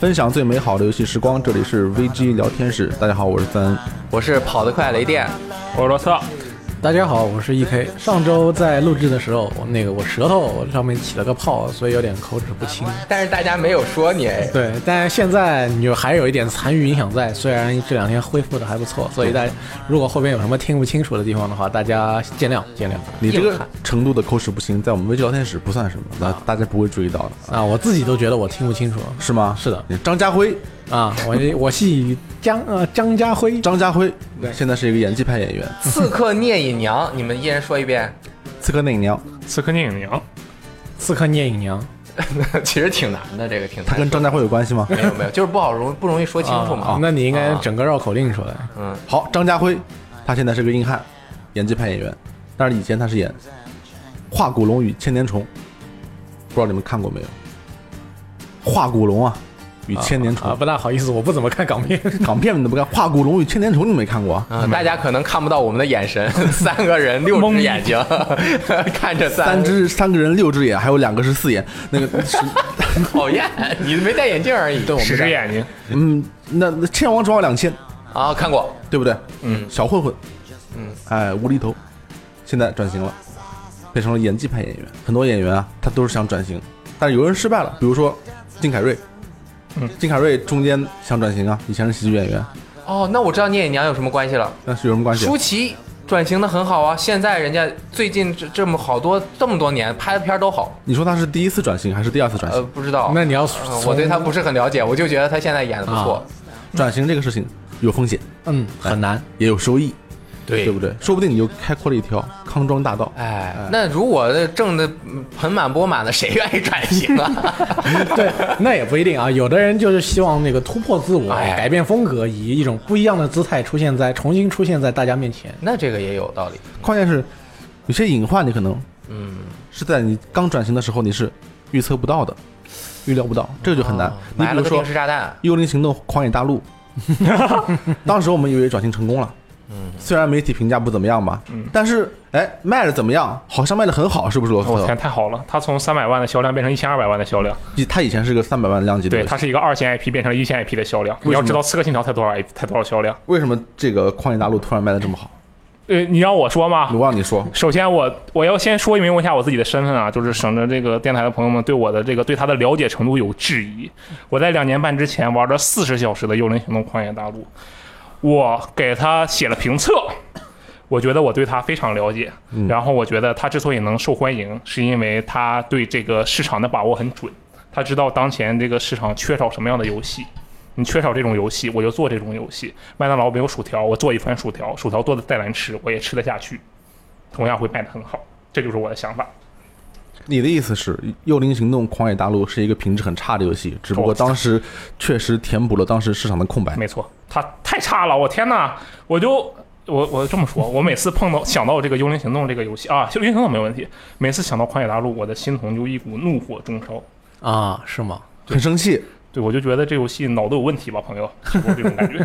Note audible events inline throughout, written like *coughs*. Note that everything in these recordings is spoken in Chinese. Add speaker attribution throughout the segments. Speaker 1: 分享最美好的游戏时光，这里是 VG 聊天室。大家好，我是三。
Speaker 2: 我是跑得快雷电，
Speaker 3: 我是罗啊策，
Speaker 4: 大家好，我是 EK。上周在录制的时候，我那个我舌头上面起了个泡，所以有点口齿不清。
Speaker 2: 但是大家没有说你，哎
Speaker 4: 对，但是现在你就还有一点残余影响在，虽然这两天恢复的还不错，所以大家如果后边有什么听不清楚的地方的话，大家见谅见谅。
Speaker 1: 你这
Speaker 2: 硬
Speaker 1: 个
Speaker 2: 汉
Speaker 1: 程度的口齿不清，在我们 VG 聊天室不算什么，那大家不会注意到的，
Speaker 4: 啊，我自己都觉得我听不清楚
Speaker 1: 是吗？
Speaker 4: 是的
Speaker 1: 你张家辉，
Speaker 4: 啊， *laughs* 我我系江呃张家辉，
Speaker 1: 张家辉现在是一个演技派演员，
Speaker 2: 刺客聂隐娘， *laughs* 你们一人说一遍，
Speaker 1: 刺客聂隐娘，
Speaker 3: 刺客聂隐娘，
Speaker 4: 刺客聂隐娘
Speaker 2: *laughs* 其实挺难的，这个挺
Speaker 1: 他
Speaker 2: 难的。
Speaker 1: 跟张家辉有关系吗？
Speaker 2: 没有没有，就是不好容不容易说清楚嘛。
Speaker 4: 啊，那你应该
Speaker 2: 啊
Speaker 4: 整个绕口令出来。
Speaker 2: 嗯，
Speaker 1: 好，张家辉，他现在是个硬汉，演技派演员，但是以前他是演《化骨龙与千年虫》，不知道你们看过没有？化骨龙啊，与千年虫
Speaker 4: 啊，不大好意思，我不怎么看港片。
Speaker 1: 港片你都不看，《化骨龙与千年虫》你没看过啊？
Speaker 2: 嗯，大家可能看不到我们的眼神， *laughs* 三个人六只眼睛 *laughs* 看着三
Speaker 1: 三，只三个人六只眼，还有两个是四眼。那个 *laughs* 是，
Speaker 2: 讨 *laughs* 厌，你没戴眼镜而已。对，我
Speaker 3: 十只眼睛，
Speaker 1: 嗯，那那《千王之王两千》
Speaker 2: 啊，看过，
Speaker 1: 对不对？
Speaker 2: 嗯
Speaker 1: 小混混，
Speaker 2: 嗯，
Speaker 1: 哎，无厘头，现在转型了，变成了演技派演员。很多演员啊，他都是想转型，但是有人失败了，比如说金凯瑞，
Speaker 3: 嗯，
Speaker 1: 金凯瑞中间想转型啊，以前是喜剧演员，
Speaker 2: 哦，那我知道聂隐娘有什么关系了。
Speaker 1: 那是有什么关系？啊
Speaker 2: 舒淇转型的很好啊，现在人家最近这这么好多这么多年拍的片儿都好，
Speaker 1: 你说他是第一次转型还是第二次转型？
Speaker 2: 呃，不知道。
Speaker 4: *laughs* 那你要
Speaker 2: 嗯
Speaker 4: 从
Speaker 2: 我对他不是很了解，我就觉得他现在演的不错
Speaker 4: 啊。
Speaker 1: 转型这个事情有风险，
Speaker 4: 嗯很难。
Speaker 1: 也有收益，
Speaker 2: 对
Speaker 1: 对不对？说不定你就开阔了一条康庄大道。
Speaker 2: 哎，
Speaker 4: 嗯
Speaker 2: 那如果挣的盆满钵满的，谁愿意转型啊？
Speaker 4: *laughs* 对， *laughs* 那也不一定啊。有的人就是希望那个突破自我，
Speaker 2: 哎
Speaker 4: 改变风格，以一种不一样的姿态出现在重新出现在大家面前。
Speaker 2: 那这个也有道理。
Speaker 1: 关键是有些隐患，你可能
Speaker 2: 嗯，
Speaker 1: 是在你刚转型的时候你是预测不到的，预料不到，这个就很难
Speaker 2: 哦。
Speaker 1: 你
Speaker 2: 埋
Speaker 1: 比如
Speaker 2: 了个
Speaker 1: 说
Speaker 2: 定
Speaker 1: 《
Speaker 2: 时炸弹。
Speaker 1: 幽灵行动：狂野大
Speaker 2: *laughs*
Speaker 1: 陆》，当时我们以为转型成功了，
Speaker 2: 嗯
Speaker 1: 虽然媒体评价不怎么样吧，
Speaker 3: 嗯
Speaker 1: 但是哎卖的怎么样？好像卖的很好，是不是罗
Speaker 3: 我天，
Speaker 1: 斯？
Speaker 3: 太好了！它从三百万的销量变成一千二百万的销量，
Speaker 1: 以他以前是个三百万量级的
Speaker 3: 对，
Speaker 1: 游戏，
Speaker 3: 它是一个二线 IP 变成了一线 IP 的销量。
Speaker 1: 什么
Speaker 3: 你要知道《刺客信条》才多少 IP，才多少销量？
Speaker 1: 为什么这个《狂野大陆》突然卖的这么好？
Speaker 3: 呃，你让我说吗？
Speaker 1: 我让你说，
Speaker 3: 首先我，我要先说明一下我自己的身份啊，就是省着这个电台的朋友们对我的这个对它的了解程度有质疑。我在两年半之前玩了四十小时的《幽灵行动：旷野大陆》，我给它写了评测，我觉得我对它非常了解。然后我觉得它之所以能受欢迎，是因为它对这个市场的把握很准，它知道当前这个市场缺少什么样的游戏。你缺少这种游戏，我就做这种游戏。麦当劳没有薯条，我做一盘薯条，薯条做的再难吃，我也吃得下去。同样会卖得很好。这就是我的想法。
Speaker 1: 你的意思是，《幽灵行动：狂野大陆》是一个品质很差的游戏，只不过当时确实填补了当时市场的空白。
Speaker 3: 没错，它太差了，我天哪！我就我我这么说，我每次碰到想到这个《幽灵行动》这个游戏啊，《幽灵行动》没问题，每次想到《狂野大陆》，我的心头就一股怒火中烧。
Speaker 4: 啊，是吗？
Speaker 1: 很生气，
Speaker 3: 对，我就觉得这游戏脑子有问题吧，朋友，是不是这种感觉？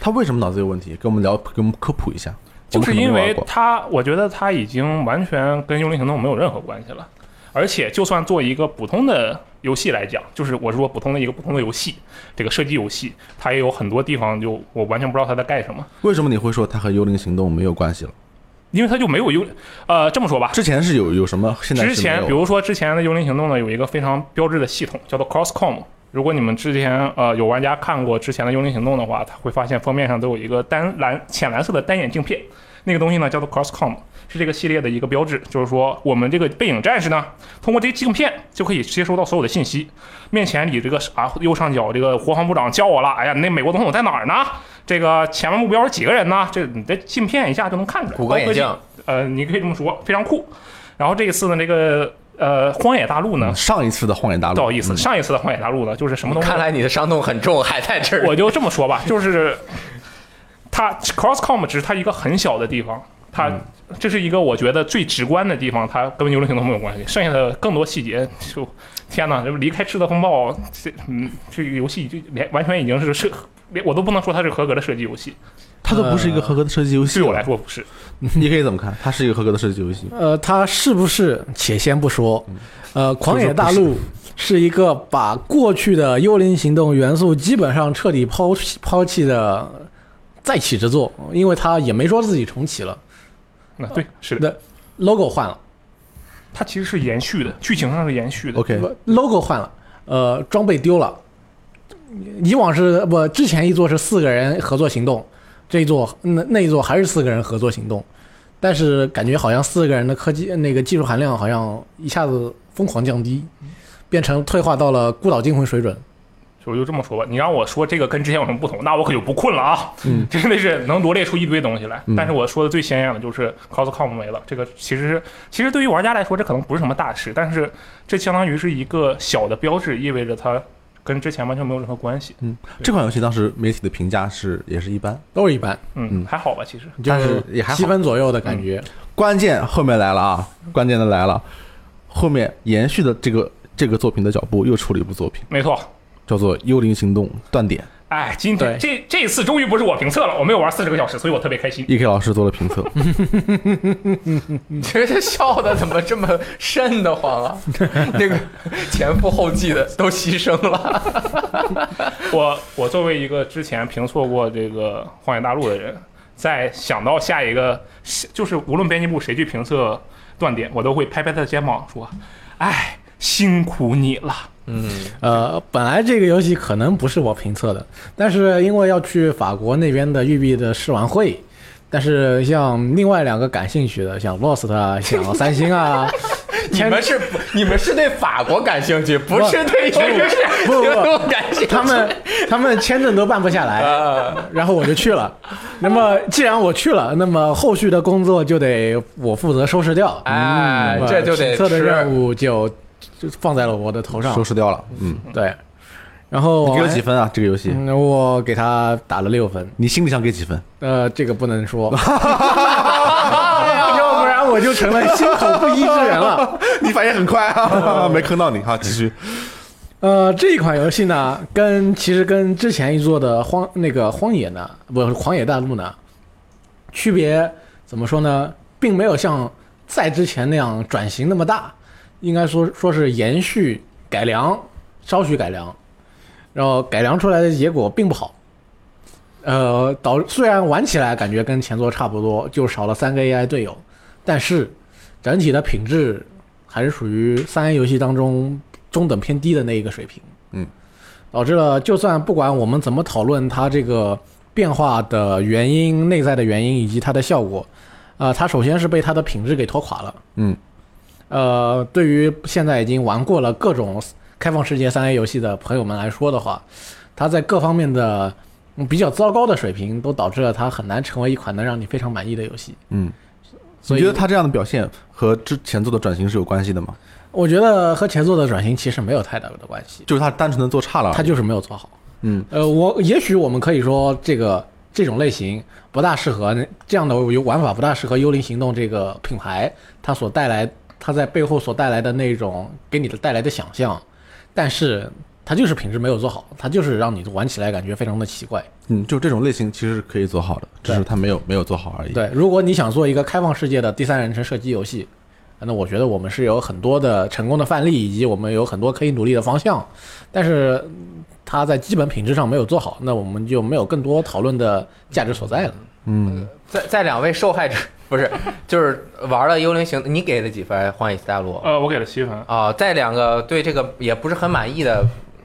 Speaker 1: 他为什么脑子有问题？给我们聊，给我们科普一下。
Speaker 3: *laughs* 就是因
Speaker 1: 我们可能没
Speaker 3: 为
Speaker 1: 玩过
Speaker 3: 它，我觉得它已经完全跟《幽灵行动》没有任何关系了。而且，就算做一个普通的游戏来讲，就是我是说普通的一个普通的游戏，这个射击游戏，它也有很多地方就我完全不知道它在干什么。
Speaker 1: 为什么你会说它和《幽灵行动》没有关系了？
Speaker 3: 因为它就没有幽，呃，这么说吧，
Speaker 1: 之前是有有什么？现在
Speaker 3: 之
Speaker 1: 是没
Speaker 3: 前
Speaker 1: 有
Speaker 3: 比如说之前的《幽灵行动》呢，有一个非常标志的系统叫做 Crosscom。如果你们之前呃有玩家看过之前的《幽灵行动》的话，他会发现封面上都有一个单蓝浅蓝色的单眼镜片，那个东西呢叫做 Crosscom，是这个系列的一个标志，就是说我们这个背影战士呢，通过这镜片就可以接收到所有的信息。面前你这个啊右上角这个国防部长叫我了，哎呀，那美国总统在哪儿呢？这个前面目标是几个人呢？这你的镜片一下就能看出来。
Speaker 2: 谷歌眼镜
Speaker 3: 高
Speaker 4: 哦
Speaker 3: 科技，呃，你可以这么说，非常酷。然后这一次呢，这个呃《荒野大陆》呢，
Speaker 1: 上一次的《荒野大陆》，嗯
Speaker 3: 不好意思，上一次的《荒野大陆》呢，就是什么都没有
Speaker 2: 看来嗯你的伤痛很重，还在这儿。
Speaker 3: 我就这么说吧，就是它 Crosscom 只是它一个很小的地方，它
Speaker 2: 嗯
Speaker 3: 这是一个我觉得最直观的地方，它跟牛流行都没有关系，剩下的更多细节就天哪，这离开《赤色风暴》这嗯，这个游戏就连完全已经是设，连我都不能说它是合格的射击游戏，
Speaker 1: 它都不是一个合格的射击游戏。
Speaker 3: 对我来，说不是，
Speaker 1: 你可以怎么看？它是一个合格的射击游戏。
Speaker 4: 呃，它是不是且先不说，呃，《狂野大陆》是一个把过去的《幽灵行动》元素基本上彻底抛弃抛弃的再起之作，因为它也没说自己重启了，
Speaker 3: 那对是的，
Speaker 4: 那 logo 换了
Speaker 3: 它其实是延续的，剧情上是延续的。
Speaker 1: OK，
Speaker 4: 不，logo 换了，呃，装备丢了。以往是不，之前一座是四个人合作行动，这一座那那一座还是四个人合作行动，但是感觉好像四个人的科技那个技术含量好像一下子疯狂降低，变成退化到了孤岛惊魂水准。
Speaker 3: 就我就这么说吧，你让我说这个跟之前有什么不同，那我可就不困了啊！ *laughs* 嗯，真的是能罗列出一堆东西来。但是我说的最鲜艳的就是 Coscom 没了，这个其实是其实对于玩家来说，这可能不是什么大事，但是这相当于是一个小的标志，意味着它跟之前完全没有任何关系。
Speaker 1: 嗯，这款游戏当时媒体的评价是也是一般，
Speaker 4: 都是一般，
Speaker 3: 嗯，还好吧，其实
Speaker 4: 就
Speaker 1: 但是也还好嗯
Speaker 4: 七分左右的感觉。
Speaker 1: 关键后面来了啊，关键的来了，后面延续的这个这个作品的脚步又出了一部作品，
Speaker 3: 没错。
Speaker 1: 叫做《幽灵行动：断点
Speaker 3: 哎，今天
Speaker 4: 对
Speaker 3: 这这次终于不是我评测了，我没有玩四十个小时，所以我特别开心》。。
Speaker 1: E.K E 老师做了评 *laughs* 测，
Speaker 2: 你这是笑的怎么这么瘆得慌
Speaker 4: *laughs*
Speaker 2: 啊？那个前赴后继的都牺牲了。
Speaker 3: *laughs* 我我作为一个之前评测过这个《荒野大陆》的人，在想到下一个，就是无论编辑部谁去评测断点，我都会拍拍他的肩膀说：“哎，辛苦你了。
Speaker 2: 嗯，
Speaker 4: 呃，本来这个游戏可能不是我评测的，但是因为要去法国那边的育碧的试玩会，但是像另外两个感兴趣的，像 Lost 啊，像三星
Speaker 2: *laughs*
Speaker 4: 啊，
Speaker 2: 你们是不你们是对法国感兴趣，不
Speaker 4: 不
Speaker 2: 是对这个
Speaker 4: 不不
Speaker 2: 行动感兴趣。
Speaker 4: 他们他们签证都办不下来，
Speaker 2: 呃，
Speaker 4: 然后我就去了。那么既然我去了，那么后续的工作就得我负责收拾掉。
Speaker 2: 哎
Speaker 4: 嗯
Speaker 2: 这就得
Speaker 4: 评测的
Speaker 2: 吃
Speaker 4: 任务就就放在了我的头上
Speaker 1: 收。拾掉了。嗯，
Speaker 4: 对，然后
Speaker 1: 你给了几
Speaker 4: 分？
Speaker 1: 分啊？这个游戏，
Speaker 4: 嗯我给他打了六分。
Speaker 1: 你心里想给几分？
Speaker 4: 呃，这个不能说，要不然我就成了心口不一之人了。
Speaker 1: *laughs* 你反应很快啊，没坑到你哈，继续。
Speaker 4: 呃，这一款游戏呢，跟其实跟之前一座的荒那个荒野呢，不是狂野大陆呢，区别怎么说呢，并没有像在之前那样转型那么大，应该说说是延续改良，稍许改良，然后改良出来的结果并不好。呃，导虽然玩起来感觉跟前作差不多，就少了三个 AI 队友，但是整体的品质还是属于三 A 游戏当中中等偏低的那一个水平。
Speaker 1: 嗯，
Speaker 4: 导致了就算不管我们怎么讨论它这个变化的原因、内在的原因以及它的效果，呃，它首先是被它的品质给拖垮了。
Speaker 1: 嗯，
Speaker 4: 呃，对于现在已经玩过了各种开放世界三 A 游戏的朋友们来说的话，它在各方面的嗯比较糟糕的水平，都导致了它很难成为一款能让你非常满意的游戏。
Speaker 1: 嗯，
Speaker 4: 所
Speaker 1: 你
Speaker 4: 以
Speaker 1: 觉得他这样的表现和之前做的转型是有关系的吗？
Speaker 4: 我觉得和前作的转型其实没有太大的关系，
Speaker 1: 就是他单纯的做差了而已，
Speaker 4: 它就是没有做好。
Speaker 1: 嗯，
Speaker 4: 呃，我也许我们可以说这个这种类型不大适合那这样的玩法，不大适合《幽灵行动》这个品牌它所带来它在背后所带来的那种给你的带来的想象，但是它就是品质没有做好，它就是让你玩起来感觉非常的奇怪。
Speaker 1: 嗯，就这种类型其实是可以做好的，只是他没有没有做好而已。，
Speaker 4: 对，如果你想做一个开放世界的第三人称射击游戏，那我觉得我们是有很多的成功的范例，以及我们有很多可以努力的方向。但是嗯它在基本品质上没有做好，那我们就没有更多讨论的价值所在了。
Speaker 1: 嗯
Speaker 2: 在在两位受害者 *laughs* 不是，就是玩了《幽灵行》，你给了几分《荒野大陆》？
Speaker 3: 呃，我给了七分，
Speaker 2: 啊、在两个对这个也不是很满意的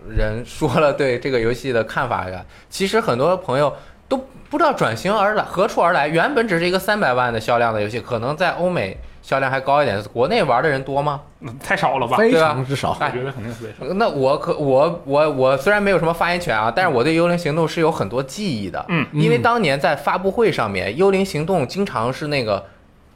Speaker 2: 人说了对这个游戏的看法呀，其实很多朋友都不知道转型而来何处而来。原本只是一个三百万的销量的游戏，可能在欧美销量还高一点，国内玩的人多吗？
Speaker 3: 嗯太少了吧？
Speaker 1: 哎
Speaker 4: 非
Speaker 2: 对啊
Speaker 4: 常之少。
Speaker 3: 我觉得肯定特别少。
Speaker 2: 那我可我我我虽然没有什么发言权啊，但是我对《幽灵行动》是有很多记忆的。
Speaker 3: 嗯，
Speaker 2: 因为当年在发布会上面，《幽灵行动》经常是那个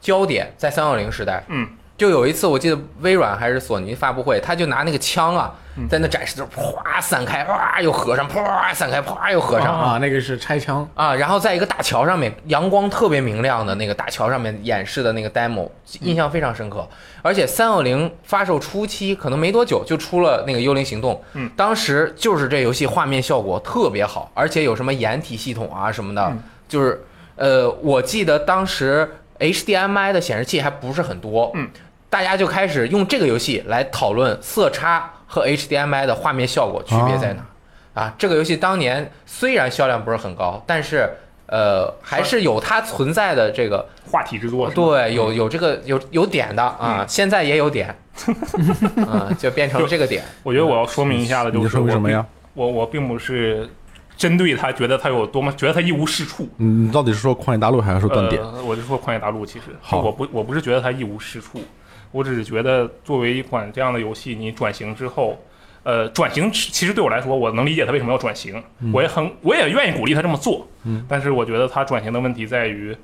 Speaker 2: 焦点，在三六零时代。
Speaker 3: 嗯，
Speaker 2: 就有一次我记得微软还是索尼发布会，他就拿那个枪啊，
Speaker 3: 嗯
Speaker 2: 在那展示的时候，哗散开，哗又合上，哗散开，哗又合上。
Speaker 4: 啊，那个是拆枪，
Speaker 2: 啊，然后在一个大桥上面，阳光特别明亮的那个大桥上面演示的那个 demo，印象非常深刻。而且三六零发售初期可能没多久就出了那个《幽灵行动》，
Speaker 3: 嗯，
Speaker 2: 当时
Speaker 3: 嗯
Speaker 2: 就是这游戏画面效果特别好，而且有什么掩体系统啊什么的，就是呃，我记得当时 HDMI 的显示器还不是很多，
Speaker 3: 嗯，
Speaker 2: 大家就开始用这个游戏来讨论色差和 HDMI 的画面效果区别在
Speaker 3: 哦
Speaker 2: 哪。啊，这个游戏当年虽然销量不是很高，但是呃，还是有它存在的这个
Speaker 3: 话题之作是吧，
Speaker 2: 对，有有这个有有点的啊，现在也有点，啊，就变成了这个点。
Speaker 3: 我觉得我要说明一下的
Speaker 1: 你
Speaker 3: 就是
Speaker 1: 说为什么呀？
Speaker 3: 我并我我并不是针对他，觉得他有多么，觉得他一无是处。
Speaker 1: 你你到底是说《旷野大陆》还是说断点？
Speaker 3: 呃，我就说《旷野大陆》，其实
Speaker 1: 好
Speaker 3: 我不我不是觉得它一无是处，我只是觉得作为一款这样的游戏，你转型之后，呃，转型其实对我来说，我能理解它为什么要转型，我也很我也愿意鼓励它这么做，
Speaker 1: 嗯，
Speaker 3: 但是我觉得它转型的问题在于，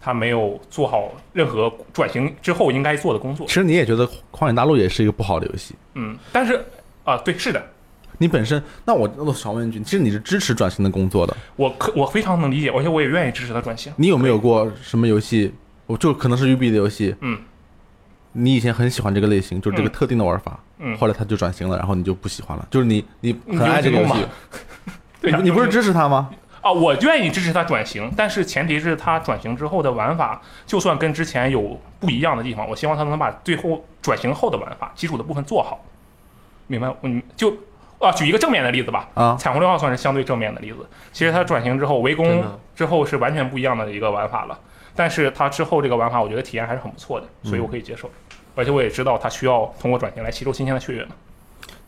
Speaker 3: 它没有做好任何转型之后应该做的工作
Speaker 1: 其，实你也觉得《旷野大陆》也是一个不好的游戏。
Speaker 3: 嗯，但是啊、对，是的，
Speaker 1: 你本身，那我那我想问一句，其实你是支持转型的工作的，
Speaker 3: 我可我非常能理解，而且我也愿意支持它转型，
Speaker 1: 你有没有过什么游戏？我就可能是育碧的游戏，
Speaker 3: 嗯，
Speaker 1: 你以前很喜欢这个类型，就是这个
Speaker 3: 嗯
Speaker 1: 特定的玩法，
Speaker 3: 嗯
Speaker 1: 后来它就转型了，然后你就不喜欢了，就是你你
Speaker 3: 你
Speaker 1: 很爱这个游
Speaker 3: 有这
Speaker 1: 戏
Speaker 3: 种，对呀
Speaker 1: 你你不是支持它吗？
Speaker 3: 啊，我愿意支持它转型，但是前提是它转型之后的玩法，就算跟之前有不一样的地方，我希望它能把最后转型后的玩法基础的部分做好。明白？嗯，就啊，举一个正面的例子吧。
Speaker 1: 啊
Speaker 3: 彩虹六号算是相对正面的例子。其实它转型之后，围
Speaker 2: 真
Speaker 3: 攻
Speaker 2: 的
Speaker 3: 之后是完全不一样的一个玩法了。但是它之后这个玩法，我觉得体验还是很不错的，所以
Speaker 1: 嗯
Speaker 3: 我可以接受。而且我也知道它需要通过转型来吸收新鲜的血液嘛。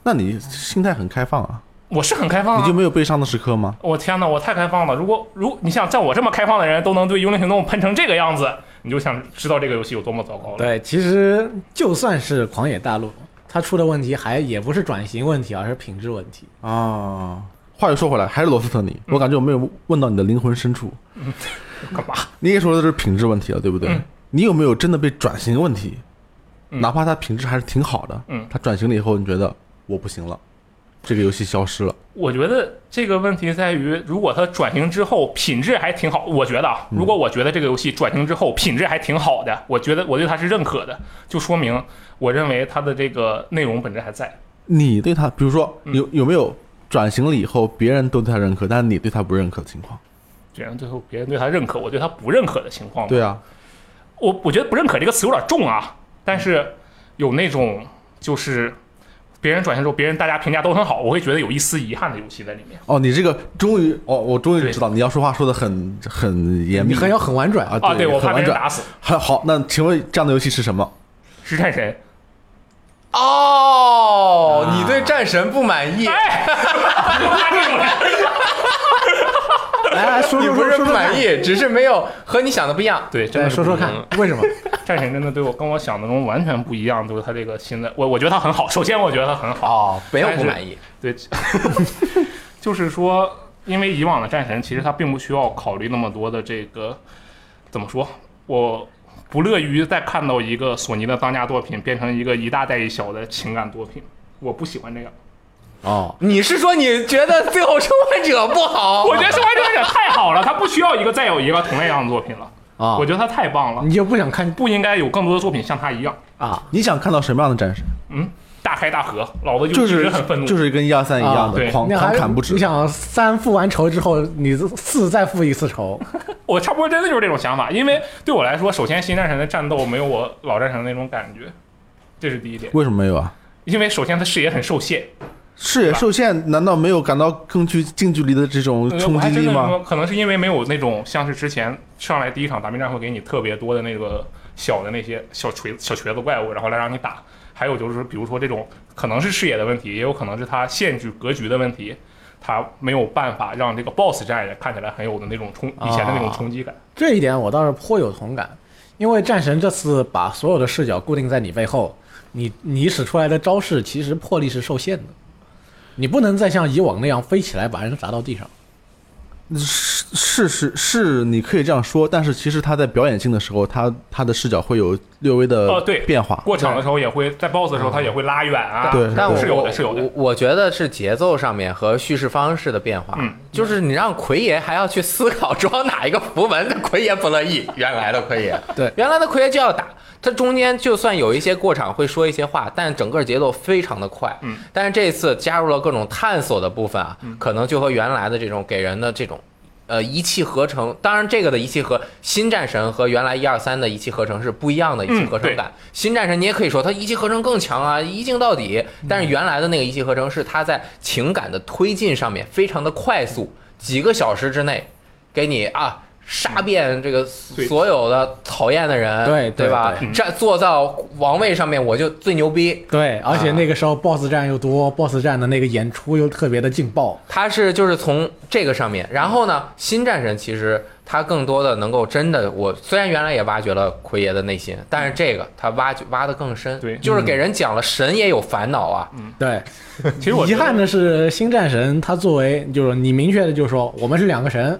Speaker 1: 那你心态很开放啊，
Speaker 3: 我是很开放、啊，
Speaker 1: 你就没有悲伤的时刻吗？
Speaker 3: 我天哪，我太开放了！如果如你像像我这么开放的人都能对《幽灵行动》喷成这个样子，你就想知道这个游戏有多么糟糕了。
Speaker 4: 对，其实就算是《狂野大陆》，它出的问题还也不是转型问题，而是品质问题。
Speaker 1: 啊，话又说回来，还是罗斯特
Speaker 3: 嗯
Speaker 1: 尼，我感觉我没有问到你的灵魂深处。
Speaker 3: 干嘛？
Speaker 1: 你也说的是品质问题了，对不对？
Speaker 3: 嗯
Speaker 1: 你有没有真的被转型问题？
Speaker 3: 嗯
Speaker 1: 哪怕它品质还是挺好的，
Speaker 3: 嗯
Speaker 1: 它转型了以后，你觉得我不行了，这个游戏消失了，
Speaker 3: 我觉得这个问题在于，如果它转型之后品质还挺好，我觉得啊，如果我觉得这个游戏转型之后品质还挺好的，我觉得我对它是认可的，就说明我认为它的这个内容本质还在。
Speaker 1: 你对它，比如说
Speaker 3: 嗯
Speaker 1: 有有没有转型了以后，别人都对它认可，但是你对它不认可的情况？
Speaker 3: 这样最后别人对它认可，我对它不认可的情况，
Speaker 1: 对啊，
Speaker 3: 我我觉得不认可这个词有点重啊，但是有那种就是别人转型之后，别人大家评价都很好，我会觉得有一丝遗憾的游戏在里面
Speaker 1: 哦，你这个终于，哦，我终于
Speaker 3: 对
Speaker 1: 知道你要说话说的很很严密，
Speaker 4: 你很要很婉转
Speaker 1: 啊，
Speaker 3: 啊。对，我
Speaker 1: 很
Speaker 3: 怕被
Speaker 1: 婉
Speaker 3: 人
Speaker 1: 转。
Speaker 3: 打死，
Speaker 1: 还好，那请问这样的游戏是什么？
Speaker 3: 是战神。
Speaker 2: 哦，你对战神不满意？
Speaker 3: 哎，
Speaker 4: 来来哎说
Speaker 2: 你
Speaker 4: 说
Speaker 2: 不
Speaker 4: 说
Speaker 2: 是
Speaker 4: 说
Speaker 2: 不
Speaker 4: 说看
Speaker 2: 满，意，只是没有和你想的不一样。
Speaker 3: 对，真
Speaker 4: 来
Speaker 3: 的是
Speaker 4: 说说
Speaker 3: 不一样
Speaker 4: 看为什么？
Speaker 3: 战神真的对我跟我想的中完全不一样，就是它这个新的，我我觉得它很好。首先，我觉得它很好，
Speaker 2: 哦，没有不满意。
Speaker 3: 对， *laughs* 就是说，因为以往的战神其实它并不需要考虑那么多的这个怎么说，我不乐于再看到一个索尼的当家作品变成一个一大带一小的情感作品，我不喜欢这样。
Speaker 1: 哦，
Speaker 2: 你是说你觉得《最后生还者》不好？
Speaker 3: *laughs* 我觉得《生还者》有点太好了，它不需要一个再有一个同类样的作品了。
Speaker 4: 啊
Speaker 3: 我觉得它太棒了，
Speaker 4: 你就不想看
Speaker 3: 不应该有更多的作品像它一样，
Speaker 4: 啊？
Speaker 1: 你想看到什么样的战神？
Speaker 3: 嗯，大开大合，老子
Speaker 1: 就
Speaker 3: 一直
Speaker 1: 是
Speaker 3: 很愤怒，
Speaker 1: 就是跟一二三一样
Speaker 4: 啊
Speaker 1: 的，
Speaker 3: 对
Speaker 1: 狂
Speaker 4: 你
Speaker 1: 狂
Speaker 4: 还
Speaker 1: 砍不止
Speaker 4: 你。想三复完仇之后，你四再复一次仇，
Speaker 3: 我差不多真的就是这种想法，因为对我来说，首先新战神的战斗没有我老战神的那种感觉，这是第一点。
Speaker 1: 为什么没有啊？
Speaker 3: 因为首先他视野很受限，
Speaker 1: 视野受限，难道没有感到更具近距离的这种
Speaker 3: 呃
Speaker 1: 冲
Speaker 3: 我还
Speaker 1: 击
Speaker 3: 真
Speaker 1: 力
Speaker 3: 的
Speaker 1: 吗？
Speaker 3: 说可能是因为没有那种像是之前上来第一场打面战会给你特别多的那个小的那些小锤小瘸子怪物，然后来让你打。还有就是比如说这种可能是视野的问题，也有可能是他限制格局的问题，他没有办法让这个 BOSS 战也看起来很有的那种冲以前的那种冲击感。
Speaker 4: 这一点我倒是颇有同感，因为战神这次把所有的视角固定在你背后，你你使出来的招式其实魄力是受限的，你不能再像以往那样飞起来把人砸到地上。
Speaker 1: 是是是是，你可以这样说，但是其实他在表演性的时候，他他的视角会有略微的
Speaker 3: 哦对
Speaker 1: 变化。
Speaker 3: 过场的时候也会在 BOSS 的时候他也会拉远啊，
Speaker 1: 啊对
Speaker 2: 但我
Speaker 3: 是有的，是有的
Speaker 2: 我。我觉得是节奏上面和叙事方式的变化，
Speaker 3: 嗯
Speaker 2: 就是你让奎爷还要去思考装哪一个符文，那奎爷不乐意。原来的奎
Speaker 3: *laughs*
Speaker 2: 爷，
Speaker 4: 对
Speaker 2: 原来的奎爷就要打，他中间就算有一些过场会说一些话，但整个节奏非常的快。
Speaker 3: 嗯，
Speaker 2: 但是这一次加入了各种探索的部分啊，可能就和原来的这种给人的这种呃一气呵成。当然，这个的一气呵新战神和原来一二三的一气呵成是不一样的一
Speaker 4: 嗯
Speaker 2: 气呵成感。新战神你也可以说它一气呵成更强啊，一镜到底。
Speaker 4: 嗯
Speaker 2: 但是原来的那个一气呵成是它在情感的推进上面非常的快速，几个小时之内给你啊。杀遍这个
Speaker 3: 对
Speaker 2: 所有的讨厌的人，
Speaker 4: 嗯对对
Speaker 2: 对吧
Speaker 4: 对？
Speaker 2: 站坐到王位上面，我就最牛逼，
Speaker 4: 对，而且
Speaker 2: 啊
Speaker 4: 那个时候 BOSS 战又多、b o s s 战的那个演出又特别的劲爆。
Speaker 2: 它哦是就是从这个上面，然后呢，新战神其实它更多的能够真的，我虽然原来也挖掘了奎爷的内心，但是这个它挖掘挖的更深，
Speaker 3: 对
Speaker 2: 就是给人讲了神也有烦恼啊，
Speaker 4: 对，
Speaker 3: 其实我
Speaker 4: 遗
Speaker 3: 觉得
Speaker 4: 憾的是，新战神他作为就是你明确的就是说我们是两个神，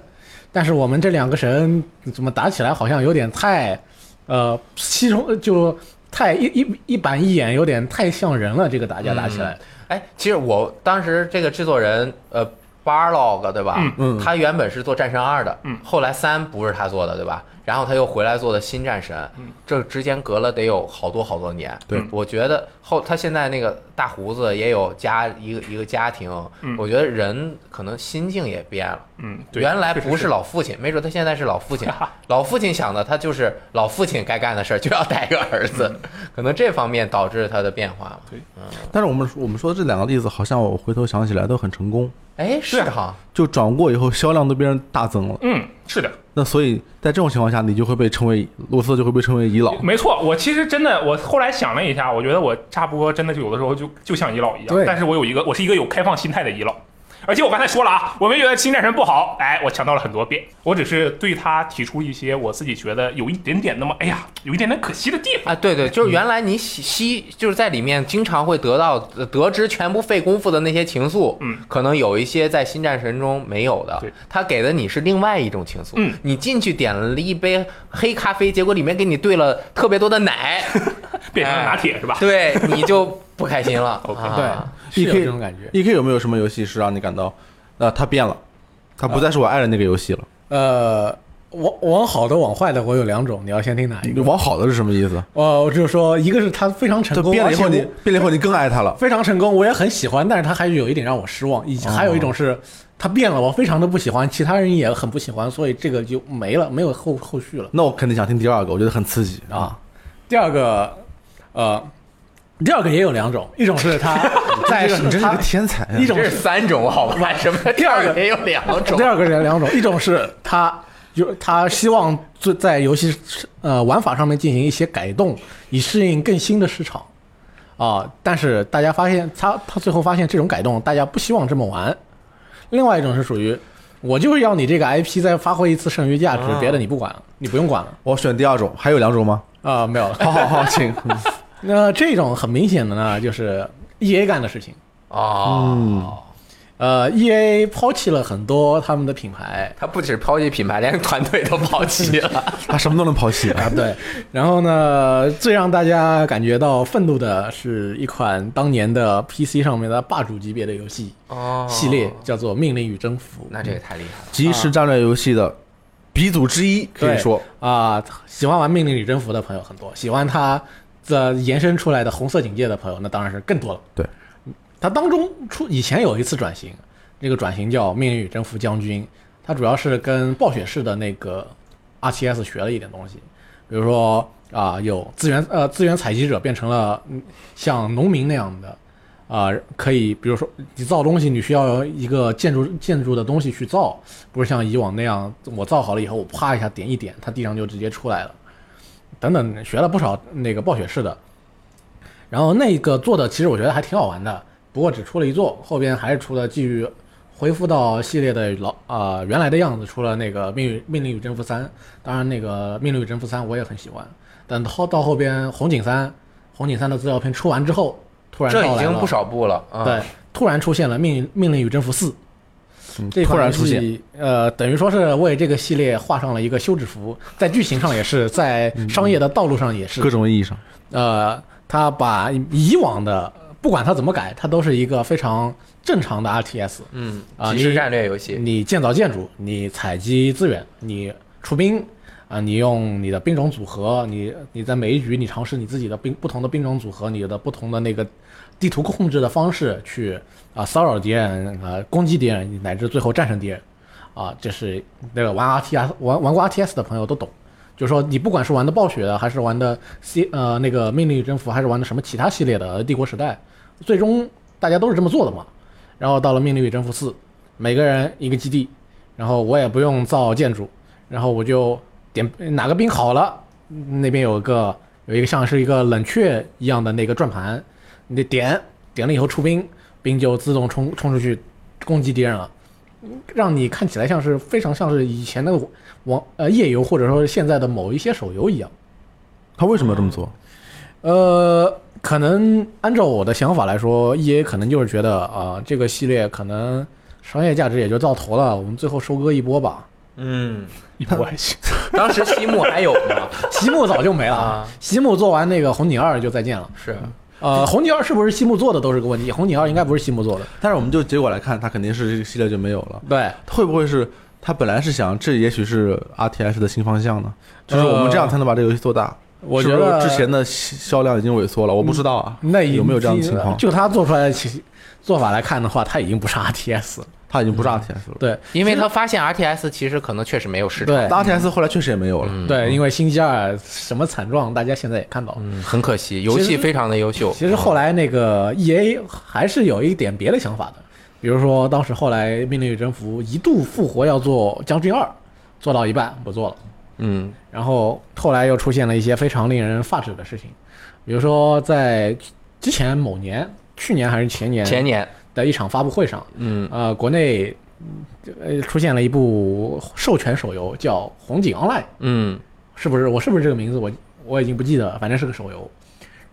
Speaker 4: 但是我们这两个神怎么打起来好像有点太，呃，其中就太一一一板一眼，有点太像人了。这个打架打起来，
Speaker 2: 哎，其实我当时这个制作人呃 Barlog 对吧？
Speaker 1: 嗯嗯
Speaker 2: 他原本是做战神二的，
Speaker 3: 嗯
Speaker 2: 后来三不是他做的对吧？然后他又回来做的新战神，
Speaker 3: 嗯
Speaker 2: 这之间隔了得有好多好多年。
Speaker 1: 对
Speaker 2: 我觉得后他现在那个大胡子也有家一个一个家庭，
Speaker 3: 嗯
Speaker 2: 我觉得人可能心境也变了。
Speaker 3: 嗯，对，
Speaker 2: 原来
Speaker 3: 确实
Speaker 2: 不是老父亲，没准他现在是老父
Speaker 3: *laughs*
Speaker 2: 亲。老父亲想的，他就是老父亲该干的事儿，就要带个儿子，
Speaker 3: 嗯
Speaker 2: 可能这方面导致他的变化了。
Speaker 1: 但是我们我们说的这两个例子，好像我回头想起来都很成功，
Speaker 2: 哎，是
Speaker 3: 对啊
Speaker 2: 哈，
Speaker 1: 就转过以后销量都变成大增了。
Speaker 3: 嗯，是的，
Speaker 1: 那所以在这种情况下，你就会被称为罗斯，就会被称为遗老。
Speaker 3: 没错。我其实真的，我后来想了一下，我觉得我差不多真的就有的时候就就像遗老一样
Speaker 4: 对，
Speaker 3: 但是我有一个，我是一个有开放心态的遗老。而且我刚才说了啊，我没觉得新战神不好，哎，我强调了很多遍，我只是对他提出一些我自己觉得有一点点那么，哎呀，有一点点可惜的地方。
Speaker 2: 啊，对对，就是原来你吸吸就是在里面经常会得到呃得知全部费功夫的那些情愫，
Speaker 3: 嗯，
Speaker 2: 可能有一些在新战神中没有的
Speaker 3: 对，
Speaker 2: 他给的你是另外一种情愫，
Speaker 3: 嗯，
Speaker 2: 你进去点了一杯黑咖啡，结果里面给你兑了特别多的奶，
Speaker 3: 变成了拿铁是吧？
Speaker 2: 对，你就不开心了
Speaker 3: *laughs* OK
Speaker 2: 啊。
Speaker 4: 是有
Speaker 1: EK
Speaker 4: 这种感觉。
Speaker 1: E K 有没有什么游戏是让你感到，呃，它变了，它不再是我爱的那个游戏了？
Speaker 4: 呃，往往好的往坏的，我有两种，你要先听哪一
Speaker 1: 你
Speaker 4: 个？
Speaker 1: 往好的是什么意思？
Speaker 4: 哦，我就是说，一个是他非常成
Speaker 1: 它
Speaker 4: 功，
Speaker 1: 变了以后
Speaker 4: 而
Speaker 1: 你
Speaker 4: 且
Speaker 1: 变了以后你更爱它了
Speaker 4: 我。非常成功，我也很喜欢，但是他还是有一点让我失望。
Speaker 1: 哦
Speaker 4: 以及还有一种是他变了，我非常的不喜欢，其他人也很不喜欢，所以这个就没了，没有后后续了。
Speaker 1: 那我肯定想听第二个，我觉得很刺激
Speaker 4: 啊。第二个，呃，第二个也有两种，一种
Speaker 1: *laughs*
Speaker 4: 是他在
Speaker 1: 你真是
Speaker 4: 他
Speaker 1: 个天才啊，
Speaker 4: 一种
Speaker 2: 这是三种，好吧？什么
Speaker 4: 第二个
Speaker 2: 也有两种
Speaker 4: *laughs* 第，二个人两种，一种是他有他希望做在游戏呃玩法上面进行一些改动，以适应更新的市场啊、但是大家发现他他最后发现这种改动大家不希望这么玩。另外一种是属于我就是要你这个 IP 再发挥一次剩余价值，
Speaker 2: 啊
Speaker 4: 别的你不管了，你不用管了
Speaker 1: 我选第二种，还有两种吗？
Speaker 4: 啊、没有了。
Speaker 1: 好好好，请。
Speaker 4: *laughs* 那这种很明显的呢，就是 EA 干的事情。嗯
Speaker 2: 哦。
Speaker 4: 呃，EA 抛弃了很多他们的品牌，
Speaker 2: 他不止抛弃品牌，连团队都抛弃
Speaker 4: *laughs*
Speaker 2: 了。
Speaker 1: *laughs* 他什么都能抛弃啊！
Speaker 4: 对，然后呢，最让大家感觉到愤怒的是一款当年的 PC 上面的霸主级别的游戏
Speaker 2: 哦
Speaker 4: 系列，叫做《命令与征服》。
Speaker 2: 那这个太厉害了。
Speaker 1: 即时战略游戏的鼻祖之一，可以
Speaker 4: 对
Speaker 1: 说
Speaker 4: 啊、喜欢玩《命令与征服》的朋友很多，喜欢它的延伸出来的红色警戒的朋友，那当然是更多了。
Speaker 1: 对，
Speaker 4: 它当中出以前有一次转型，这个转型叫《命令与征服将军》，它主要是跟暴雪式的那个 RTS 学了一点东西，比如说啊、有资源呃资源采集者变成了嗯像农民那样的啊、可以比如说你造东西，你需要有一个建筑建筑的东西去造，不是像以往那样我造好了以后，我啪一下点一点，它地上就直接出来了。等等，学了不少那个暴雪式的，然后那个做的其实我觉得还挺好玩的，不过只出了一座，后边还是出了继续恢复到系列的老啊、原来的样子，出了那个命运命令与征服三，当然那个命令与征服三我也很喜欢，但到到后边红警三红警三的资料片出完之后，突然
Speaker 2: 这
Speaker 4: 到
Speaker 2: 已
Speaker 4: 来
Speaker 2: 经
Speaker 4: 了
Speaker 2: 不少步了。
Speaker 1: 啊
Speaker 2: 嗯
Speaker 4: 对，，突然出现了命《命令与征服四》
Speaker 1: 嗯
Speaker 4: 这
Speaker 1: 突
Speaker 4: 款
Speaker 1: 然
Speaker 4: 游
Speaker 1: 出现，
Speaker 4: 戏，呃，等于说是为这个系列画上了一个休止符，在剧情上也是，在商业的道路上也是
Speaker 1: 各，种意义上，
Speaker 4: 呃，他把以往的不管他怎么改，它都是一个非常正常的 RTS，
Speaker 2: 嗯，
Speaker 4: 啊
Speaker 2: 即
Speaker 4: 你
Speaker 2: 时战略游
Speaker 4: *laughs*
Speaker 2: 戏，
Speaker 4: 你建造建筑，你采集资源，你出兵啊，你用你的兵种组合，你你在每一局你尝试你自己的兵不同的兵种组合，你的不同的那个地图控制的方式去啊骚扰敌人啊攻击敌人，乃至最后战胜敌人啊，这是那个玩 RTS 玩玩过 RTS 的朋友都懂，就是说你不管是玩的暴雪啊的，还是玩的 C 呃那个命令与征服，还是玩的什么其他系列的呃帝国时代，最终大家都是这么做的嘛。然后到了命令与征服四，每个人一个基地，然后我也不用造建筑，然后我就点哪个兵好了，那边有个有一个像是一个冷却一样的那个转盘，你得点点了以后出兵，兵就自动冲冲出去攻击敌人了，让你看起来像是非常像是以前那个网呃页游或者说是现在的某一些手游一样。
Speaker 1: 他为什么要这么做？
Speaker 4: 呃，可能按照我的想法来说，E A 可能就是觉得啊、呃这个系列可能商业价值也就到头了，我们最后收割一波吧。 *laughs*
Speaker 2: 嗯，
Speaker 3: 一波还行。
Speaker 2: 当时西木还有吗？
Speaker 4: 席木早就没了
Speaker 2: 啊，
Speaker 4: 席木做完那个红警二就再见了。
Speaker 2: 是，
Speaker 4: 呃，红警二是不是西木做的都是个问题，红警二应该不是西木做的。
Speaker 1: 但是我们就结果来看，他肯定是这个系列就没有了。
Speaker 4: 对，
Speaker 1: 会不会是他本来是想，这也许是 R T S 的新方向呢？就是我们这样才能把这个游戏做大。
Speaker 4: 呃我
Speaker 1: 是
Speaker 4: 觉
Speaker 1: 不是
Speaker 4: 得
Speaker 1: 之前的销量已经萎缩了，我不知道啊。
Speaker 4: 那已
Speaker 1: 有没有这样的
Speaker 4: 经
Speaker 1: 情况？
Speaker 4: 就他做出来的其做法来看的话，他已经不是 RTS 了。
Speaker 1: 他已经不是 R T S 了。
Speaker 4: 对
Speaker 2: *laughs* 因为他发现 RTS 其实可能确实没有市场，
Speaker 4: 对嗯
Speaker 1: R T S 后来确实也没有了。
Speaker 4: 对，因为星际二什么惨状，大家现在也看到了。
Speaker 2: 嗯，很可惜，游戏非常的优秀。
Speaker 4: 其实后来那个 E A 还是有一点别的想法的，比如说当时后来《命令与征服》一度复活要做《将军二》，做到一半不做了，
Speaker 2: 嗯，
Speaker 4: 然后后来又出现了一些非常令人发指的事情，比如说在之前某年，去年还是前年
Speaker 2: 前年，
Speaker 4: 的一场发布会上，
Speaker 2: 嗯，
Speaker 4: 呃，国内呃出现了一部授权手游叫《红警 Online》。
Speaker 2: 嗯，
Speaker 4: 是不是？我是不是这个名字？我我已经不记得了，反正是个手游。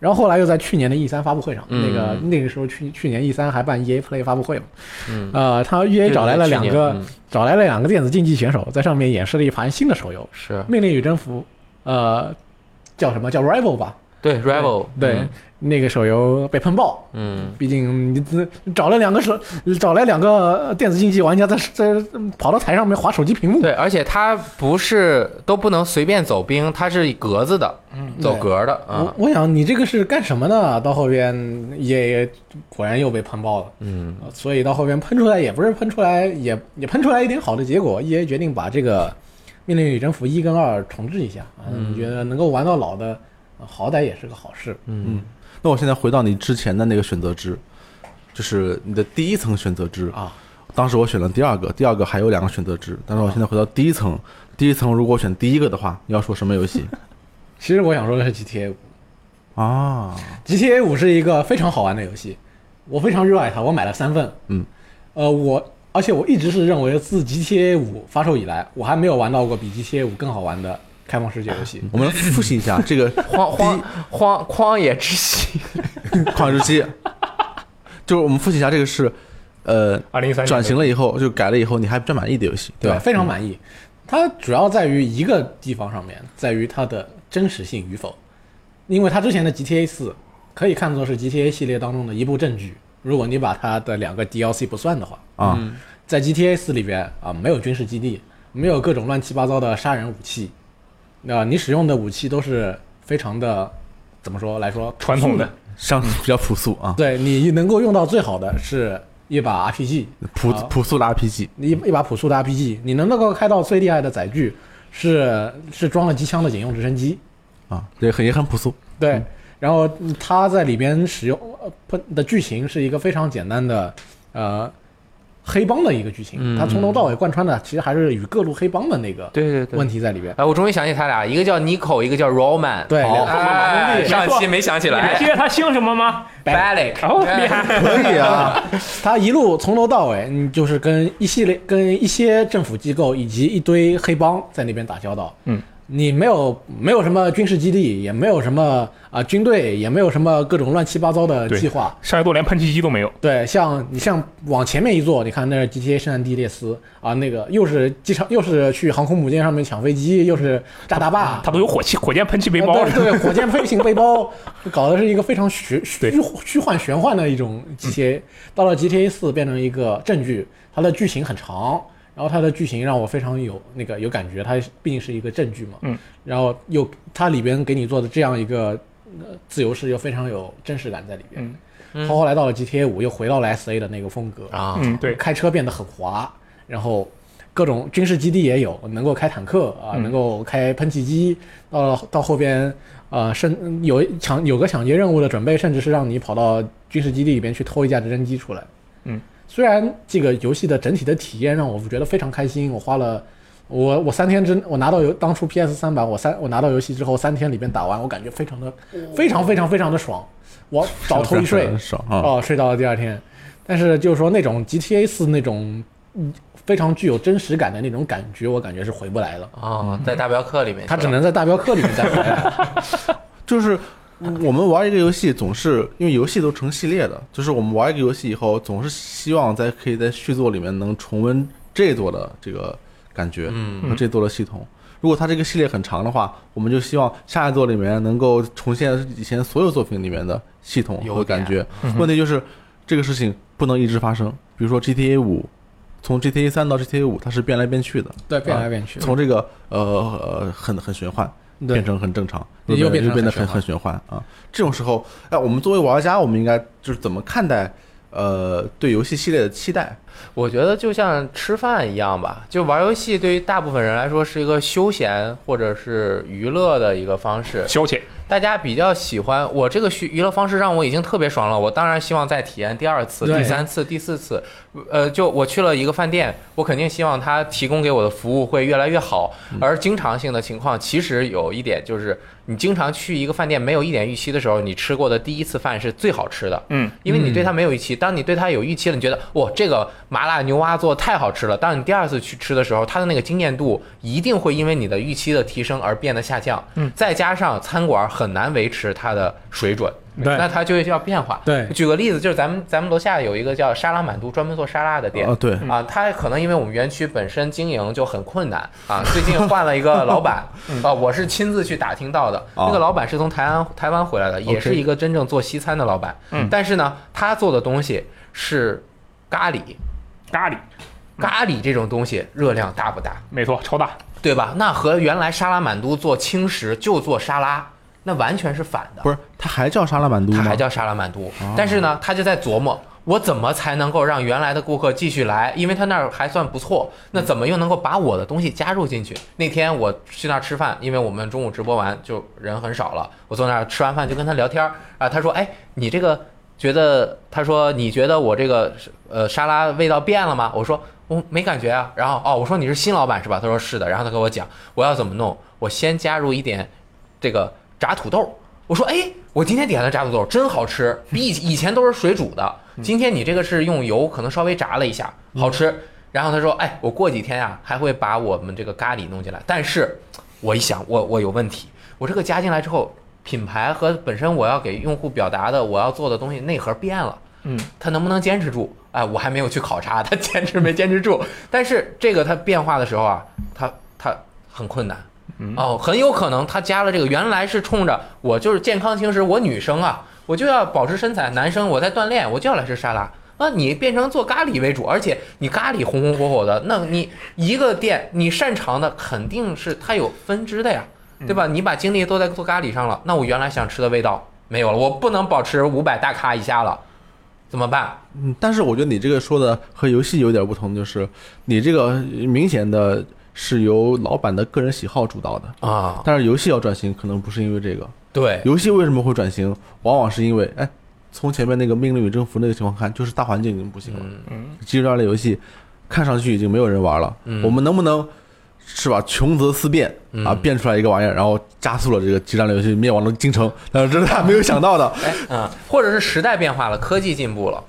Speaker 4: 然后后来又在去年的 E 3发布会上，
Speaker 2: 嗯
Speaker 4: 那个那个时候去去年 E 3还办 EA Play 发布会嘛，
Speaker 2: 嗯
Speaker 4: 呃，他 EA 找来了两
Speaker 2: 对对
Speaker 4: 个、
Speaker 2: 去年嗯
Speaker 4: 找来了两个电子竞技选手，在上面演示了一盘新的手游
Speaker 2: 是
Speaker 4: 《命令与征服》，呃，叫什么叫 Rival 吧？
Speaker 2: 对 Rival，
Speaker 4: 对，
Speaker 2: 嗯
Speaker 4: 那个手游被喷爆，
Speaker 2: 嗯，
Speaker 4: 毕竟你你找了两个手，找来两个电子竞技玩家在在跑到台上面划手机屏幕，
Speaker 2: 嗯对，而且它不是都不能随便走兵，它是格子的，走格的啊
Speaker 4: 嗯我，我想你这个是干什么呢？到后边也果然又被喷爆了，
Speaker 2: 嗯，
Speaker 4: 呃所以到后边喷出来也不是喷出来，也也喷出来一点好的结果。E A 决定把这个《命令与征服》一跟二重置一下啊，
Speaker 2: 嗯
Speaker 4: 你觉得能够玩到老的，呃好歹也是个好事。
Speaker 2: 嗯
Speaker 1: 那我现在回到你之前的那个选择肢，就是你的第一层选择肢
Speaker 4: 啊。
Speaker 1: 当时我选了第二个，第二个还有两个选择肢，但是我现在回到第一层，第一层如果我选第一个的话，你要说什么游
Speaker 4: *laughs*
Speaker 1: 戏
Speaker 4: 其实我想说的是 G T A 五
Speaker 1: 啊？
Speaker 4: ，G T A 五是一个非常好玩的游戏，我非常热爱它，我买了三份。
Speaker 1: 嗯，
Speaker 4: 呃，我而且我一直是认为自 G T A 五发售以来，我还没有玩到过比 G T A 五更好玩的开放世界游戏。
Speaker 1: 我们复习一下这
Speaker 4: *laughs*
Speaker 1: 个
Speaker 2: 荒荒啊荒荒野之息， *laughs*
Speaker 1: 旷日
Speaker 4: *laughs*
Speaker 1: 期，就是我们复习一下这个是，呃，
Speaker 3: 二零一三
Speaker 1: 转型了以后就改了以后你还比较满意的游戏，
Speaker 4: 对
Speaker 1: 吧？
Speaker 4: 非
Speaker 3: 嗯
Speaker 4: 常满意。它主要在于一个地方上面，在于它的真实性与否。因为它之前的 GTA 四可以看作是 GTA 系列当中的一部正剧，如果你把它的两个 DLC 不算的话，
Speaker 1: 啊，
Speaker 4: 在 GTA 四里边啊，没有军事基地，没有各种乱七八糟的杀人武器，那、你使用的武器都是非常的怎么说来说
Speaker 3: 传统的，
Speaker 1: 相比较朴素啊，
Speaker 4: 对你能够用到最好的是一把 RPG，
Speaker 1: 朴
Speaker 4: 啊
Speaker 1: 朴素的 RPG，
Speaker 4: 一一把朴素的 RPG，你能够开到最厉害的载具是是装了机枪的警用直升机，
Speaker 1: 啊，对，很也很朴素，
Speaker 4: 对。然后嗯它在里边使用呃不的剧情是一个非常简单的呃黑帮的一个剧情，它从头到尾贯穿的其实还是与各路黑帮的那个
Speaker 2: 嗯对对
Speaker 4: 问。题在里边。
Speaker 2: 哎，我终于想起他俩，一个叫 Nico，一个叫 Roman。
Speaker 4: 对
Speaker 2: 好
Speaker 4: 两个
Speaker 2: 哎
Speaker 4: 没错
Speaker 2: 上期没想起
Speaker 3: 你还
Speaker 2: 来
Speaker 3: 记。得他姓什么吗？
Speaker 4: *laughs*
Speaker 2: Balik，
Speaker 3: 哦，厉害！
Speaker 1: 可以啊，
Speaker 4: 它一路从头到尾，你就是跟一系列、跟一些政府机构以及一堆黑帮在那边打交道。
Speaker 3: 嗯，
Speaker 4: 你没有没有什么军事基地，也没有什么啊、军队，也没有什么各种乱七八糟的
Speaker 3: 对
Speaker 4: 计划。
Speaker 3: 上一座连喷气机都没有，
Speaker 4: 对，像你像往前面一坐，你看那是 GTA 圣安地列斯啊，那个又是机场，又是去航空母舰上面抢飞机，又是炸大坝，
Speaker 3: 他都有火气火箭喷气背包
Speaker 4: 呃
Speaker 3: 了。
Speaker 4: 对对，火箭飞行背包，搞的是一个非常虚虚
Speaker 3: 对嗯
Speaker 4: 虚幻玄幻的一种 GTA。到了 GTA 四变成一个正剧，它的剧情很长，然后它的剧情让我非常有那个有感觉，它毕竟是一个正剧嘛。
Speaker 3: 嗯。
Speaker 4: 然后又它里边给你做的这样一个、呃自由式，又非常有真实感在里边。
Speaker 3: 嗯
Speaker 4: 嗯。后 *laughs* 来到了 GTA 五，又回到了 SA 的那个风格
Speaker 2: 啊，
Speaker 3: 嗯，对，
Speaker 4: 开车变得很滑，然后各种军事基地也有，能够开坦克啊、
Speaker 3: 嗯
Speaker 4: 能够开喷气机，到了到后边啊，呃甚有抢有个抢劫任务的准备，甚至是让你跑到军事基地里边去偷一架直升机出来。
Speaker 3: 嗯，
Speaker 4: 虽然这个游戏的整体的体验让我觉得非常开心，我花了。我我三天之我拿到游当初 PS 三版，我三我拿到游戏之后三天里边打完，我感觉非常的非常非常非常的爽，
Speaker 3: *laughs*
Speaker 4: 我
Speaker 3: 啊
Speaker 4: 倒头一睡，
Speaker 1: 爽啊！
Speaker 4: 哦，睡到了第二天。但是就是说那种 GTA 四那种嗯非常具有真实感的那种感觉，我感觉是回不来了。
Speaker 2: 哦，在大镖客里面，
Speaker 4: 他只能在大镖客里面再回来。
Speaker 1: 就是我们玩一个游戏，总是因为游戏都成系列的，就是我们玩一个游戏以后，总是希望在可以在续作里面能重温这一座的这个感觉，
Speaker 2: 嗯
Speaker 1: 和这座的系统。如果它这个系列很长的话，我们就希望下一座里面能够重现以前所有作品里面的系统
Speaker 2: 有
Speaker 1: 和
Speaker 2: 点嗯
Speaker 1: 感觉。问题就是这个事情不能一直发生，比如说 GTA 五。从 GTA 三到 GTA 五，它是变来变去的，
Speaker 4: *laughs* 对，变来变去。
Speaker 1: 从这个呃呃很很玄幻，
Speaker 4: 对
Speaker 1: 变成很正常，
Speaker 4: 又
Speaker 1: 就
Speaker 4: 变
Speaker 1: 就
Speaker 4: 成
Speaker 1: 变得
Speaker 4: 很
Speaker 1: 很很玄幻啊。这种时候，哎，我们作为玩家，我们应该就是怎么看待呃对游戏系列的期待？
Speaker 2: 我觉得就像吃饭一样吧，就玩游戏对于大部分人来说是一个休闲或者是娱乐的一个方式。
Speaker 3: 消遣，
Speaker 2: 大家比较喜欢我这个娱娱乐方式，让我已经特别爽了。我当然希望再体验第二次、
Speaker 4: 对
Speaker 2: 第三次、第四次。呃，就我去了一个饭店，我肯定希望他提供给我的服务会越来越好。而经常性的情况，其实有一点就是，你经常去一个饭店没有一点预期的时候，你吃过的第一次饭是最好吃的。
Speaker 3: 嗯，
Speaker 2: 因为你对它没有预期。当你对它有预期了，你觉得哇，这个麻辣牛蛙做得太好吃了。当你第二次去吃的时候，它的那个惊艳度一定会因为你的预期的提升而变得下降。
Speaker 3: 嗯，
Speaker 2: 再加上餐馆很难维持它的水准，
Speaker 4: 对
Speaker 2: 那它就需要变化。
Speaker 4: 对
Speaker 2: 举个例子，就是咱们咱们楼下有一个叫沙拉满都，专门做沙拉的店。
Speaker 1: 啊，对，
Speaker 2: 啊，他可能因为我们园区本身经营就很困难啊，最近换了一个老板啊，我是亲自去打听到的。
Speaker 1: 哦
Speaker 2: 那个老板是从台湾台湾回来的，也是
Speaker 1: OK
Speaker 2: 一个真正做西餐的老板
Speaker 3: 嗯。
Speaker 2: 但是呢，他做的东西是咖喱，
Speaker 3: 咖喱，
Speaker 2: 咖喱这种东西热量大不大，
Speaker 3: 没错，超大，嗯
Speaker 2: 对吧？那和原来沙拉满都做轻食就做沙拉，那完全是反的。
Speaker 1: 不是，它还叫沙拉满都
Speaker 2: 他
Speaker 1: 吗？哦
Speaker 2: 还叫沙拉满都，但是呢，他就在琢磨。我怎么才能够让原来的顾客继续来？因为他那儿还算不错，那怎么又能够把我的东西加入进去？那天我去那儿吃饭，因为我们中午直播完就人很少了，我坐那儿吃完饭就跟他聊天儿啊，他说：“哎，你这个觉得？”他说：“你觉得我这个呃沙拉味道变了吗？”我说：“我没感觉啊。”然后哦，我说：“你是新老板是吧？”他说：“是的。”然后他跟我讲我要怎么弄，我先加入一点这个炸土豆。我说，哎，我今天点的炸土豆真好吃，比以以前都是水煮的，今天你这个是用油可能稍微炸了一下，好吃。然后他说，哎，我过几天呀、还会把我们这个咖喱弄进来，但是我一想，我我有问题，我这个加进来之后，品牌和本身我要给用户表达的我要做的东西内核变了。
Speaker 3: 嗯，
Speaker 2: 他能不能坚持住？哎，我还没有去考察他坚持没坚持住。但是这个他变化的时候啊，他他很困难。哦，很有可能他加了这个，原来是冲着我就是健康轻食，我女生啊，我就要保持身材，男生我在锻炼，我就要来吃沙拉。那你变成做咖喱为主，而且你咖喱红红火火的，那你一个店你擅长的肯定是它有分支的呀，对吧？你把精力都在做咖喱上了，那我原来想吃的味道没有了，我不能保持五百大卡以下了，怎么办？
Speaker 1: 嗯，但是我觉得你这个说的和游戏有点不同，就是你这个明显的是由老板的个人喜好主导的，
Speaker 2: 啊，
Speaker 1: 但是游戏要转型，可能不是因为这个。
Speaker 2: 对，
Speaker 1: 游戏为什么会转型？往往是因为，哎，从前面那个《命令与征服》那个情况看，就是大环境已经不行了。
Speaker 3: 嗯，
Speaker 1: 激战类游戏看上去已经没有人玩了，
Speaker 2: 嗯
Speaker 1: 我们能不能是吧？穷则思变
Speaker 2: 嗯
Speaker 1: 啊，变出来一个玩意儿，然后加速了这个激战类游戏灭亡的进程，但是这是他没有想到的。
Speaker 2: 哎，嗯，或者是时代变化了，科技进步了。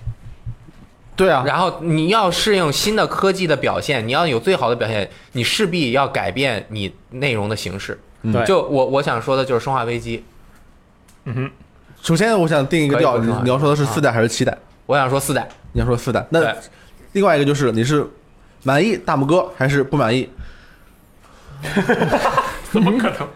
Speaker 1: 对啊，
Speaker 2: 然后你要适应新的科技的表现，你要有最好的表现，你势必要改变你内容的形式。
Speaker 1: 嗯
Speaker 4: 对
Speaker 2: 就我我想说的就是《生化危机》，
Speaker 3: 嗯哼，
Speaker 1: 首先我想定一个调，
Speaker 2: 可以啊
Speaker 1: 你
Speaker 2: 可以
Speaker 1: 你要说的是四代还是七代？
Speaker 2: 我想说四代，
Speaker 1: 你要说四代，那
Speaker 2: 对
Speaker 1: 另外一个就是你是满意大拇哥还是不满意？
Speaker 3: 怎么可能？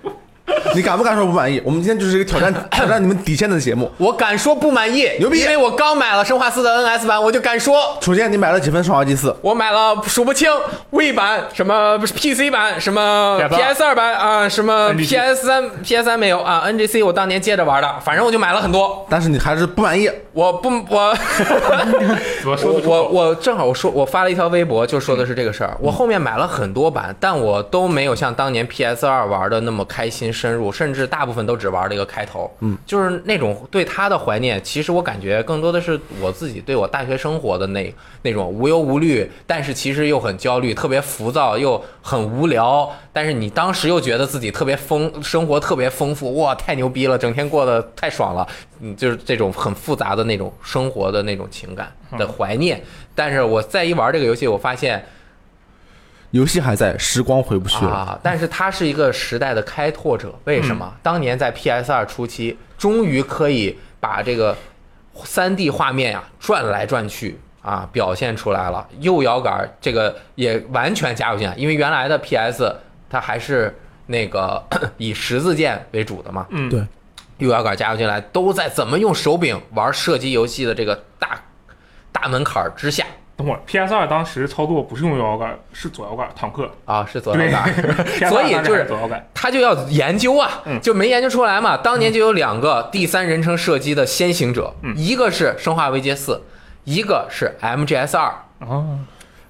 Speaker 1: 你敢不敢说不满意？我们今天就是一个挑
Speaker 2: *laughs*
Speaker 1: 战挑战你们底线的节目。
Speaker 2: 我敢说不满意，
Speaker 1: 牛逼
Speaker 2: 因为我刚买了《生化四》的 NS 版，我就敢说，
Speaker 1: 首先你买了几分《生化危机四》？
Speaker 2: 我买了数不清 V 版、什么 PC 版、什么
Speaker 3: PS2
Speaker 2: PS 二版啊、什么
Speaker 3: NGC
Speaker 2: PS 三、PS 三没有啊，NGC 我当年借着玩的，反正我就买了很多。
Speaker 1: 但是你还是不满意。
Speaker 2: 我不我
Speaker 3: 怎么
Speaker 2: 我
Speaker 3: 说得出
Speaker 2: 我
Speaker 3: 口？嗯
Speaker 2: 我正好我说我发了一条微博，就说的是这个事儿。我后面买了很多版，但我都没有像当年 PS 二玩的那么开心深入，甚至大部分都只玩了一个开头。嗯，就是那种对它的怀念，其实我感觉更多的是我自己对我大学生活的那那种无忧无虑，但是其实又很焦虑，特别浮躁，又很无聊。但是你当时又觉得自己特别丰，生活特别丰富，哇，太牛逼了，整天过得太爽了。嗯，就是这种很复杂的那种生活的那种情感的怀念。但是我再一玩这个游戏，我发现
Speaker 1: 游戏还在，时光回不去了。
Speaker 2: 啊，但是它是一个时代的开拓者。为什么？
Speaker 3: 嗯
Speaker 2: 当年在 PS 二初期，终于可以把这个3 D 画面呀、转来转去啊表现出来了。右摇杆儿这个也完全加入进来，因为原来的 PS 它还是那个 *coughs* 以十字键为主的嘛，
Speaker 3: 嗯
Speaker 1: 对
Speaker 2: 右摇杆加入进来，都在怎么用手柄玩射击游戏的这个大大门槛儿之下
Speaker 3: 等会儿 PS 二当时操作不是用右摇杆，是左摇杆，坦克。
Speaker 2: 啊，是左
Speaker 3: 对
Speaker 2: 摇杆儿。
Speaker 3: ，PS2
Speaker 2: 所以
Speaker 3: 当时
Speaker 2: 就
Speaker 3: 还
Speaker 2: 是
Speaker 3: 左摇杆。
Speaker 2: 他就要研究啊
Speaker 3: 嗯，
Speaker 2: 就没研究出来嘛。当年就有两个第三人称射击的先行者，
Speaker 3: 嗯
Speaker 2: 一个是《生化危机四》，一个是 MGS 二。
Speaker 3: 啊，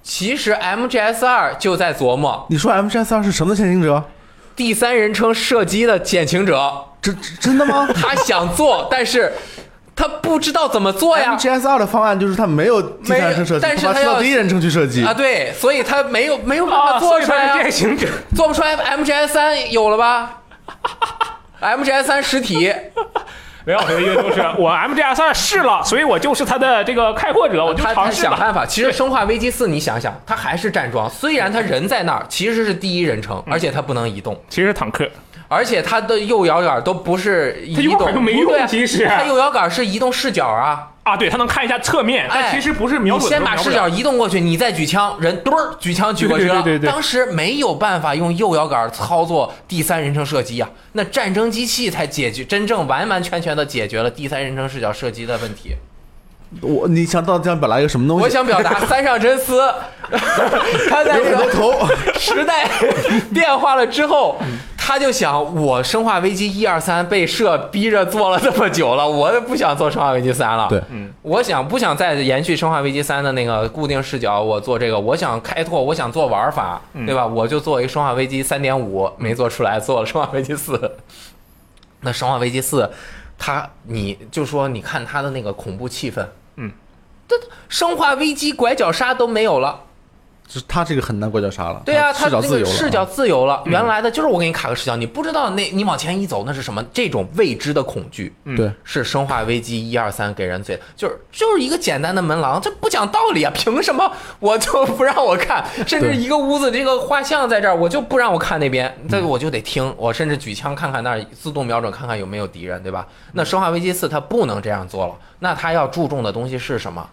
Speaker 2: 其实 MGS 二就在琢磨
Speaker 1: 你说 MGS 二是什么的先行者？
Speaker 2: 第三人称射击的减刑
Speaker 3: *laughs*
Speaker 2: 者，
Speaker 1: 真真真的
Speaker 2: *laughs*
Speaker 1: 吗
Speaker 2: 他想做，但是他不知道怎么做呀。
Speaker 1: ？MGS 二的方案就是它没有第三人称射击，
Speaker 2: 但是
Speaker 1: 它
Speaker 2: 它
Speaker 1: 是到
Speaker 2: 要
Speaker 1: 第一人称去射击
Speaker 2: 啊，。对，所以他没有没有办
Speaker 3: 啊，
Speaker 2: 法
Speaker 3: 所
Speaker 2: 做
Speaker 3: 以
Speaker 2: 出
Speaker 3: 它
Speaker 2: 来、
Speaker 3: 是
Speaker 2: 啊
Speaker 3: 变，形者。
Speaker 2: 做不出来。MGS 三有了
Speaker 3: *laughs*
Speaker 2: 吧？MGS 三实体，
Speaker 3: 没有，我的意思就是我 MGS 二试了，所以我就是它的这个开拓者，我就
Speaker 2: 啊他他
Speaker 3: 尝试
Speaker 2: 想
Speaker 3: 了。
Speaker 2: 办法。其实《生化危机四》，你想想，他还是站桩，虽然他人在那儿，其实是第一人
Speaker 3: 嗯
Speaker 2: 称，而且他不能移动，
Speaker 3: 其实坦克，
Speaker 2: 而且他的右摇杆都不是移
Speaker 3: 它右
Speaker 2: 动
Speaker 3: 摇，杆没
Speaker 2: 不对啊
Speaker 3: 用其实
Speaker 2: 他右摇杆是移动视角啊。
Speaker 3: 啊，对，它能看一下侧面，但
Speaker 2: 哎
Speaker 3: 其实不是瞄
Speaker 2: 你
Speaker 3: 准。
Speaker 2: 先把视角，移动过去，你再举枪，人墩儿举枪举过去了。
Speaker 3: 对对对对对
Speaker 2: 当时没有办法用右摇杆操作第三人称射击啊，那战争机器才解决真正完完全全的解决了第三人称视角射击的问题。
Speaker 1: 我你想到底想表达一个什么东西？
Speaker 2: 我想表
Speaker 3: *laughs*
Speaker 2: 达三上真司，他在
Speaker 1: 有
Speaker 2: 这
Speaker 1: 很
Speaker 2: 个
Speaker 1: 多头，
Speaker 2: 时代变化了之后，他就想，我《生化危机》一二三被社逼着做了这么久了，我也不想做《生化危机三》了。
Speaker 1: 对，
Speaker 2: 我想不想再延续《生化危机三》的那个固定视角？我做这个，我想开拓，我想做玩法，对吧？我就做一《生化危机三点五》，没做出来， *laughs* 做了《生化危机四》。那《生化危机四》，它你就说，你看它的那个恐怖气氛，
Speaker 3: 嗯，
Speaker 2: 这生化危机拐角杀都没有了。
Speaker 1: 就是他这个很难过就杀了。
Speaker 2: 对啊，
Speaker 1: 视
Speaker 2: 它
Speaker 1: 角
Speaker 2: 那
Speaker 1: 自
Speaker 2: 个
Speaker 1: 由了。嗯
Speaker 2: 视角自由了，原来的就是我给你卡个视角，你不知道那你往前一走那是什么，这种未知的恐惧。
Speaker 3: 嗯
Speaker 1: 对，
Speaker 2: 是《生化危机》一二三给人最就是就是一个简单的门廊，这不讲道理啊！凭什么我就不让我看？甚至
Speaker 1: 对嗯
Speaker 2: 一个屋子这个画像在这儿，我就不让我看那边，这个我就得听，我甚至举枪看看那儿自动瞄准看看有没有敌人，对吧？那《生化危机四》它不能这样做了，那它要注重的东西是什么？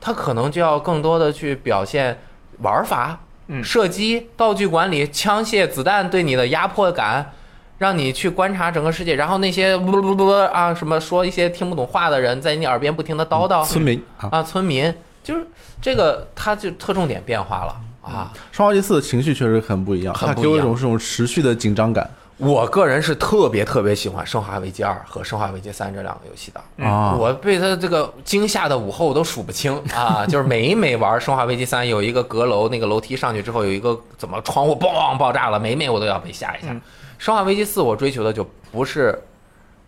Speaker 2: 它可能就要更多的去表现玩法、
Speaker 3: 嗯
Speaker 2: 射击、道具管理、枪械、子弹对你的压迫感，让你去观察整个世界。然后那些 *laughs* 不不不啊什么说一些听不懂话的人，在你耳边不停的叨叨、
Speaker 1: 村民啊，
Speaker 2: 啊，村民就是这个，它就特重点变化了
Speaker 1: 嗯
Speaker 2: 啊。
Speaker 1: 《生化危机四》的情绪确实很不一样，
Speaker 2: 很
Speaker 1: 它
Speaker 2: 不
Speaker 1: 给我
Speaker 2: 一
Speaker 1: 一
Speaker 2: 样
Speaker 1: 种这种持续的紧张感
Speaker 2: 我个人是特别特别喜欢《生化危机二》和《生化危机三》这两个游戏的。
Speaker 1: 啊。
Speaker 2: 我被他这个惊吓的午后都数不清啊！ *laughs* 就是每每玩《生化危机三》，有一个阁楼，那个楼梯上去之后有一个怎么窗户嘣爆炸了，每每我都要被吓一下。
Speaker 3: 嗯
Speaker 2: 生化危机四》我追求的就不是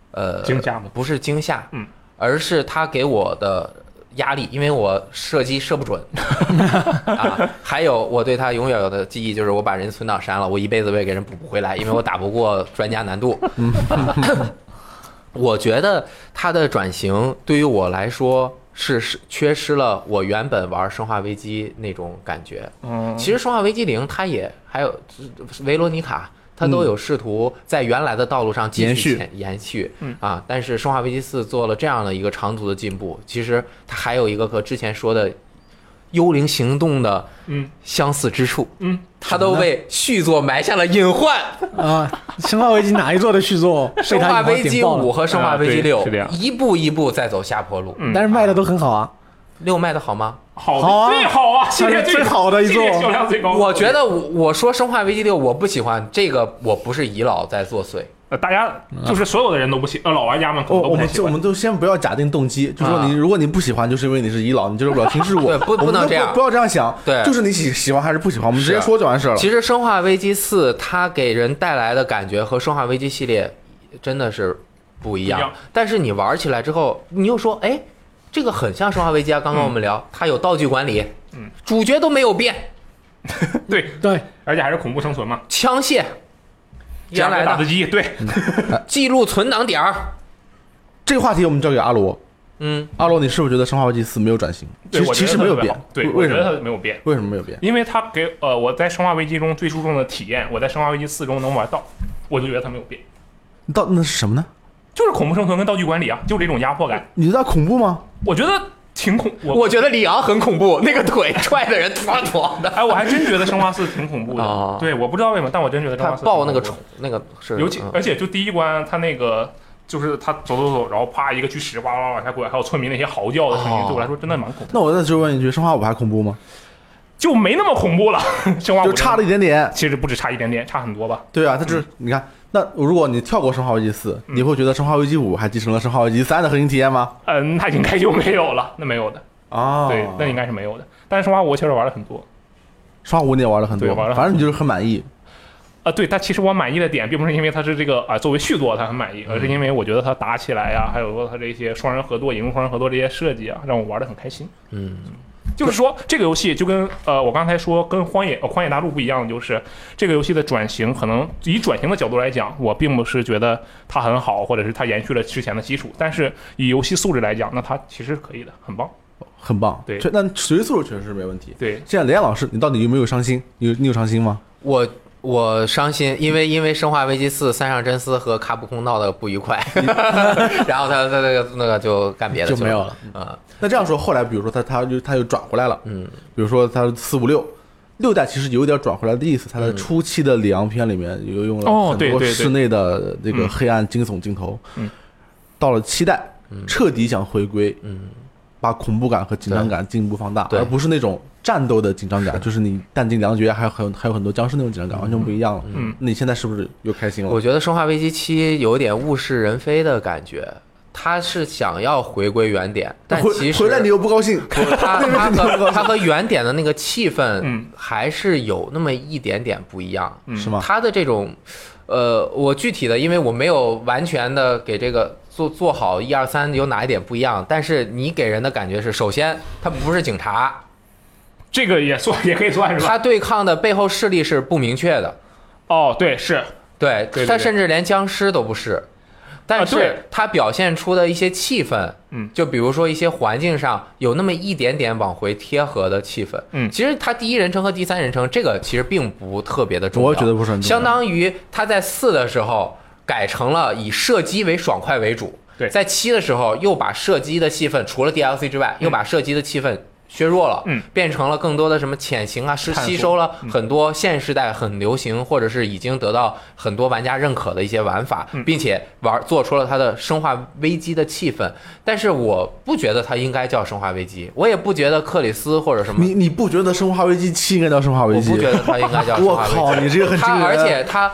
Speaker 2: 呃
Speaker 3: 惊吓吗
Speaker 2: 不是惊吓，
Speaker 3: 嗯，
Speaker 2: 而是它给我的压力，因为我射击射不
Speaker 3: *laughs*
Speaker 2: 准啊，还有我对它永远有的记忆就是我把人存档删了，我一辈子我也给人补不回来，因为我打不过专家难度。我觉得它的转型对于我来说是是缺失了我原本玩《生化危机》那种感觉。
Speaker 3: 嗯，
Speaker 2: 其实《生化危机零》它也还有呃维罗妮卡，它都有试图在原来的道路上继
Speaker 1: 延
Speaker 2: 续
Speaker 1: 续
Speaker 2: 前延续
Speaker 3: 嗯
Speaker 2: 啊。但是《生化危机四》做了这样的一个长足的进步，其实它还有一个和之前说的幽灵行动》的
Speaker 3: 嗯
Speaker 2: 相似之处，
Speaker 3: 嗯，
Speaker 2: 他都为续作埋下了隐患。
Speaker 4: 啊，《生化危机》哪一座的续作
Speaker 2: 《生
Speaker 4: 被
Speaker 2: 化
Speaker 4: 他
Speaker 2: 危机
Speaker 4: 五
Speaker 2: 五》，和《生化危机六
Speaker 3: 啊对是这》样
Speaker 2: 一步一步在走下坡路。
Speaker 3: 嗯
Speaker 4: 但是卖的都很好啊。
Speaker 2: 六卖的好吗？
Speaker 3: 好
Speaker 4: 好啊
Speaker 3: 最好啊，系列
Speaker 4: 它是最好的一
Speaker 3: 系列
Speaker 4: 座
Speaker 3: 销量最高。
Speaker 2: 我觉得我我说《生化危机六》我不喜欢这个，我不是遗老在作祟。
Speaker 3: 呃，大家就是所有的人都不喜，呃，老玩家们可
Speaker 1: 我
Speaker 3: 能
Speaker 1: 哦
Speaker 3: 都
Speaker 1: 我
Speaker 3: 不太
Speaker 1: 们
Speaker 3: 喜
Speaker 1: 就我
Speaker 3: 欢。
Speaker 1: 们都先不要假定动机，就说
Speaker 2: 啊
Speaker 1: 你如果你不喜欢，就是因为你是遗老，你接受不了轻视
Speaker 3: *laughs*
Speaker 1: 我，
Speaker 2: 对不
Speaker 1: 我们
Speaker 2: 不能
Speaker 1: 都
Speaker 2: 这样
Speaker 1: 不要这样想，
Speaker 2: 对
Speaker 1: 就是你喜喜欢还是不喜欢，我们
Speaker 3: 啊
Speaker 1: 直接
Speaker 2: 是
Speaker 1: 说就完事
Speaker 3: 嗯
Speaker 1: 儿了。
Speaker 2: 其实《生化危机四》它给人带来的感觉和《生化危机》系列真的是不一样，
Speaker 3: 不一样
Speaker 2: 但是你玩起来之后，你又说，哎，这个很像《生化危机》啊。刚刚我们聊，它有道具管理，
Speaker 3: 嗯，
Speaker 2: 主角都没有变，
Speaker 3: 对，
Speaker 4: 对，
Speaker 3: 而且还是恐怖生存嘛，
Speaker 2: 枪械，原来
Speaker 3: 打字
Speaker 2: 的
Speaker 3: 机，对，
Speaker 2: 记录存档点儿，
Speaker 1: 这个话题我们交给阿罗，
Speaker 2: 嗯，
Speaker 1: 阿罗，你是不是觉得《生化危机四》没有转型？
Speaker 3: 对
Speaker 1: 其实
Speaker 3: 我觉
Speaker 1: 其
Speaker 3: 得
Speaker 1: 实没有
Speaker 3: 它
Speaker 1: 变
Speaker 3: 特别好，对，
Speaker 1: 为
Speaker 3: 我
Speaker 1: 为
Speaker 3: 觉
Speaker 1: 什
Speaker 3: 得
Speaker 1: 么？
Speaker 3: 它没有变，
Speaker 1: 为什么没有变？
Speaker 3: 因为它给呃我在《生化危机》中最注重的体验，我在《生化危机四》中能玩到，我就觉得它没有变，
Speaker 1: 到那是什么呢？
Speaker 3: 就是恐怖生存跟道具管理啊，就是这种压迫感，
Speaker 1: 你觉得它恐怖吗？
Speaker 3: 我觉得挺恐，我
Speaker 2: 我觉得李昂很恐怖，那个腿踹的人妥妥的，
Speaker 3: 哎，我还真觉得《生化四》挺恐怖
Speaker 2: 哦
Speaker 3: 的，对，我不知道为什么，但我真觉得《生
Speaker 2: 他
Speaker 3: 化四》
Speaker 2: 抱那个
Speaker 3: 挺恐
Speaker 2: 宠
Speaker 3: 怖，
Speaker 2: 那个是，
Speaker 3: 尤其
Speaker 2: 嗯
Speaker 3: 而且就第一关他那个。就是他走走走，然后啪一个巨石哇哇哇往下滚，还有村民那些嚎叫的声音，
Speaker 2: 哦
Speaker 3: 对我来说真的蛮恐怖，
Speaker 1: 那我再追问一句，《生化五》还恐怖吗？
Speaker 3: 就没那么恐怖了。生化五
Speaker 1: 就差了一点点。
Speaker 3: 其实不止差一点点，差很多吧。
Speaker 1: 对啊，它就是你看，那如果你跳过《生化危机四》，你会觉得《生化危机五》还继承了《生化危机三》的核心体验吗？
Speaker 3: 嗯，那应该就没有了，那没有的，
Speaker 2: 哦
Speaker 1: 啊
Speaker 3: 对，那应该是没有的。但是生化五我其实玩了很多，
Speaker 1: 《生化五》你也玩了很多
Speaker 3: 对，玩了很多
Speaker 1: 反正你就是很满意。
Speaker 3: 啊，对，但其实我满意的点并不是因为它是这个啊、作为续作它很满意，而是因为我觉得它打起来呀、还有说它这些双人合作、引入双人合作这些设计啊，让我玩的很开心。
Speaker 2: 嗯。
Speaker 3: 就是说，这个游戏就跟呃，我刚才说跟荒野、呃、荒野大陆不一样的，就是这个游戏的转型，可能以转型的角度来讲，我并不是觉得它很好，或者是它延续了之前的基础，但是以游戏素质来讲，那它其实可以的，很棒。
Speaker 1: 很棒，
Speaker 3: 对
Speaker 1: 确那学习素质确实是没问题。
Speaker 3: 对，
Speaker 1: 现在雷亚老师，你到底有没有伤心？你有你有伤心吗？
Speaker 2: 我我伤心，因为因为《生化危机四》三上真司和卡普空闹得不愉快，然后他他那个那个就干别的
Speaker 4: 就
Speaker 2: 去
Speaker 4: 没有了
Speaker 2: 啊、
Speaker 1: 那这样说，后来比如说他他就他又转回来了，
Speaker 2: 嗯，
Speaker 1: 比如说他四五六六代其实有点转回来的意思，他在初期的里昂篇里面有用了
Speaker 3: 嗯哦
Speaker 1: 很
Speaker 3: 对
Speaker 1: 多
Speaker 3: 对对
Speaker 1: 室内的这个
Speaker 3: 嗯
Speaker 1: 黑暗惊悚镜头，
Speaker 3: 嗯，
Speaker 1: 到了七代彻底想回归，
Speaker 2: 嗯，
Speaker 1: 把恐怖感和紧张感进一步放大，
Speaker 2: 对
Speaker 1: 而不是那种战斗的紧张感，就是你弹尽粮绝，还有很还有很多僵尸那种紧张感，完全不一样了。
Speaker 3: 嗯
Speaker 1: 那你现在是不是又开心了？
Speaker 2: 我觉得《生化危机七》有点物是人非的感觉，他是想要回归原点，但
Speaker 1: 回
Speaker 2: 其实
Speaker 1: 回来你又不高兴，
Speaker 2: 他他和他和原点的那个气氛
Speaker 3: 嗯
Speaker 2: 还是有那么一点点不一样，
Speaker 3: 嗯
Speaker 1: 是吗？
Speaker 2: 他的这种，呃，我具体的，因为我没有完全的给这个做做好一二三有哪一点不一样，但是你给人的感觉是，首先他不是警察，
Speaker 3: 这个也算也可以算是吧？
Speaker 2: 他对抗的背后势力是不明确的，
Speaker 3: *laughs* 哦，对，是
Speaker 2: 对
Speaker 3: 对对
Speaker 2: 他甚至连僵尸都不是，但
Speaker 3: 啊
Speaker 2: 是
Speaker 3: 对
Speaker 2: 他表现出的一些气氛，
Speaker 3: 嗯
Speaker 2: 就比如说一些环境上有那么一点点往回贴合的气氛，
Speaker 3: 嗯
Speaker 2: 其实他第一人称和第三人称这个其实并不特别的重要，
Speaker 1: 我也觉得不是很重要
Speaker 2: 相当于他在四的时候改成了以射击为爽快为主，
Speaker 3: 对
Speaker 2: 在七的时候又把射击的气氛除了 DLC 之外，又把射击的气氛削弱了，
Speaker 3: 嗯，
Speaker 2: 变成了更多的什么潜行啊，是
Speaker 3: 探索嗯
Speaker 2: 吸收了很多现时代很流行或者是已经得到很多玩家认可的一些玩法，
Speaker 3: 嗯
Speaker 2: 并且玩做出了它的生化危机的气氛，但是我不觉得它应该叫生化危机，我也不觉得克里斯或者什么
Speaker 1: 你你不觉得《生化危机七》应该叫《生化危
Speaker 2: 我
Speaker 1: 机》？
Speaker 2: 不觉得他应该叫
Speaker 1: *laughs* 我
Speaker 2: 生化
Speaker 1: 靠
Speaker 2: 危机
Speaker 1: 你这个很惊
Speaker 2: 他
Speaker 1: 人
Speaker 2: 而且他，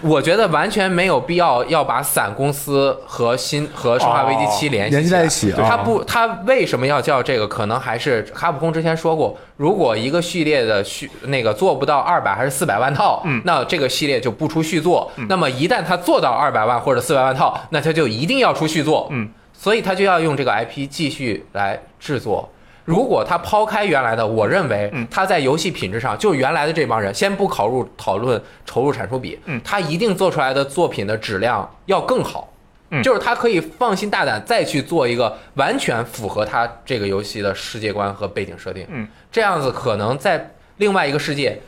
Speaker 2: 我觉得完全没有必要要把伞公司和新和生化危
Speaker 3: 哦
Speaker 2: 机七联系
Speaker 1: 联系在一起啊
Speaker 2: 他不，他为什么要叫这个？可能还是卡普空之前说过，如果一个系列的续那个做不到二百还是四百万套，
Speaker 3: 嗯
Speaker 2: 那这个系列就不出续作。那么一旦他做到二百万或者四百万套，那他就一定要出续作。
Speaker 3: 嗯，
Speaker 2: 所以他就要用这个 IP 继续来制作。如果他抛开原来的，我认为
Speaker 3: 嗯
Speaker 2: 他在游戏品质上，就原来的这帮人，先不考入讨论投入产出比
Speaker 3: 嗯，
Speaker 2: 他一定做出来的作品的质量要更好
Speaker 3: 嗯。
Speaker 2: 就是他可以放心大胆再去做一个完全符合他这个游戏的世界观和背景设定
Speaker 3: 嗯，
Speaker 2: 这样子可能在另外一个世界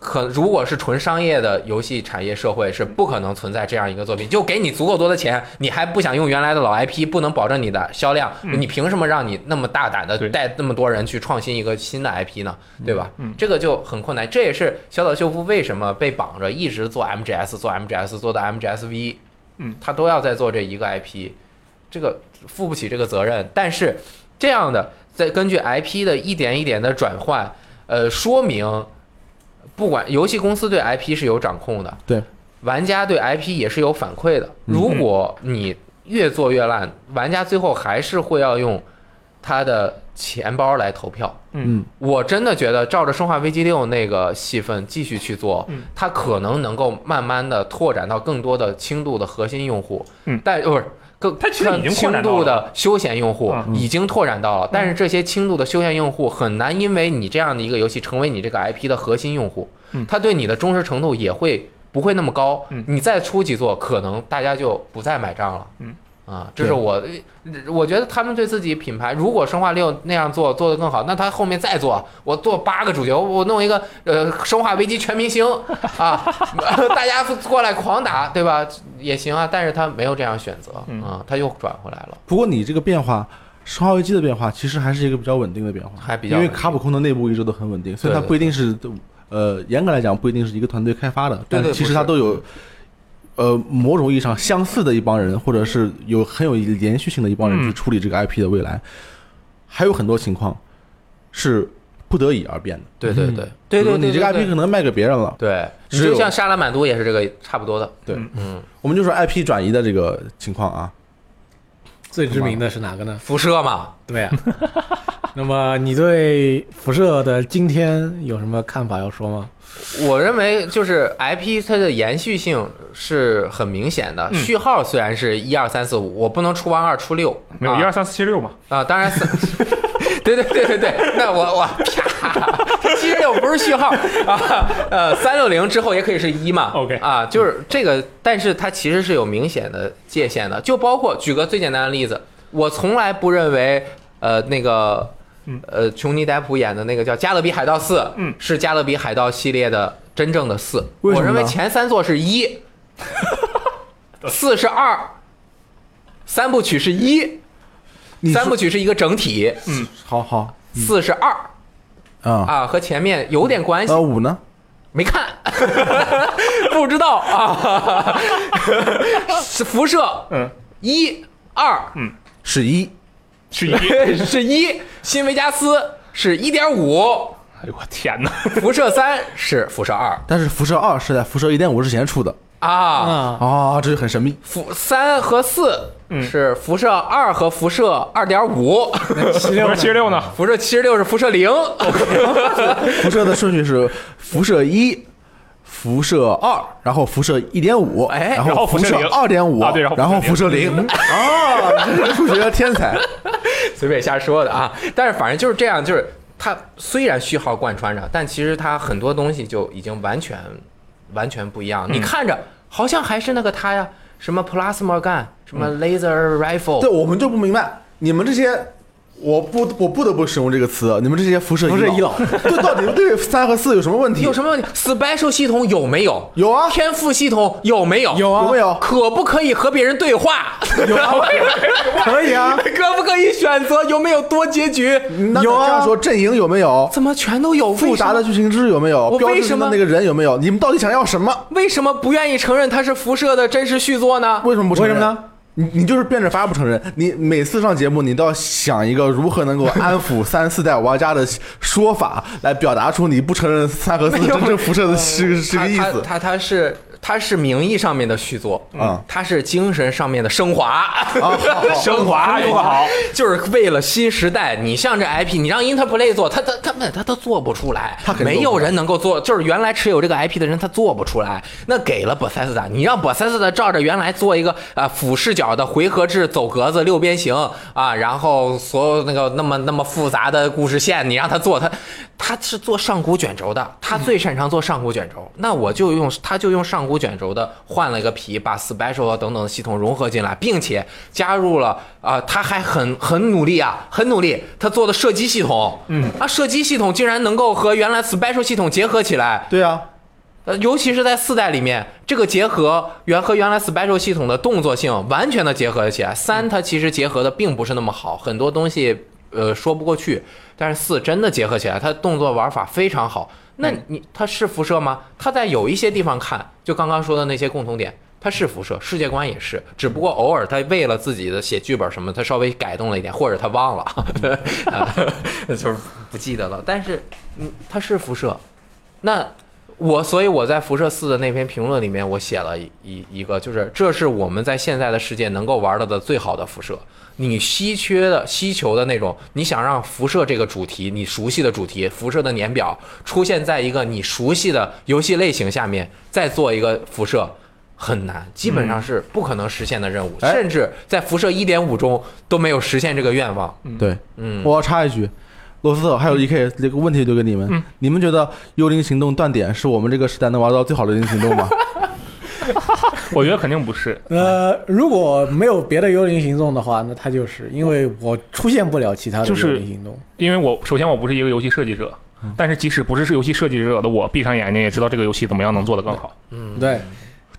Speaker 2: 可如果是纯商业的游戏产业社会，是不可能存在这样一个作品。就给你足够多的钱，你还不想用原来的老 IP，不能保证你的销量，
Speaker 3: 嗯
Speaker 2: 你凭什么让你那么大胆的
Speaker 3: 对
Speaker 2: 带那么多人去创新一个新的 IP 呢？对吧？
Speaker 3: 嗯
Speaker 2: 这个就很困难。这也是小岛秀夫为什么被绑着一直做 MGS，做 MGS，做到 MGSV，
Speaker 3: 嗯，
Speaker 2: 他都要再做这一个 IP，这个负不起这个责任。但是这样的，再根据 IP 的一点一点的转换，呃，说明不管游戏公司对 IP 是有掌控的，
Speaker 1: 对，
Speaker 2: 玩家对 IP 也是有反馈的。如果你越做越烂，玩家最后还是会要用他的钱包来投票。
Speaker 1: 嗯，
Speaker 2: 我真的觉得照着《生化危机六》那个戏份继续去做，
Speaker 3: 嗯
Speaker 2: 它可能能够慢慢的拓展到更多的轻度的核心用户，
Speaker 3: 嗯
Speaker 2: 但呃不是更
Speaker 3: 它其实已经拓
Speaker 2: 轻
Speaker 3: 展到了
Speaker 2: 度的休闲用户
Speaker 3: 嗯
Speaker 2: 已经拓展到了，但是这些轻度的休闲用户很难因为你这样的一个游戏成为你这个 IP 的核心用户，
Speaker 3: 嗯
Speaker 2: 他对你的忠实程度也会不会那么高，
Speaker 3: 嗯
Speaker 2: 你再出几座，可能大家就不再买账了，
Speaker 3: 嗯。
Speaker 2: 啊，这是我，我觉得他们对自己品牌，如果生化六那样做做得更好，那他后面再做，我做八个主角，我弄一个呃生化危机全明星啊， *laughs* 大家过来狂打，对吧？也行啊，但是他没有这样选择
Speaker 3: 嗯
Speaker 2: 啊，他又转回来了。
Speaker 1: 不过你这个变化，生化危机的变化其实还是一个比较稳定的变化，
Speaker 2: 还比较
Speaker 1: 因
Speaker 2: 稳定
Speaker 1: 为卡普空的内部一直都很稳定，虽然它
Speaker 2: 对对
Speaker 1: 不一定是呃，严格来讲不一定是一个团队开发的，但
Speaker 2: 对
Speaker 1: 其
Speaker 2: 不
Speaker 1: 实
Speaker 2: 是
Speaker 1: 它都有。呃，某种意义上相似的一帮人，或者是有很有连续性的一帮人
Speaker 3: 嗯
Speaker 1: 去处理这个 IP 的未来，还有很多情况是不得已而变的。
Speaker 2: 对对对
Speaker 1: 比
Speaker 2: 嗯对
Speaker 1: 如
Speaker 2: 对，
Speaker 1: 你这个 IP 可能卖给别人了，
Speaker 2: 对，你
Speaker 1: 只有
Speaker 2: 就像沙拉满都也是这个差不多的。
Speaker 1: 对
Speaker 2: 嗯，
Speaker 1: 我们就说 IP 转移的这个情况啊，
Speaker 4: 最知名的是哪个呢？
Speaker 2: 辐射嘛，
Speaker 4: 对 *laughs* 呀、那么你对辐射的今天有什么看法要说吗？
Speaker 2: 我认为就是 IP 它的延续性是很明显的。序号虽然是一二三四五，我不能出完二出六，
Speaker 3: 没有
Speaker 2: 啊
Speaker 3: 一二三四七六嘛，
Speaker 2: 啊，当然三，对对对对对，那我我啪，七十六不是序号啊，呃，三六零之后也可以是一嘛
Speaker 3: OK
Speaker 2: 啊，就是这个，但是它其实是有明显的界限的，就包括举个最简单的例子，我从来不认为呃那个
Speaker 3: 嗯。
Speaker 2: 呃，琼尼·戴普演的那个叫《加勒比海盗四》，
Speaker 3: 嗯
Speaker 2: 是《加勒比海盗》系列的真正的四。
Speaker 1: 为什么
Speaker 2: 我认
Speaker 1: 呢
Speaker 2: 为前三座是一，
Speaker 1: *laughs*
Speaker 2: 四是二，三部曲是一，
Speaker 1: 你
Speaker 2: 三
Speaker 1: 说
Speaker 2: 部曲是一个整体。
Speaker 1: 好好
Speaker 2: 四十二
Speaker 1: 啊
Speaker 2: 啊，和前面有点关系，
Speaker 1: 呃五呢？
Speaker 2: 没看， *laughs* 不知道啊。 *laughs* 是辐射
Speaker 3: 嗯，
Speaker 2: 一二
Speaker 1: 是一，
Speaker 3: 是一。
Speaker 2: *laughs* 是一，新维加斯是一点五，
Speaker 3: 哎呦我天哪！
Speaker 2: 辐射三是辐射二
Speaker 1: 但是辐射二是在辐射一点五之前出的
Speaker 2: 啊，
Speaker 4: 啊，
Speaker 1: 啊，这就很神秘。
Speaker 2: 辐三和四
Speaker 3: 嗯
Speaker 2: 是辐射二和辐射二点五， *laughs*
Speaker 4: 七
Speaker 3: 我
Speaker 4: 六
Speaker 3: 说七十六呢？
Speaker 2: 辐射七十六是辐射零，
Speaker 1: 辐射的顺序是辐射一。辐射二，然后辐射一点五，
Speaker 2: 哎
Speaker 1: 然
Speaker 3: 然后
Speaker 1: 后
Speaker 3: 辐
Speaker 1: 辐
Speaker 3: 射
Speaker 1: 射
Speaker 3: 0
Speaker 1: 二点五，
Speaker 3: 啊对然后
Speaker 1: 然后辐
Speaker 3: 辐
Speaker 1: 射
Speaker 3: 射
Speaker 1: 零，啊，你是数学天才，
Speaker 2: 随便瞎说的啊。但是反正就是这样，就是它虽然序号贯穿着，但其实它很多东西就已经完全完全不一样。你看着好像还是那个他呀，什么 plasma gun，什么 laser rifle，、
Speaker 1: 对，我们就不明白，你们这些，我不，我不得不使用这个词，啊你们这些辐射
Speaker 4: 辐射
Speaker 1: 医
Speaker 4: 医
Speaker 1: 老
Speaker 4: 老，
Speaker 1: 对，到底对三和四有什么问题？
Speaker 2: 有什么问题？special 系统有没有？
Speaker 1: 有啊
Speaker 2: 天赋系统有没有？
Speaker 4: 有啊
Speaker 1: 有没有
Speaker 2: 可不可以和别人对话？有 *laughs* 啊。
Speaker 4: 可以啊，
Speaker 2: 可不可以选择有没有多结局？
Speaker 1: 那
Speaker 4: 有
Speaker 1: 这
Speaker 4: 啊
Speaker 1: 样说，阵营有没有？
Speaker 2: 怎么全都有？
Speaker 1: 复杂的剧情之有没有？
Speaker 2: 我
Speaker 1: 标
Speaker 2: 为
Speaker 1: 志
Speaker 2: 什
Speaker 1: 性
Speaker 2: 么
Speaker 1: 的那个人有没有？你们到底想要什么？
Speaker 2: 为什么不愿意承认它是辐射的真实续作呢？
Speaker 1: 为什么不承认？
Speaker 4: 为什么呢？
Speaker 1: 你你就是变着法不承认。你每次上节目，你都要想一个如何能够安抚三四代玩家的说法，来表达出你不承认三和四真正辐射的是是个意
Speaker 2: 他
Speaker 1: 思。
Speaker 2: 他他是他是名义上面的续作
Speaker 1: 嗯啊
Speaker 2: 他是精神上面的升华，
Speaker 3: 升华用的好，
Speaker 2: *laughs* 就是为了新时代。你像这 IP，你让 Interplay 做，他他他们他都做不出来，
Speaker 1: 他肯定做
Speaker 2: 没
Speaker 1: 不
Speaker 2: 有
Speaker 1: 出来
Speaker 2: 人能够做，就是原来持有这个 IP 的人他做不出来。那给了 Bethesda，你让 Bethesda 照着原来做一个啊俯视角的回合制走格子六边形啊，然后所有那个那么那么复杂的故事线，你让他做，他他是做上古卷轴的，他最擅长做上古卷轴。那我就用他就用上古卷轴的换了一个皮，把 Special 啊等等的系统融合进来，并且加入了啊、他还很很努力啊，很努力，他做的射击系统，嗯，啊，射击系统竟然能够和原来 Special 系统结合起来，
Speaker 1: 对啊，
Speaker 2: 呃，尤其是在四代里面，这个结合原和原来 Special 系统的动作性完全的结合了起来。三它其实结合的并不是那么好，很多东西呃说不过去。但是四真的结合起来，它动作玩法非常好。那你它是辐射吗？它在有一些地方看，就刚刚说的那些共同点，它是辐射，世界观也是，只不过偶尔它为了自己的写剧本什么，它稍微改动了一点，或者它忘了， *laughs* 啊就是不记得了。但是嗯，它是辐射，那我所以我在辐射四的那篇评论里面，我写了一一一个，就是这是我们在现在的世界能够玩到的最好的辐射。你稀缺的、稀求的那种，你想让辐射这个主题，你熟悉的主题，辐射的年表出现在一个你熟悉的游戏类型下面，再做一个辐射。很难，基本上是不可能实现的任务，
Speaker 1: 哎
Speaker 2: 甚至在辐射一点五中都没有实现这个愿望。
Speaker 1: 对，
Speaker 2: 嗯，
Speaker 1: 我要插一句，罗斯特还有 EK 这个问题留给你们，你们觉得《幽灵行动：断点》是我们这个时代能玩到最好的《幽灵行动》吗？
Speaker 3: 我觉得肯定不是。
Speaker 4: 呃，如果没有别的幽灵行动的话，那它就是因为我出现不了其他的
Speaker 3: 就是
Speaker 4: 幽灵行动。
Speaker 3: 因为我首先我不是一个游戏设计者，但是即使不是游戏设计者的我，闭上眼睛也知道这个游戏怎么样能做得更好，
Speaker 1: 嗯
Speaker 4: 对，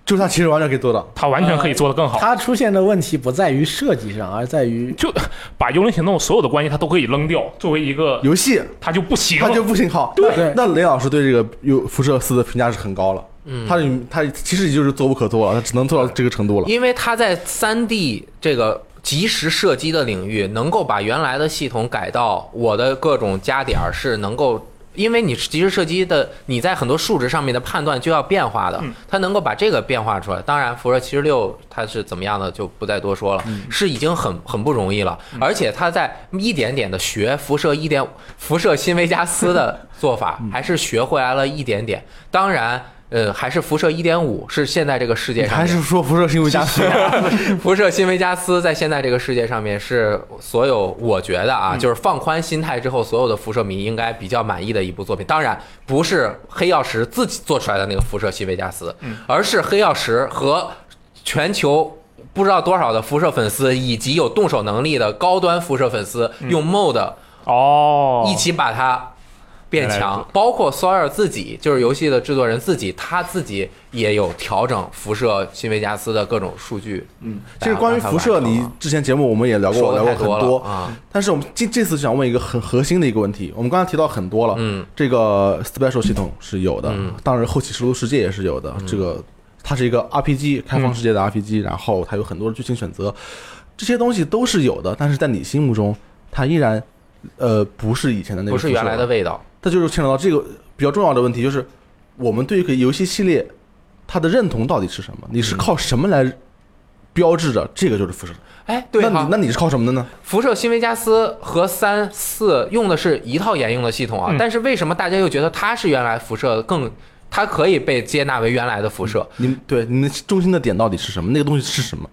Speaker 1: 就是他其实完全可以做到。
Speaker 3: 它完全可以做得更好。
Speaker 4: 它出现的问题不在于设计上，而在于
Speaker 3: 就把《幽灵行动》所有的关系它都可以扔掉，作为一个
Speaker 1: 游戏
Speaker 3: 它就不行
Speaker 1: 他就不行好，
Speaker 4: 对
Speaker 1: 那雷老师对这个有辐射四的评价是很高了，嗯，他他其实也就是做无可做了，他只能做到这个程度了。
Speaker 2: 因为它在三 D 这个即时射击的领域，能够把原来的系统改到我的各种加点儿是能够。因为你即时射击的，你在很多数值上面的判断就要变化
Speaker 1: 嗯
Speaker 2: 的，它能够把这个变化出来。当然，辐射七十六它是怎么样的就不再多说了，是已经很很不容易了。
Speaker 1: 嗯
Speaker 2: 而且它在一点点的学辐射
Speaker 1: *laughs*
Speaker 2: 一点辐射新维加
Speaker 1: 嗯
Speaker 2: 斯的做法，还是学会来了一点点。当然，呃，还是辐射一点五是现在这个世界
Speaker 1: 你
Speaker 2: 上
Speaker 1: 还
Speaker 2: 面
Speaker 1: 是说辐射是因为加速？
Speaker 2: *laughs* 辐射新维加斯在现在这个世界上面是所有我觉得啊，就是放宽心态之后，所有的辐射迷应该比较满意的一部作品。当然，不是黑曜石自己做出来的那个辐射新维加斯，而是黑曜石和全球。不知道多少的辐射粉丝，以及有动手能力的高端辐射粉丝，用 mod
Speaker 3: 哦，
Speaker 2: 一起把它变
Speaker 3: 原来
Speaker 2: 强，包括 Sawyer 自己，就是游戏的制作人自己，他自己也有调整辐射新维加斯的各种数据。嗯，
Speaker 1: 就是关于辐射，你之前节目我们也聊过，
Speaker 2: 说的
Speaker 1: 聊
Speaker 2: 太
Speaker 1: 过很
Speaker 2: 多了啊。
Speaker 1: 但是我们这这次想问一个很核心的一个问题，我们刚才提到很多了，
Speaker 2: 嗯，
Speaker 1: 这个 special 系统是有的，当然后期实录世界也是有的，这个它是一个
Speaker 2: 嗯
Speaker 1: RPG 开放世界的 RPG，、然后它有很多的剧情选择，这些东西都是有的，但是在你心目中，它依然呃不是以前的那个
Speaker 2: 不是原
Speaker 1: 辐射
Speaker 2: 来的味道。
Speaker 1: 这就是牵扯到这个比较重要的问题，就是我们对一个游戏系列它的认同到底是什么？你
Speaker 2: 嗯
Speaker 1: 是靠什么来标志着这个就是辐射？
Speaker 2: 哎，对
Speaker 1: 那你
Speaker 2: 哈
Speaker 1: 那，你是靠什么的呢？
Speaker 2: 辐射新维加斯和三四用的是一套沿用的系统啊，
Speaker 3: 嗯
Speaker 2: 但是为什么大家又觉得它是原来辐射更，它可以被接纳为原来的辐射？
Speaker 1: 你对你的中心的点到底是什么？那个东西是什么？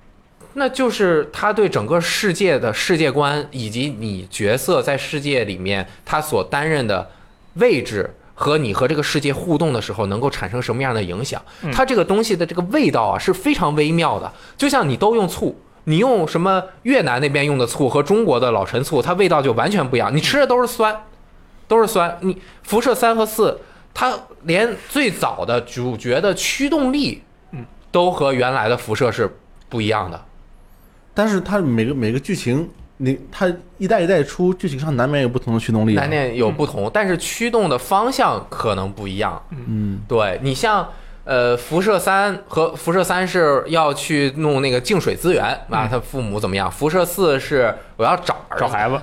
Speaker 2: 那就是他对整个世界的世界观，以及你角色在世界里面他所担任的位置。和你和这个世界互动的时候，能够产生什么样的影响？它这个东西的这个味道啊，是非常微妙的。就像你都用醋，你用什么越南那边用的醋和中国的老陈醋，它味道就完全不一样。你吃的都是酸，都是酸。你辐射三和四，它连最早的主角的驱动力，都和原来的辐射是不一样的。
Speaker 1: 但是它每个每个剧情，你它一代一代出，剧情上难免有不同的驱动力。啊
Speaker 2: 难点有不同，但是驱动的方向可能不一样。
Speaker 1: 嗯，
Speaker 2: 对你像呃，辐射三和辐射三是要去弄那个净水资源啊，他父母怎么样？辐射四是我要找儿子
Speaker 3: 找孩子，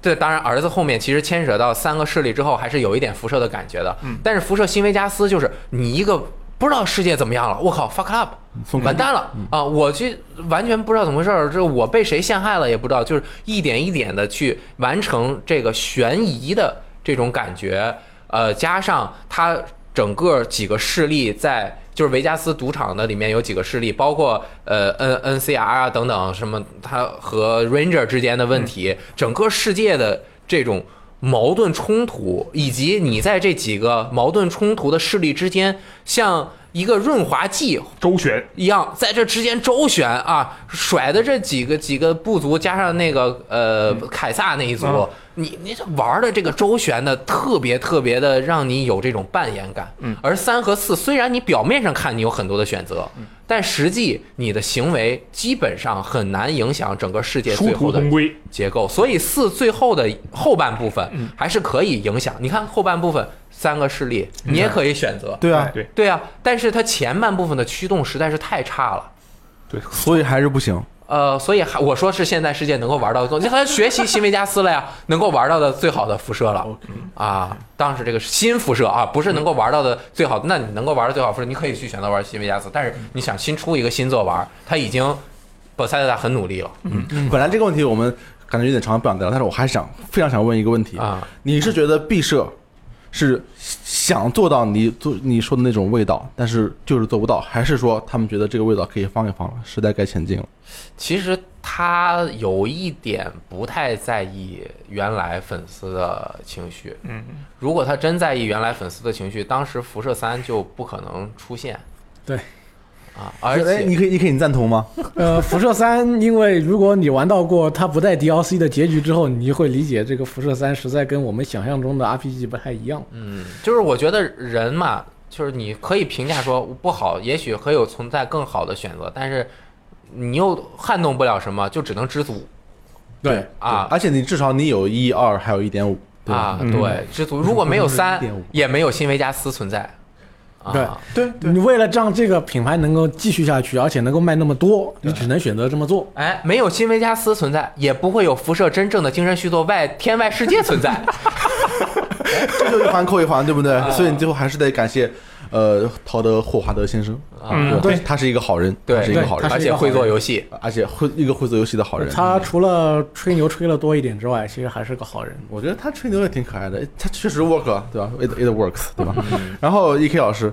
Speaker 2: 这当然，儿子后面其实牵扯到三个势力之后，还是有一点辐射的感觉的。但是辐射新维加斯就是你一个不知道世界怎么样了，我靠，fuck up，
Speaker 1: 疯狂
Speaker 2: 完蛋了、啊！我去完全不知道怎么回事儿，这我被谁陷害了也不知道，就是一点一点的去完成这个悬疑的这种感觉，呃，加上它整个几个势力在。就是维加斯赌场的里面有几个势力，包括呃 N N C R 啊等等什么，它和 Ranger 之间的问题，整个世界的这种矛盾冲突，以及你在这几个矛盾冲突的势力之间，像一个润滑剂
Speaker 3: 周旋，
Speaker 2: 一样，在这之间周旋啊，甩的这几个几个部族加上那个呃凯撒那一族，
Speaker 3: 嗯
Speaker 2: 你你这玩的这个周旋的特别特别的让你有这种扮演感。
Speaker 3: 嗯，
Speaker 2: 而三和四虽然你表面上看你有很多的选择，
Speaker 3: 嗯
Speaker 2: 但实际你的行为基本上很难影响整个世界
Speaker 3: 殊
Speaker 2: 最后
Speaker 3: 途
Speaker 2: 的
Speaker 3: 同归。
Speaker 2: 结构，所以四最后的后半部分
Speaker 3: 嗯
Speaker 2: 还是可以影响。你看后半部分三个势力，你也可以选择。
Speaker 1: 对啊，
Speaker 3: 对
Speaker 2: 对啊，但是它前半部分的驱动实在是太差了。
Speaker 3: 对，
Speaker 1: 所以还是不行。
Speaker 2: 呃，所以还我说是现在世界能够玩到的，你他学习新维加斯了呀，能够玩到的最好的辐射了
Speaker 1: OK，
Speaker 2: 啊！当时这个是新辐射啊，不是能够玩到的最好，那你能够玩到最好辐射，你可以去选择玩新维加斯，但是你想新出一个新作玩，他已经博塞达很努力了
Speaker 1: 嗯本来这个问题我们感觉有点长，不想聊，但是我还想非常想问一个问题
Speaker 2: 啊，
Speaker 1: 你是觉得毕设是想做到你做你说的那种味道，但是就是做不到，还是说他们觉得这个味道可以放一放了，时代该前进了？
Speaker 2: 其实他有一点不太在意原来粉丝的情绪，
Speaker 3: 嗯，
Speaker 2: 如果他真在意原来粉丝的情绪，当时辐射三就不可能出现
Speaker 4: 对，
Speaker 2: 啊！
Speaker 1: 哎
Speaker 2: 而
Speaker 1: 你
Speaker 2: 且
Speaker 1: 可以你可以你赞同吗？
Speaker 4: 呃，辐射三，因为如果你玩到过它不带 DLC 的结局之后，你就会理解这个辐射三实在跟我们想象中的 RPG 不太一样。
Speaker 2: 嗯，就是我觉得人嘛，就是你可以评价说不好，也许可以有存在更好的选择，但是你又撼动不了什么，就只能知足
Speaker 4: 对，
Speaker 2: 啊
Speaker 1: 而且你至少你有一二，还有一点五，对吧
Speaker 2: 啊！
Speaker 3: 嗯
Speaker 2: 对，知足。如果没
Speaker 1: *laughs*
Speaker 2: 有三
Speaker 1: 1.5，
Speaker 2: 也没有新维加斯存在
Speaker 4: 对
Speaker 2: 啊。
Speaker 1: 对
Speaker 4: 你为了让这个品牌能够继续下去，而且能够卖那么多，你只能选择这么做。
Speaker 2: 哎，没有新维加斯存在，也不会有辐射真正的精神续作外天外世界存
Speaker 1: *laughs*
Speaker 2: 在。啊
Speaker 1: 这就一环扣一环，对不对？所以你最后还是得感谢，呃，陶德霍华德先生，
Speaker 3: 嗯
Speaker 1: 吧
Speaker 4: 对
Speaker 1: 他是一个好人，他
Speaker 2: 对，
Speaker 1: 是一个好人
Speaker 4: 对，
Speaker 2: 而且会做游戏。
Speaker 1: 而且会一个会做游戏的好人。
Speaker 4: 他除了吹牛吹了多一点之外，其实还是个好人。
Speaker 1: 我觉得他吹牛也挺可爱的，他确实 work，对吧？It it works，对吧？然后 E K 老师，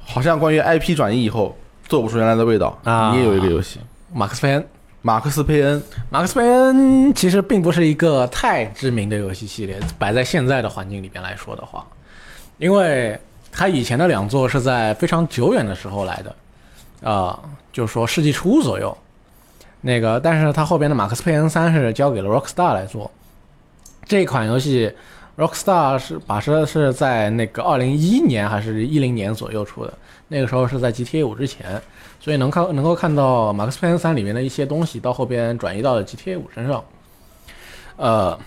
Speaker 1: 好像关于 IP 转移以后做不出原来的味道，
Speaker 4: 啊
Speaker 1: 你也有一个游戏，
Speaker 4: 马克思佩恩，
Speaker 1: 马克思佩恩，
Speaker 4: 马克思佩恩其实并不是一个太知名的游戏系列，摆在现在的环境里边来说的话，因为它以前的两座是在非常久远的时候来的，啊、就是说世纪初左右，那个，但是它后边的马克思佩恩三是交给了 Rockstar 来做，这款游戏 Rockstar 是把是是在那个二零一一年还是一零年左右出的，那个时候是在 GTA 五之前，所以能看能够看到马克思佩恩三里面的一些东西到后边转移到了 GTA 五身上。呃，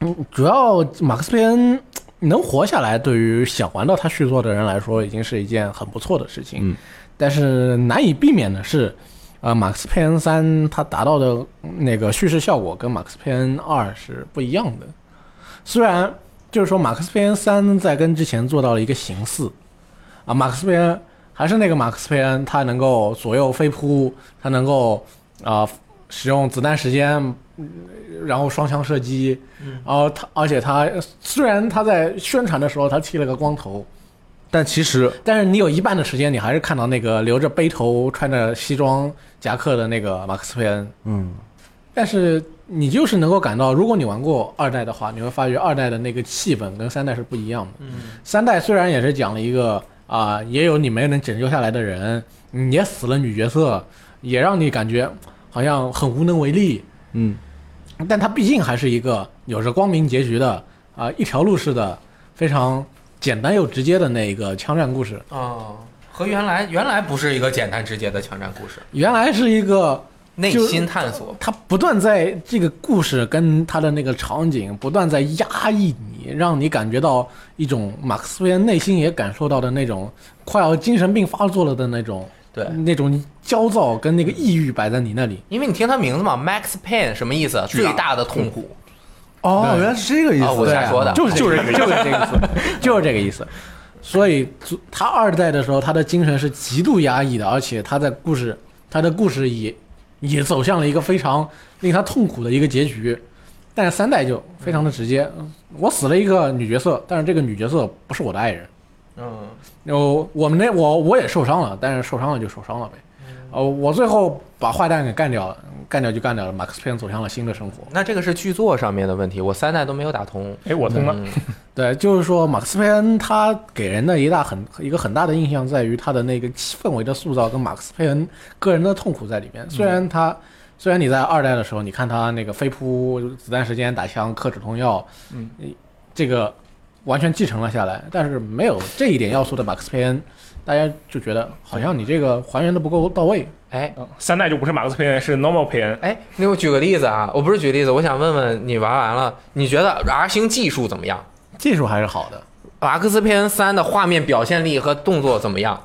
Speaker 4: 嗯主要马克思佩恩能活下来，对于想玩到他续作的人来说，已经是一件很不错的事情。
Speaker 1: 嗯
Speaker 4: 但是难以避免的是，呃，马克思佩恩三它达到的那个叙事效果跟马克思佩恩二是不一样的。虽然就是说马克思佩恩三在跟之前做到了一个形似，啊，马克思佩恩还是那个马克思佩恩，他能够左右飞扑，他能够啊、使用子弹时间，嗯然后双枪射击，然后他而且他虽然他在宣传的时候他剃了个光头，
Speaker 1: 但其实
Speaker 4: 但是你有一半的时间你还是看到那个留着背头、穿着西装夹克的那个马克思佩恩，
Speaker 1: 嗯，
Speaker 4: 但是你就是能够感到，如果你玩过二代的话，你会发觉二代的那个气氛跟三代是不一样的。嗯，三代虽然也是讲了一个啊、也有你没能拯救下来的人，嗯也死了女角色，也让你感觉好像很无能为力。
Speaker 1: 嗯，
Speaker 4: 但它毕竟还是一个有着光明结局的啊、一条路式的非常简单又直接的那一个枪战故事。
Speaker 2: 哦，和原来原来不是一个简单直接的枪战故事，
Speaker 4: 原来是一个
Speaker 2: 内
Speaker 4: 就
Speaker 2: 心探索。
Speaker 4: 他不断在这个故事跟他的那个场景不断在压抑你，让你感觉到一种马克思韦恩内心也感受到的那种快要精神病发作了的那种，
Speaker 2: 对
Speaker 4: 那种焦躁跟那个抑郁摆在你那里。
Speaker 2: 因为你听他名字嘛，Max Pain 什么意思？
Speaker 3: 巨大
Speaker 2: 最大的痛苦。
Speaker 1: 哦，
Speaker 4: 对
Speaker 1: 原来是这个意思，
Speaker 2: 啊我瞎说的
Speaker 4: 就是
Speaker 3: 就是
Speaker 4: 这个就是这个意思，就是这个意思。所以他二代的时候，他的精神是极度压抑的，而且他在故事，他的故事也也走向了一个非常令他痛苦的一个结局。但是三代就非常的直接，我死了一个女角色，但是这个女角色不是我的爱人。
Speaker 2: 嗯，
Speaker 4: 我我们那我我也受伤了，但是受伤了就受伤了呗。呃，我最后把坏蛋给干掉了，干掉就干掉了，马克思佩恩走向了新的生活。
Speaker 2: 那这个是剧作上面的问题，我三代都没有打通。
Speaker 3: 哎，我通了，
Speaker 2: 嗯，
Speaker 4: 对，就是说马克思佩恩他给人的一大很一个很大的印象在于他的那个氛围的塑造跟马克思佩恩个人的痛苦在里面。虽然他、虽然你在二代的时候，你看他那个飞扑、子弹时间、打枪、克止痛药，
Speaker 3: 嗯
Speaker 4: 呃，这个完全继承了下来，但是没有这一点要素的马克思佩恩，大家就觉得好像你这个还原的不够到位。
Speaker 2: 哎
Speaker 3: 嗯三代就不是马克思佩恩，是 normal 佩恩。
Speaker 2: 哎，那我举个例子啊，我不是举例子，我想问问你玩完了，你觉得 R 星技术怎么样？
Speaker 4: 技术还是好的，
Speaker 2: 马克思佩恩三的画面表现力和动作怎么样？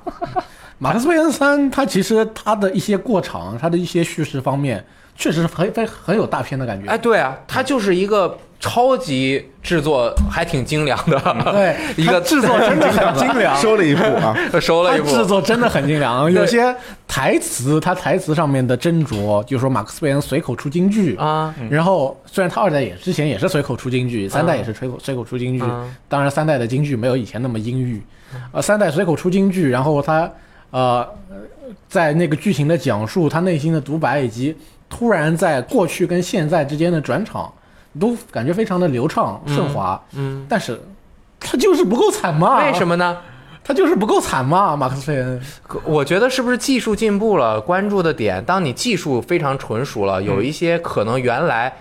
Speaker 4: 马克思佩恩三，它其实它的一些过场，它的一些叙事方面，确实很非很有大片的感觉。
Speaker 2: 哎，对啊，它就是一个超级制作，还挺精良 *laughs* 的，
Speaker 4: 对
Speaker 2: *laughs* ，一个
Speaker 4: 它制作真的很精良，
Speaker 1: 收了一步啊，
Speaker 2: 收了
Speaker 4: 它
Speaker 2: 一部。
Speaker 4: 制作真的很精
Speaker 2: *laughs*
Speaker 4: 良。
Speaker 2: 对
Speaker 4: 有些台词，它台词上面的斟酌，就是说马克思佩恩随口出金句。
Speaker 2: 啊，
Speaker 4: 然后，虽然他二代也之前也是随口出京剧，三代也是随口随口出京剧
Speaker 2: 嗯，
Speaker 4: 当然三代的京剧没有以前那么阴郁，呃，三代随口出京剧，然后他呃，在那个剧情的讲述，他内心的独白，以及突然在过去跟现在之间的转场，都感觉非常的流畅顺滑，
Speaker 2: 嗯，
Speaker 4: 但是他就是不够惨嘛，
Speaker 2: 为什？么呢？
Speaker 4: 他就是不够惨嘛，马克思佩恩。
Speaker 2: 可我觉得是不是技术进步了？关注的点，当你技术非常纯熟了，有一些可能原来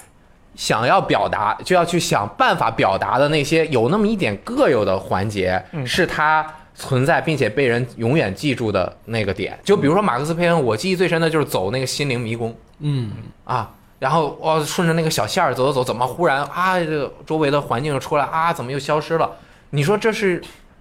Speaker 2: 想要表达就要去想办法表达的那些有那么一点各有的环节，
Speaker 3: 嗯
Speaker 2: 是它存在并且被人永远记住的那个点。就比如说马克思佩恩，我记忆最深的就是走那个心灵迷宫
Speaker 4: 嗯，
Speaker 2: 啊。然后哦，顺着那个小线儿走走走，怎么忽然啊，这个周围的环境又出来啊，怎么又消失了？你说这是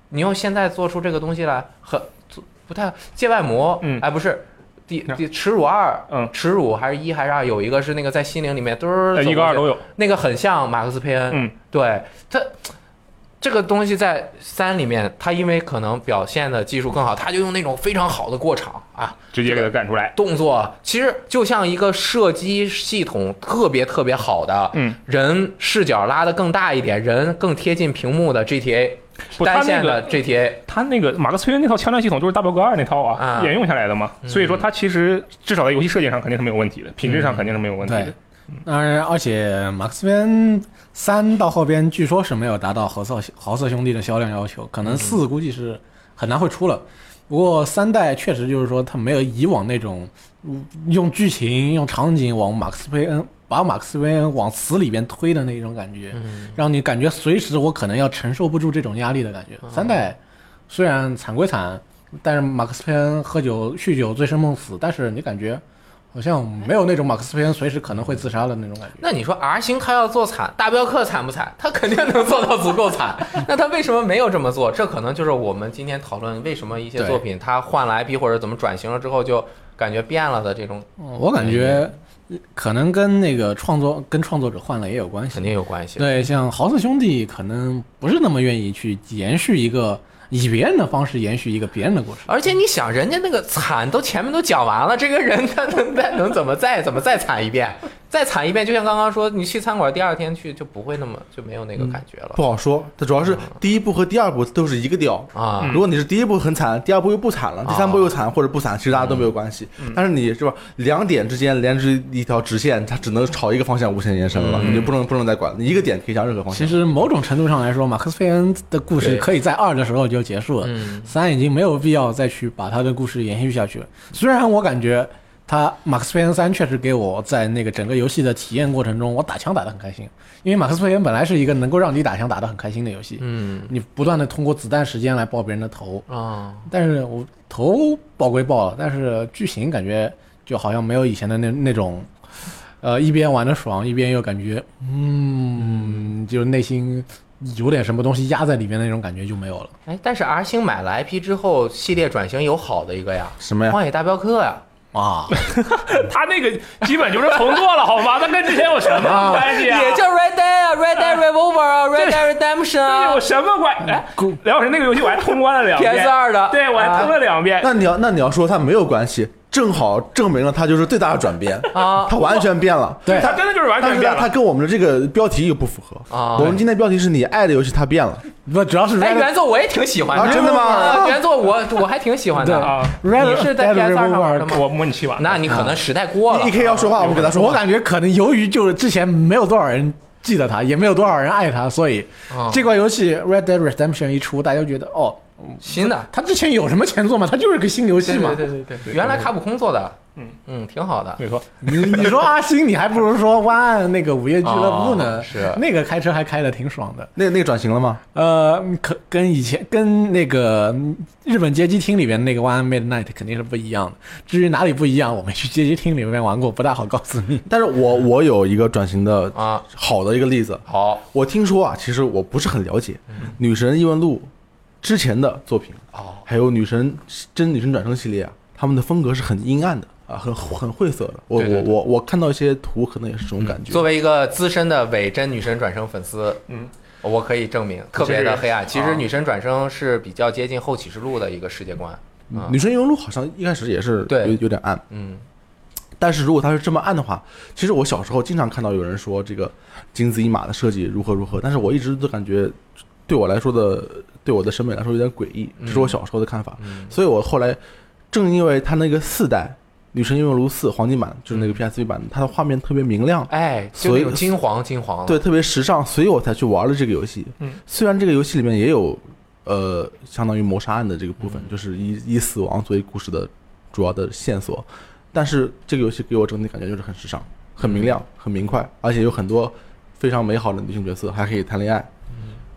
Speaker 2: 你用现在做出这个东西来，很做不太界外魔，
Speaker 3: 嗯
Speaker 2: 哎，不是，第第耻辱二，
Speaker 3: 嗯
Speaker 2: 耻辱还是一还是二，有一个是那个在心灵里面嘚儿走
Speaker 3: 呃
Speaker 2: 过去，
Speaker 3: 一个二都有，
Speaker 2: 那个很像马克思佩恩，
Speaker 3: 嗯，
Speaker 2: 对他这个东西在三里面，他因为可能表现的技术更好，他就用那种非常好的过场啊，
Speaker 3: 直接给他干出来。
Speaker 2: 动作其实就像一个射击系统特别特别好的，
Speaker 3: 嗯，
Speaker 2: 人视角拉得更大一点，人更贴近屏幕的 GTA，
Speaker 3: 不他
Speaker 2: 单
Speaker 3: 那
Speaker 2: 线
Speaker 3: 个
Speaker 2: 的 GTA，
Speaker 3: 他那个马克思佩恩那套枪战系统就是大表哥二那套啊
Speaker 2: 啊，
Speaker 3: 沿用下来的嘛，所以说他其实至少在游戏设计上肯定是没有问题的，品质上肯定是没有问题的
Speaker 4: 对。，当然，而且马克思韦恩三到后边据说是没有达到豪瑟豪瑟兄弟的销量要求，可能
Speaker 3: 嗯
Speaker 4: 四估计是很难会出了。不过三代确实就是说，它没有以往那种嗯用剧情、用场景往马克思韦恩把马克思韦恩往死里边推的那种感觉，让你感觉随时我可能要承受不住这种压力的感觉。三代虽然惨归惨，但是马克思佩恩喝酒酗酒醉生梦死，但是你感觉好像没有那种马克思佩恩随时可能会自杀的那种感觉。
Speaker 2: 那你说 R 星他要做惨，大镖客惨不惨？他肯定能做到足够惨。那他为什么没有这么做？这可能就是我们今天讨论为什么一些
Speaker 4: 对
Speaker 2: 作品它换了 IP 或者怎么转型了之后就感觉变了的这种，
Speaker 4: 我感觉嗯可能跟那个创作跟创作者换了也有关系
Speaker 2: 肯。定有关系。
Speaker 4: 对，像豪瑟兄弟可能不是那么愿意去延续一个以别人的方式延续一个别人的故事。
Speaker 2: 而且你想，人家那个惨都前面都讲完了，这个人他能再能怎么再怎么再惨一遍，再惨一遍，就像刚刚说，你去餐馆第二天去就不会那么就没有那个感觉了
Speaker 1: 不好说。它主要是第一部和第二部都是一个调。
Speaker 2: 啊。
Speaker 1: 如果你是第一部很惨，第二部又不惨了，第三部又惨或者不惨，其实大家都没有关系。但是你是吧，两点之间连着一条直线，它只能朝一个方向无限延伸了，你就不能不能再管了，你一个点可以向任何方向
Speaker 4: 其。实某种程度上来说，马克思·费恩的故事
Speaker 2: 对
Speaker 4: 可以在二的时候就结束了，三已经没有必要再去把他的故事延续下去了。虽然我感觉他马克思·费恩三确实给我在那个整个游戏的体验过程中，我打枪打得很开心，因为马克思·费恩本来是一个能够让你打枪打得很开心的游戏，
Speaker 2: 嗯
Speaker 4: 你不断的通过子弹时间来爆别人的头，
Speaker 2: 啊，
Speaker 4: 但是我头爆归爆了，但是剧情感觉就好像没有以前的那那种，呃，一边玩的爽，一边又感觉嗯，就是内心有点什么东西压在里面的那种感觉就没有了。
Speaker 2: 哎，但是 R 星买了 IP 之后，系列转型有好的一个呀，
Speaker 1: 什么呀？
Speaker 2: 荒野大镖客呀、
Speaker 4: 啊，
Speaker 3: 他那个基本就是重做了，好吗？那跟之前有什么关系啊？
Speaker 2: 也叫 Red Dead 啊，Red Dead Revolver 啊，Red Dead Redemption
Speaker 3: 那
Speaker 2: 啊
Speaker 3: 有什么关？哎，梁老师那个游戏我还通关了两遍
Speaker 2: ，PS 二的，
Speaker 1: 啊
Speaker 3: 对我还通了两遍。
Speaker 1: 那你要那你要说它没有关系，正好证明了它就是最大的转变，
Speaker 2: 啊
Speaker 1: 它完全变了。
Speaker 4: 对
Speaker 3: 它真的就是完
Speaker 1: 但
Speaker 3: 全
Speaker 1: 是
Speaker 3: 变
Speaker 1: 呢，它
Speaker 3: 了。
Speaker 1: 跟我们的这个标题又不符合。
Speaker 2: 啊
Speaker 1: 我！们今天标题是你爱的游戏，它变了。
Speaker 4: 不主要是
Speaker 2: 哎，
Speaker 4: Red
Speaker 2: 原作我也挺喜欢
Speaker 1: 啊
Speaker 2: 的，
Speaker 1: 真的吗
Speaker 2: 啊原作我我还挺喜欢的
Speaker 4: 对
Speaker 2: 啊。
Speaker 3: 啊，
Speaker 4: Red
Speaker 2: 你是在
Speaker 4: Dead
Speaker 2: PS2 上玩的吗
Speaker 4: Revolver
Speaker 3: 我模拟器吧。
Speaker 2: 那你可能时代过了
Speaker 1: E K 要说话，我们给他说
Speaker 4: 我
Speaker 1: 话。
Speaker 4: 感觉可能由于就是之前没有多少人记得它，也没有多少人爱它，所以
Speaker 2: 啊
Speaker 4: 这款游戏 Red Dead Redemption 一出，大家就觉得哦，
Speaker 2: 新的，
Speaker 4: 它之前有什么前作吗？它就是个新游戏
Speaker 2: 对
Speaker 4: 嘛。
Speaker 2: 对对对对，原来卡普空做的，
Speaker 3: 嗯
Speaker 2: 嗯，挺好的。
Speaker 3: 没错，
Speaker 4: 你你说阿星，你还不如说湾岸那个午夜俱乐部呢，
Speaker 2: 哦是
Speaker 4: 那个开车还开的挺爽的。
Speaker 1: 那那个转型了吗？
Speaker 4: 呃，可跟以前跟那个嗯日本街机厅里面那个《One Midnight》肯定是不一样的。至于哪里不一样，我没去街机厅里面玩过，不大好告诉你。
Speaker 1: 但是我我有一个转型的
Speaker 2: 啊
Speaker 1: 好的一个例子，
Speaker 2: 好
Speaker 1: 我听说啊，其实我不是很了解《女神异闻录》之前的作品，
Speaker 2: 嗯哦，
Speaker 1: 还有《女神真女神转生》系列啊，他们的风格是很阴暗的啊，很很晦涩的。我
Speaker 2: 对对对
Speaker 1: 我我我看到一些图，可能也是这种感觉
Speaker 2: 作。为一个资深的伪真女神转生粉丝，
Speaker 3: 嗯，
Speaker 2: 我可以证明特别的黑暗。
Speaker 3: 其
Speaker 2: 其
Speaker 3: 实啊
Speaker 2: 实女神转生是比较接近后启示录的一个世界观。
Speaker 1: 《
Speaker 2: 嗯
Speaker 1: 女神异闻录》好像一开始也是
Speaker 2: 对
Speaker 1: 有有点暗，
Speaker 2: 嗯，
Speaker 1: 但是如果它是这么暗的话，其实我小时候经常看到有人说这个金子一马的设计如何如何，但是我一直都感觉对我来说的对我的审美来说有点诡异，这是我小时候的看法。
Speaker 2: 嗯
Speaker 1: 所以我后来正因为它那个四代《女神异闻录四》黄金版，就是
Speaker 2: 嗯
Speaker 1: 那个 PSV 版，它的画面特别明亮，
Speaker 2: 哎，就
Speaker 1: 所
Speaker 2: 那
Speaker 1: 以
Speaker 2: 种金黄金黄的。
Speaker 1: 对，特别时尚，所以我才去玩了这个游戏。
Speaker 3: 嗯，
Speaker 1: 虽然这个游戏里面也有呃，相当于谋杀案的这个部
Speaker 2: 嗯
Speaker 1: 分，就是以以死亡作为故事的主要的线索，但是这个游戏给我整体感觉就是很时尚、很明
Speaker 2: 嗯
Speaker 1: 亮、很明快，而且有很多非常美好的女性角色，还可以谈恋爱。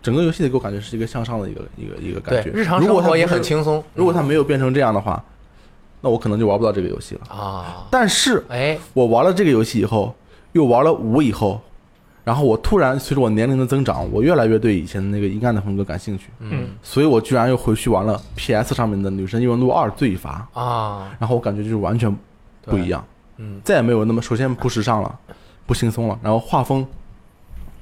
Speaker 1: 整个游戏的给我感觉是一个向上的一个一个一个
Speaker 2: 嗯对，
Speaker 1: 感觉。
Speaker 2: 日常
Speaker 1: 如
Speaker 2: 生
Speaker 1: 果它
Speaker 2: 活也
Speaker 1: 不是
Speaker 2: 很轻松。
Speaker 1: 如果它没有变成这样的话，那我可能就玩不到这个游戏了。
Speaker 2: 啊，
Speaker 1: 但是
Speaker 2: 哎，
Speaker 1: 我玩了这个游戏以后，又玩了五以后，然后我突然随着我年龄的增长，我越来越对以前的那个阴暗的风格感兴趣，
Speaker 2: 嗯
Speaker 1: 所以我居然又回去玩了 PS 上面的《女神异闻录二：罪罚
Speaker 2: 啊》，，
Speaker 1: 然后我感觉就是完全不一样，
Speaker 2: 嗯，
Speaker 1: 再也没有那么首先不时尚了，不轻松了，然后画风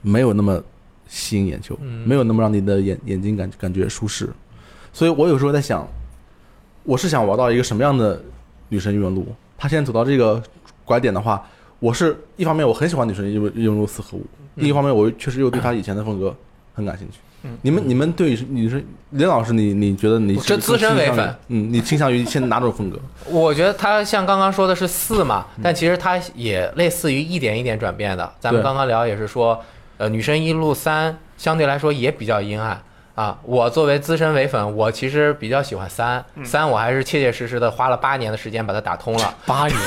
Speaker 1: 没有那么吸引眼球，
Speaker 2: 嗯
Speaker 1: 没有那么让你的眼眼睛感感觉舒适，所以我有时候在想，我是想玩到一个什么样的女神异闻录？她现在走到这个拐点的话，我是一方面我很喜欢女神异闻异闻录四和五，
Speaker 2: 嗯
Speaker 1: 另一方面我确实又对她以前的风格很感兴趣。
Speaker 3: 嗯
Speaker 1: 你们你们对女神林老师，你你觉得你
Speaker 2: 我这
Speaker 1: 是
Speaker 2: 资深
Speaker 1: 倾向
Speaker 2: 伪粉
Speaker 1: 于，嗯，你倾向于现在哪种风格？
Speaker 2: 我觉得它像刚刚说的是四嘛，但其实它也类似于一点一点转变的。咱们
Speaker 1: 嗯对
Speaker 2: 刚刚聊也是说，呃，女神一路三相对来说也比较阴暗啊。我作为资深伪粉，我其实比较喜欢三，三我还是切切实实的花了八年的时间把它打通了。
Speaker 4: 八年，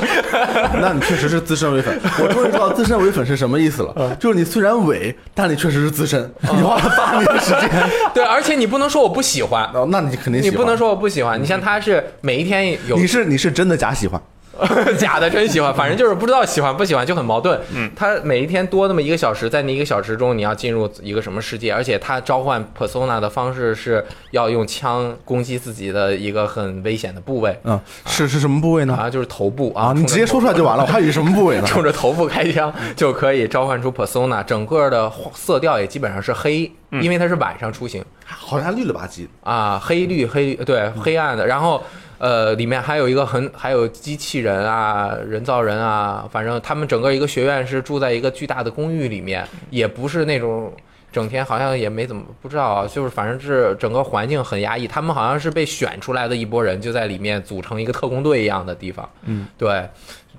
Speaker 1: *laughs* 那你确实是资深伪粉，我终于知道资深伪粉是什么意思了。就是你虽然伪，但你确实是资深， *laughs* 你花了八年的时间，
Speaker 2: *laughs* 对，而且你不能说我不喜欢，
Speaker 1: 哦 *laughs* 那你肯定喜
Speaker 2: 你
Speaker 1: 欢
Speaker 2: 不能说我不喜欢。你像他是每一天有
Speaker 1: 你是你是真的假喜欢，
Speaker 2: *laughs* 假的真喜欢，反正就是不知道喜欢不喜欢就很矛盾。嗯，他每一天多那么一个小时，在那一个小时中，你要进入一个什么世界？而且他召唤 persona 的方式是要用枪攻击自己的一个很危险的部位
Speaker 1: 嗯，是是什么部位呢？
Speaker 2: 啊，就是头部啊，
Speaker 1: 啊，你
Speaker 2: 冲着
Speaker 1: 直接
Speaker 2: 头
Speaker 1: 说出来就完了，我还以为什么部位呢？
Speaker 2: 冲着头部开枪就可以召唤出 persona，整个的色调也基本上是黑，因为它是晚上出行。
Speaker 1: *laughs* 好像还绿了吧唧的，
Speaker 2: 啊，黑绿黑对黑暗的，然后呃，里面还有一个很还有机器人啊、人造人啊，反正他们整个一个学院是住在一个巨大的公寓里面，也不是那种整天好像也没怎么不知道啊，就是反正是整个环境很压抑，他们好像是被选出来的一拨人，就在里面组成一个特工队一样的地方，
Speaker 1: 嗯，
Speaker 2: 对，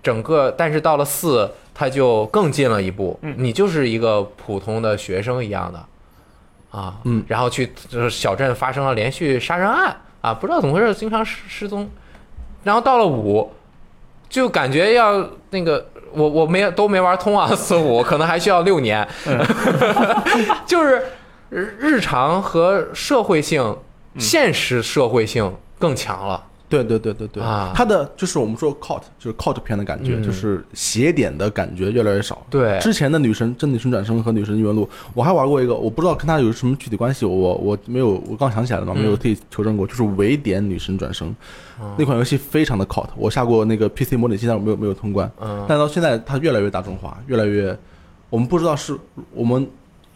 Speaker 2: 整个但是到了四，他就更进了一步，你就是一个普通的学生一样的。啊，
Speaker 1: 嗯，
Speaker 2: 然后去就是小镇发生了连续杀人案啊，不知道怎么回事，经常失失踪，然后到了五，就感觉要那个我我没有都没玩通啊，四五可能还需要六年，就是日日常和社会性、现实社会性更强了，
Speaker 1: 对对对对对
Speaker 2: 啊，
Speaker 1: 它的就是我们说 cult 就是 cult 片的感觉，
Speaker 2: 嗯
Speaker 1: 就是邪点的感觉越来越少。
Speaker 2: 对
Speaker 1: 之前的女神真女神转生和女神异闻录，我还玩过一个，我不知道跟它有什么具体关系，我我没有，我刚想起来了
Speaker 2: 嗯
Speaker 1: 嘛，没有特意求证过，就是维点女神转生那款游戏非常的 cult，我下过那个 PC 模拟器，但我没有没有通关，
Speaker 2: 嗯
Speaker 1: 但到现在它越来越大众化，越来越我们不知道是我们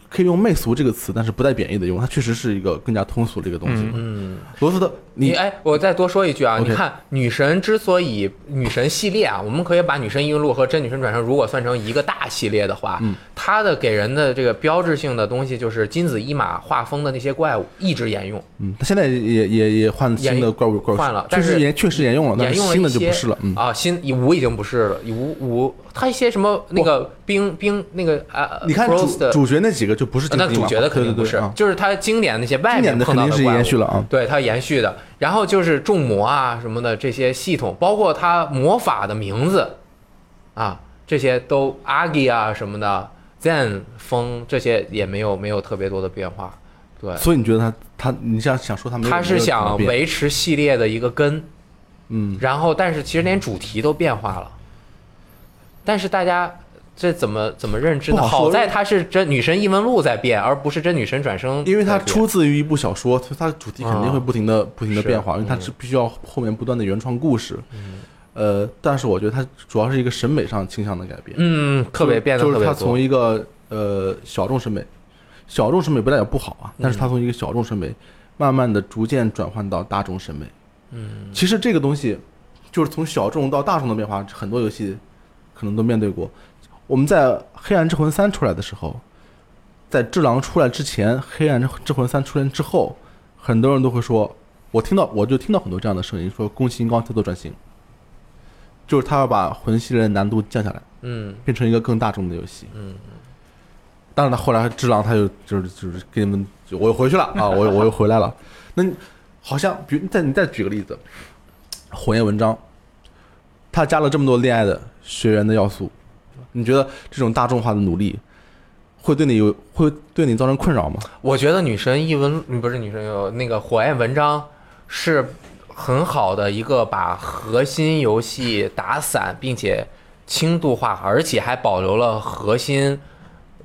Speaker 1: 可以用媚俗这个词，但是不带贬义的用，它确实是一个更加通俗的一个东西。
Speaker 2: 嗯，
Speaker 1: 罗斯特，
Speaker 2: 你
Speaker 1: 你
Speaker 2: 哎，我再多说一句啊
Speaker 1: OK
Speaker 2: 你看女神之所以女神系列啊，我们可以把女神异闻录和真女神转生如果算成一个大系列的话，
Speaker 1: 嗯
Speaker 2: 它的给人的这个标志性的东西就是金子一马画风的那些怪物一直沿用，
Speaker 1: 嗯，他现在也也也换新的
Speaker 2: 沿
Speaker 1: 怪物怪物，
Speaker 2: 换了
Speaker 1: 确
Speaker 2: 但
Speaker 1: 实
Speaker 2: 是
Speaker 1: 沿确实沿用了，但
Speaker 2: 沿
Speaker 1: 是
Speaker 2: 用了
Speaker 1: 新的就
Speaker 2: 一些
Speaker 1: 不是了。嗯，
Speaker 2: 啊，新以五已经不是了，以五五它一些什么那个冰冰那个啊，
Speaker 1: 你看
Speaker 2: Frost
Speaker 1: 主主角那几个就不是
Speaker 2: 呃那
Speaker 1: 金丝
Speaker 2: 主
Speaker 1: 马
Speaker 2: 角的肯定
Speaker 1: 对对
Speaker 2: 不
Speaker 1: 对
Speaker 2: 是
Speaker 1: 啊，
Speaker 2: 就是它经典那些外
Speaker 1: 经典
Speaker 2: 面
Speaker 1: 的
Speaker 2: 碰
Speaker 1: 肯
Speaker 2: 到
Speaker 1: 定是
Speaker 2: 怪
Speaker 1: 延
Speaker 2: 物
Speaker 1: 续。了啊。
Speaker 2: 对它延续的，然后就是众魔啊什么的这些系统，包括它魔法的名字啊，这些都 Agi 啊什么的，Zen 风这些也没有没有特别多的变化。对，
Speaker 1: 所以你觉得他他，你想想说他没有
Speaker 2: 它
Speaker 1: 没
Speaker 2: 是
Speaker 1: 有怎么
Speaker 2: 想
Speaker 1: 变
Speaker 2: 维持系列的一个根，
Speaker 1: 嗯，
Speaker 2: 然后但是其实连主题都变化了，但是大家这怎么怎么认知呢？
Speaker 1: 不好说
Speaker 2: 好在它是真女神异闻录在变，而不是真女神转生在变，嗯
Speaker 1: 因为它出自于一部小说，所以它的主题肯定会不停的、不停的
Speaker 2: 是嗯
Speaker 1: 变化，因为它是必须要后面不断的原创故事。呃，但是我觉得它主要是一个审美上倾向的改变，
Speaker 2: 嗯特别变得
Speaker 1: 就
Speaker 2: 特
Speaker 1: 是
Speaker 2: 别
Speaker 1: 它
Speaker 2: 多，
Speaker 1: 从一个呃小众审美，小众审美不代表不好啊，但
Speaker 2: 嗯
Speaker 1: 是它从一个小众审美，慢慢的逐渐转换到大众审美。嗯，其实这个东西就是从小众到大众的变化，很多游戏可能都面对过。我们在《黑暗之魂三》出来的时候，在《智狼》出来之前，《黑暗之魂三》出现之后，很多人都会说，我听到我就听到很多这样的声音，说宫崎英高在做转型，就是他要把魂系列的难度降下来。
Speaker 2: 嗯
Speaker 1: 变成一个更大众的游戏。嗯，当然了，后来《只狼》他又就是就是给你们，就我又回去了啊，我又我又回来了。那你好像，比如你再你再举个例子，《火焰文章》，他加了这么多恋爱的学员的要素，你觉得这种大众化的努力会对你有会对你造成困扰吗？
Speaker 2: 我觉得女神异闻嗯不是女神有那个火焰文章是很好的一个把核心游戏打散，并且轻度化，而且还保留了核心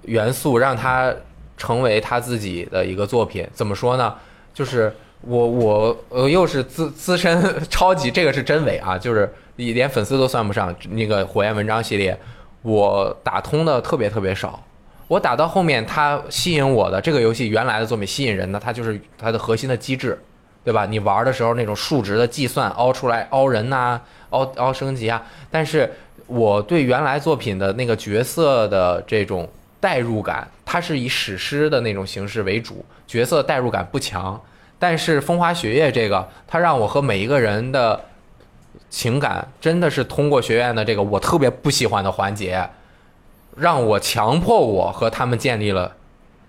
Speaker 2: 元素，让它成为他自己的一个作品。怎么说呢？就是我我呃又是资资深 *laughs* 超级，这个是真伪啊，就是你连粉丝都算不上。那个火焰文章系列，我打通的特别特别少。我打到后面，它吸引我的这个游戏原来的作品吸引人的，它就是它的核心的机制，对吧？你玩的时候那种数值的计算，凹出来、凹人呐、凹凹升级啊。但是我对原来作品的那个角色的这种代入感，它是以史诗的那种形式为主，角色代入感不强。但是《风花雪月》这个，它让我和每一个人的情感真的是通过学院的这个我特别不喜欢的环节，让我强迫我和他们建立了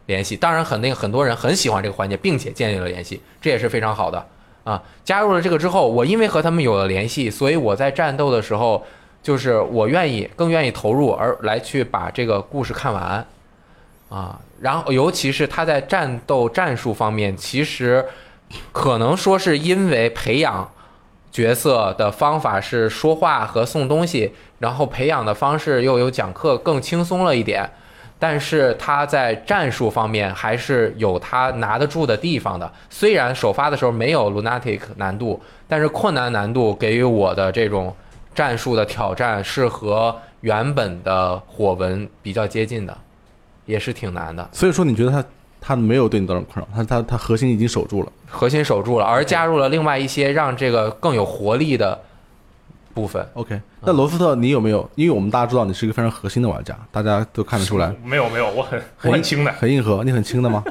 Speaker 2: 联系。当然，很那个很多人很喜欢这个环节，并且建立了联系，这也是非常好的啊。加入了这个之后，我因为和他们有了联系，所以我在战斗的时候，就是我愿意更愿意投入，而来去把这个故事看完啊。然后，尤其是他在战斗战术方面，其实可能说是因为培养角色的方法是说话和送东西，然后培养的方式又有讲课更轻松了一点，但是他在战术方面还是有他拿得住的地方的。虽然首发的时候没有 Lunatic 难度，但是困难难度给予我的这种战术的挑战是和原本的火纹比较接近的，也是挺难的。
Speaker 1: 所以说，你觉得他他没有对你造成困扰，他他他核心已经守住了。
Speaker 2: 核心守住了，而加入了另外一些让这个更有活力的部分。
Speaker 1: OK，那罗斯特，你有没有？因为我们大家知道你是一个非常核心的玩家，大家都看得出来。
Speaker 3: 没有没有，我很
Speaker 1: 很
Speaker 3: 我很轻的，
Speaker 1: 很硬核，你很轻的
Speaker 3: *laughs*
Speaker 1: 吗？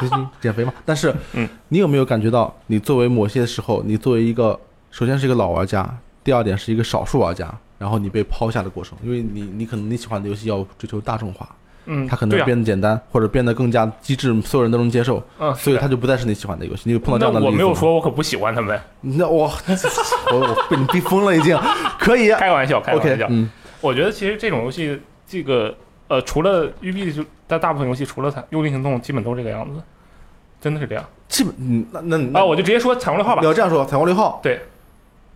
Speaker 1: 最近减肥嘛，但是，嗯，你有没有感觉到，你作为某些时候，你作为一个，首先是一个老玩家，第二点是一个少数玩家，然后你被抛下的过程，因为你你可能你喜欢的游戏要追求大众化，
Speaker 3: 嗯，
Speaker 1: 它可能
Speaker 3: 对啊
Speaker 1: 变得简单、或者变得更加机制，所有人都能接受，
Speaker 3: 嗯，
Speaker 1: 所以
Speaker 3: 是的
Speaker 1: 它就不再是你喜欢的游戏。你有碰到这样的
Speaker 3: 那
Speaker 1: 例
Speaker 3: 我
Speaker 1: 子吗
Speaker 3: 没有，说我可不喜欢他们，
Speaker 1: 那我我我被你逼疯了已经，可以啊
Speaker 3: 开玩笑，开玩
Speaker 1: ，OK，
Speaker 3: 笑。
Speaker 1: 嗯，
Speaker 3: 我觉得其实这种游戏，这个呃，除了育碧，就但大部分游戏除了它《幽灵行动》，基本都是这个样子，真的是这样
Speaker 1: 基本嗯，那那那
Speaker 3: 啊！我就直接说《彩虹六号》吧，
Speaker 1: 你要这样说，彩虹六号，
Speaker 3: 《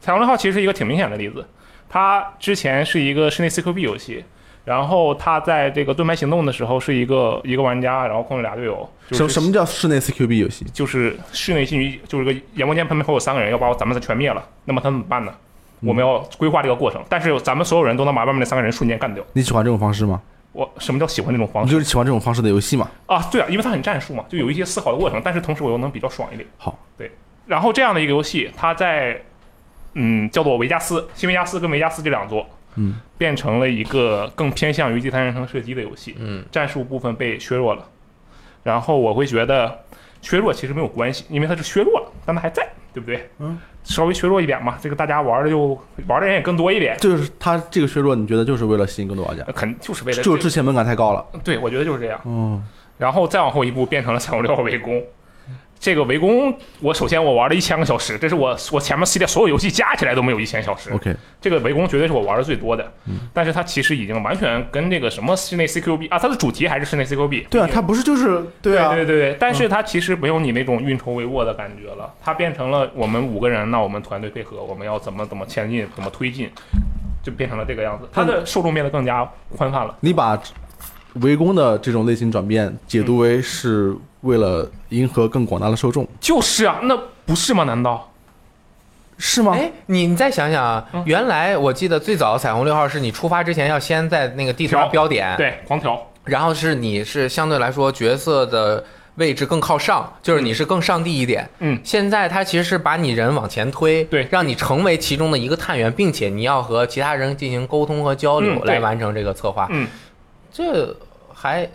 Speaker 3: 彩虹六号》其实是一个挺明显的例子，它之前是一个室内 CQB 游戏，然后它在这个盾牌行动的时候是一个一个玩家，然后控制俩队友，
Speaker 1: 什
Speaker 3: 就是
Speaker 1: 么什么叫室内 CQB 游戏？
Speaker 3: 就是室内信息，就是个演播间旁边会有三个人要把我咱们全灭了，那么他们怎么办呢？
Speaker 1: 嗯
Speaker 3: 我们要规划这个过程，但是咱们所有人都能把外面那三个人瞬间干掉。
Speaker 1: 你喜欢这种方式吗？
Speaker 3: 我什么叫喜欢这种方
Speaker 1: 你
Speaker 3: 式
Speaker 1: 就是喜欢这种方式的游戏嘛？
Speaker 3: 啊？对啊，因为它很战术嘛，就有一些思考的过程，但是同时我又能比较爽一点。
Speaker 1: 好，
Speaker 3: 然后这样的一个游戏，它在嗯叫做维加斯、新维加斯跟维加斯这两座，
Speaker 1: 嗯，
Speaker 3: 变成了一个更偏向于第三人称射击的游戏，
Speaker 2: 嗯，
Speaker 3: 战术部分被削弱了。然后我会觉得削弱其实没有关系，因为它是削弱了，但它还在，对不对？
Speaker 4: 嗯，
Speaker 3: 稍微削弱一点嘛，这个大家玩的就玩的人也更多一点，
Speaker 1: 就是它这个削弱，你觉得就是为了吸引更多玩家，
Speaker 3: 呃肯就是为了
Speaker 1: 就是
Speaker 3: 这
Speaker 1: 之前门槛太高了。
Speaker 3: 对，我觉得就是这样。
Speaker 1: 嗯，
Speaker 3: 然后再往后一步变成了彩虹六号围攻。这个围攻，我首先我玩了一千个小时，这是我我前面系列所有游戏加起来都没有一千小时。
Speaker 1: OK，嗯
Speaker 3: 这个围攻绝对是我玩的最多的，但是它其实已经完全跟那个什么室内 CQB 啊，它的主题还是室内 CQB。
Speaker 1: 对啊，它不是就是对啊，
Speaker 3: 对对对，但是它其实没有你那种运筹帷幄的感觉了，它变成了我们五个人，那我们团队配合，我们要怎么怎么前进，怎么推进，就变成了这个
Speaker 1: 嗯
Speaker 3: 样子。它的受众变得更加宽泛了。
Speaker 1: 你把围攻的这种类型转变解读为是为了迎合更广大的受众，
Speaker 3: 就是啊，那不是吗？难道？
Speaker 1: 是吗？
Speaker 2: 哎，你你再想想啊
Speaker 3: 嗯，
Speaker 2: 原来我记得最早彩虹六号是你出发之前要先在那个地图上
Speaker 3: 调
Speaker 2: 标
Speaker 1: 啊
Speaker 2: 点，，
Speaker 3: 对，狂调，
Speaker 2: 然后是你是相对来说角色的位置更靠上，就是你是更上帝一点。
Speaker 3: 嗯，
Speaker 2: 现在它其实是把你人往前推，
Speaker 3: 对
Speaker 2: 让你成为其中的一个探员，并且你要和其他人进行沟通和交流
Speaker 3: 嗯对
Speaker 2: 来完成这个策
Speaker 1: 啊
Speaker 2: 划，
Speaker 3: 嗯，
Speaker 2: 这还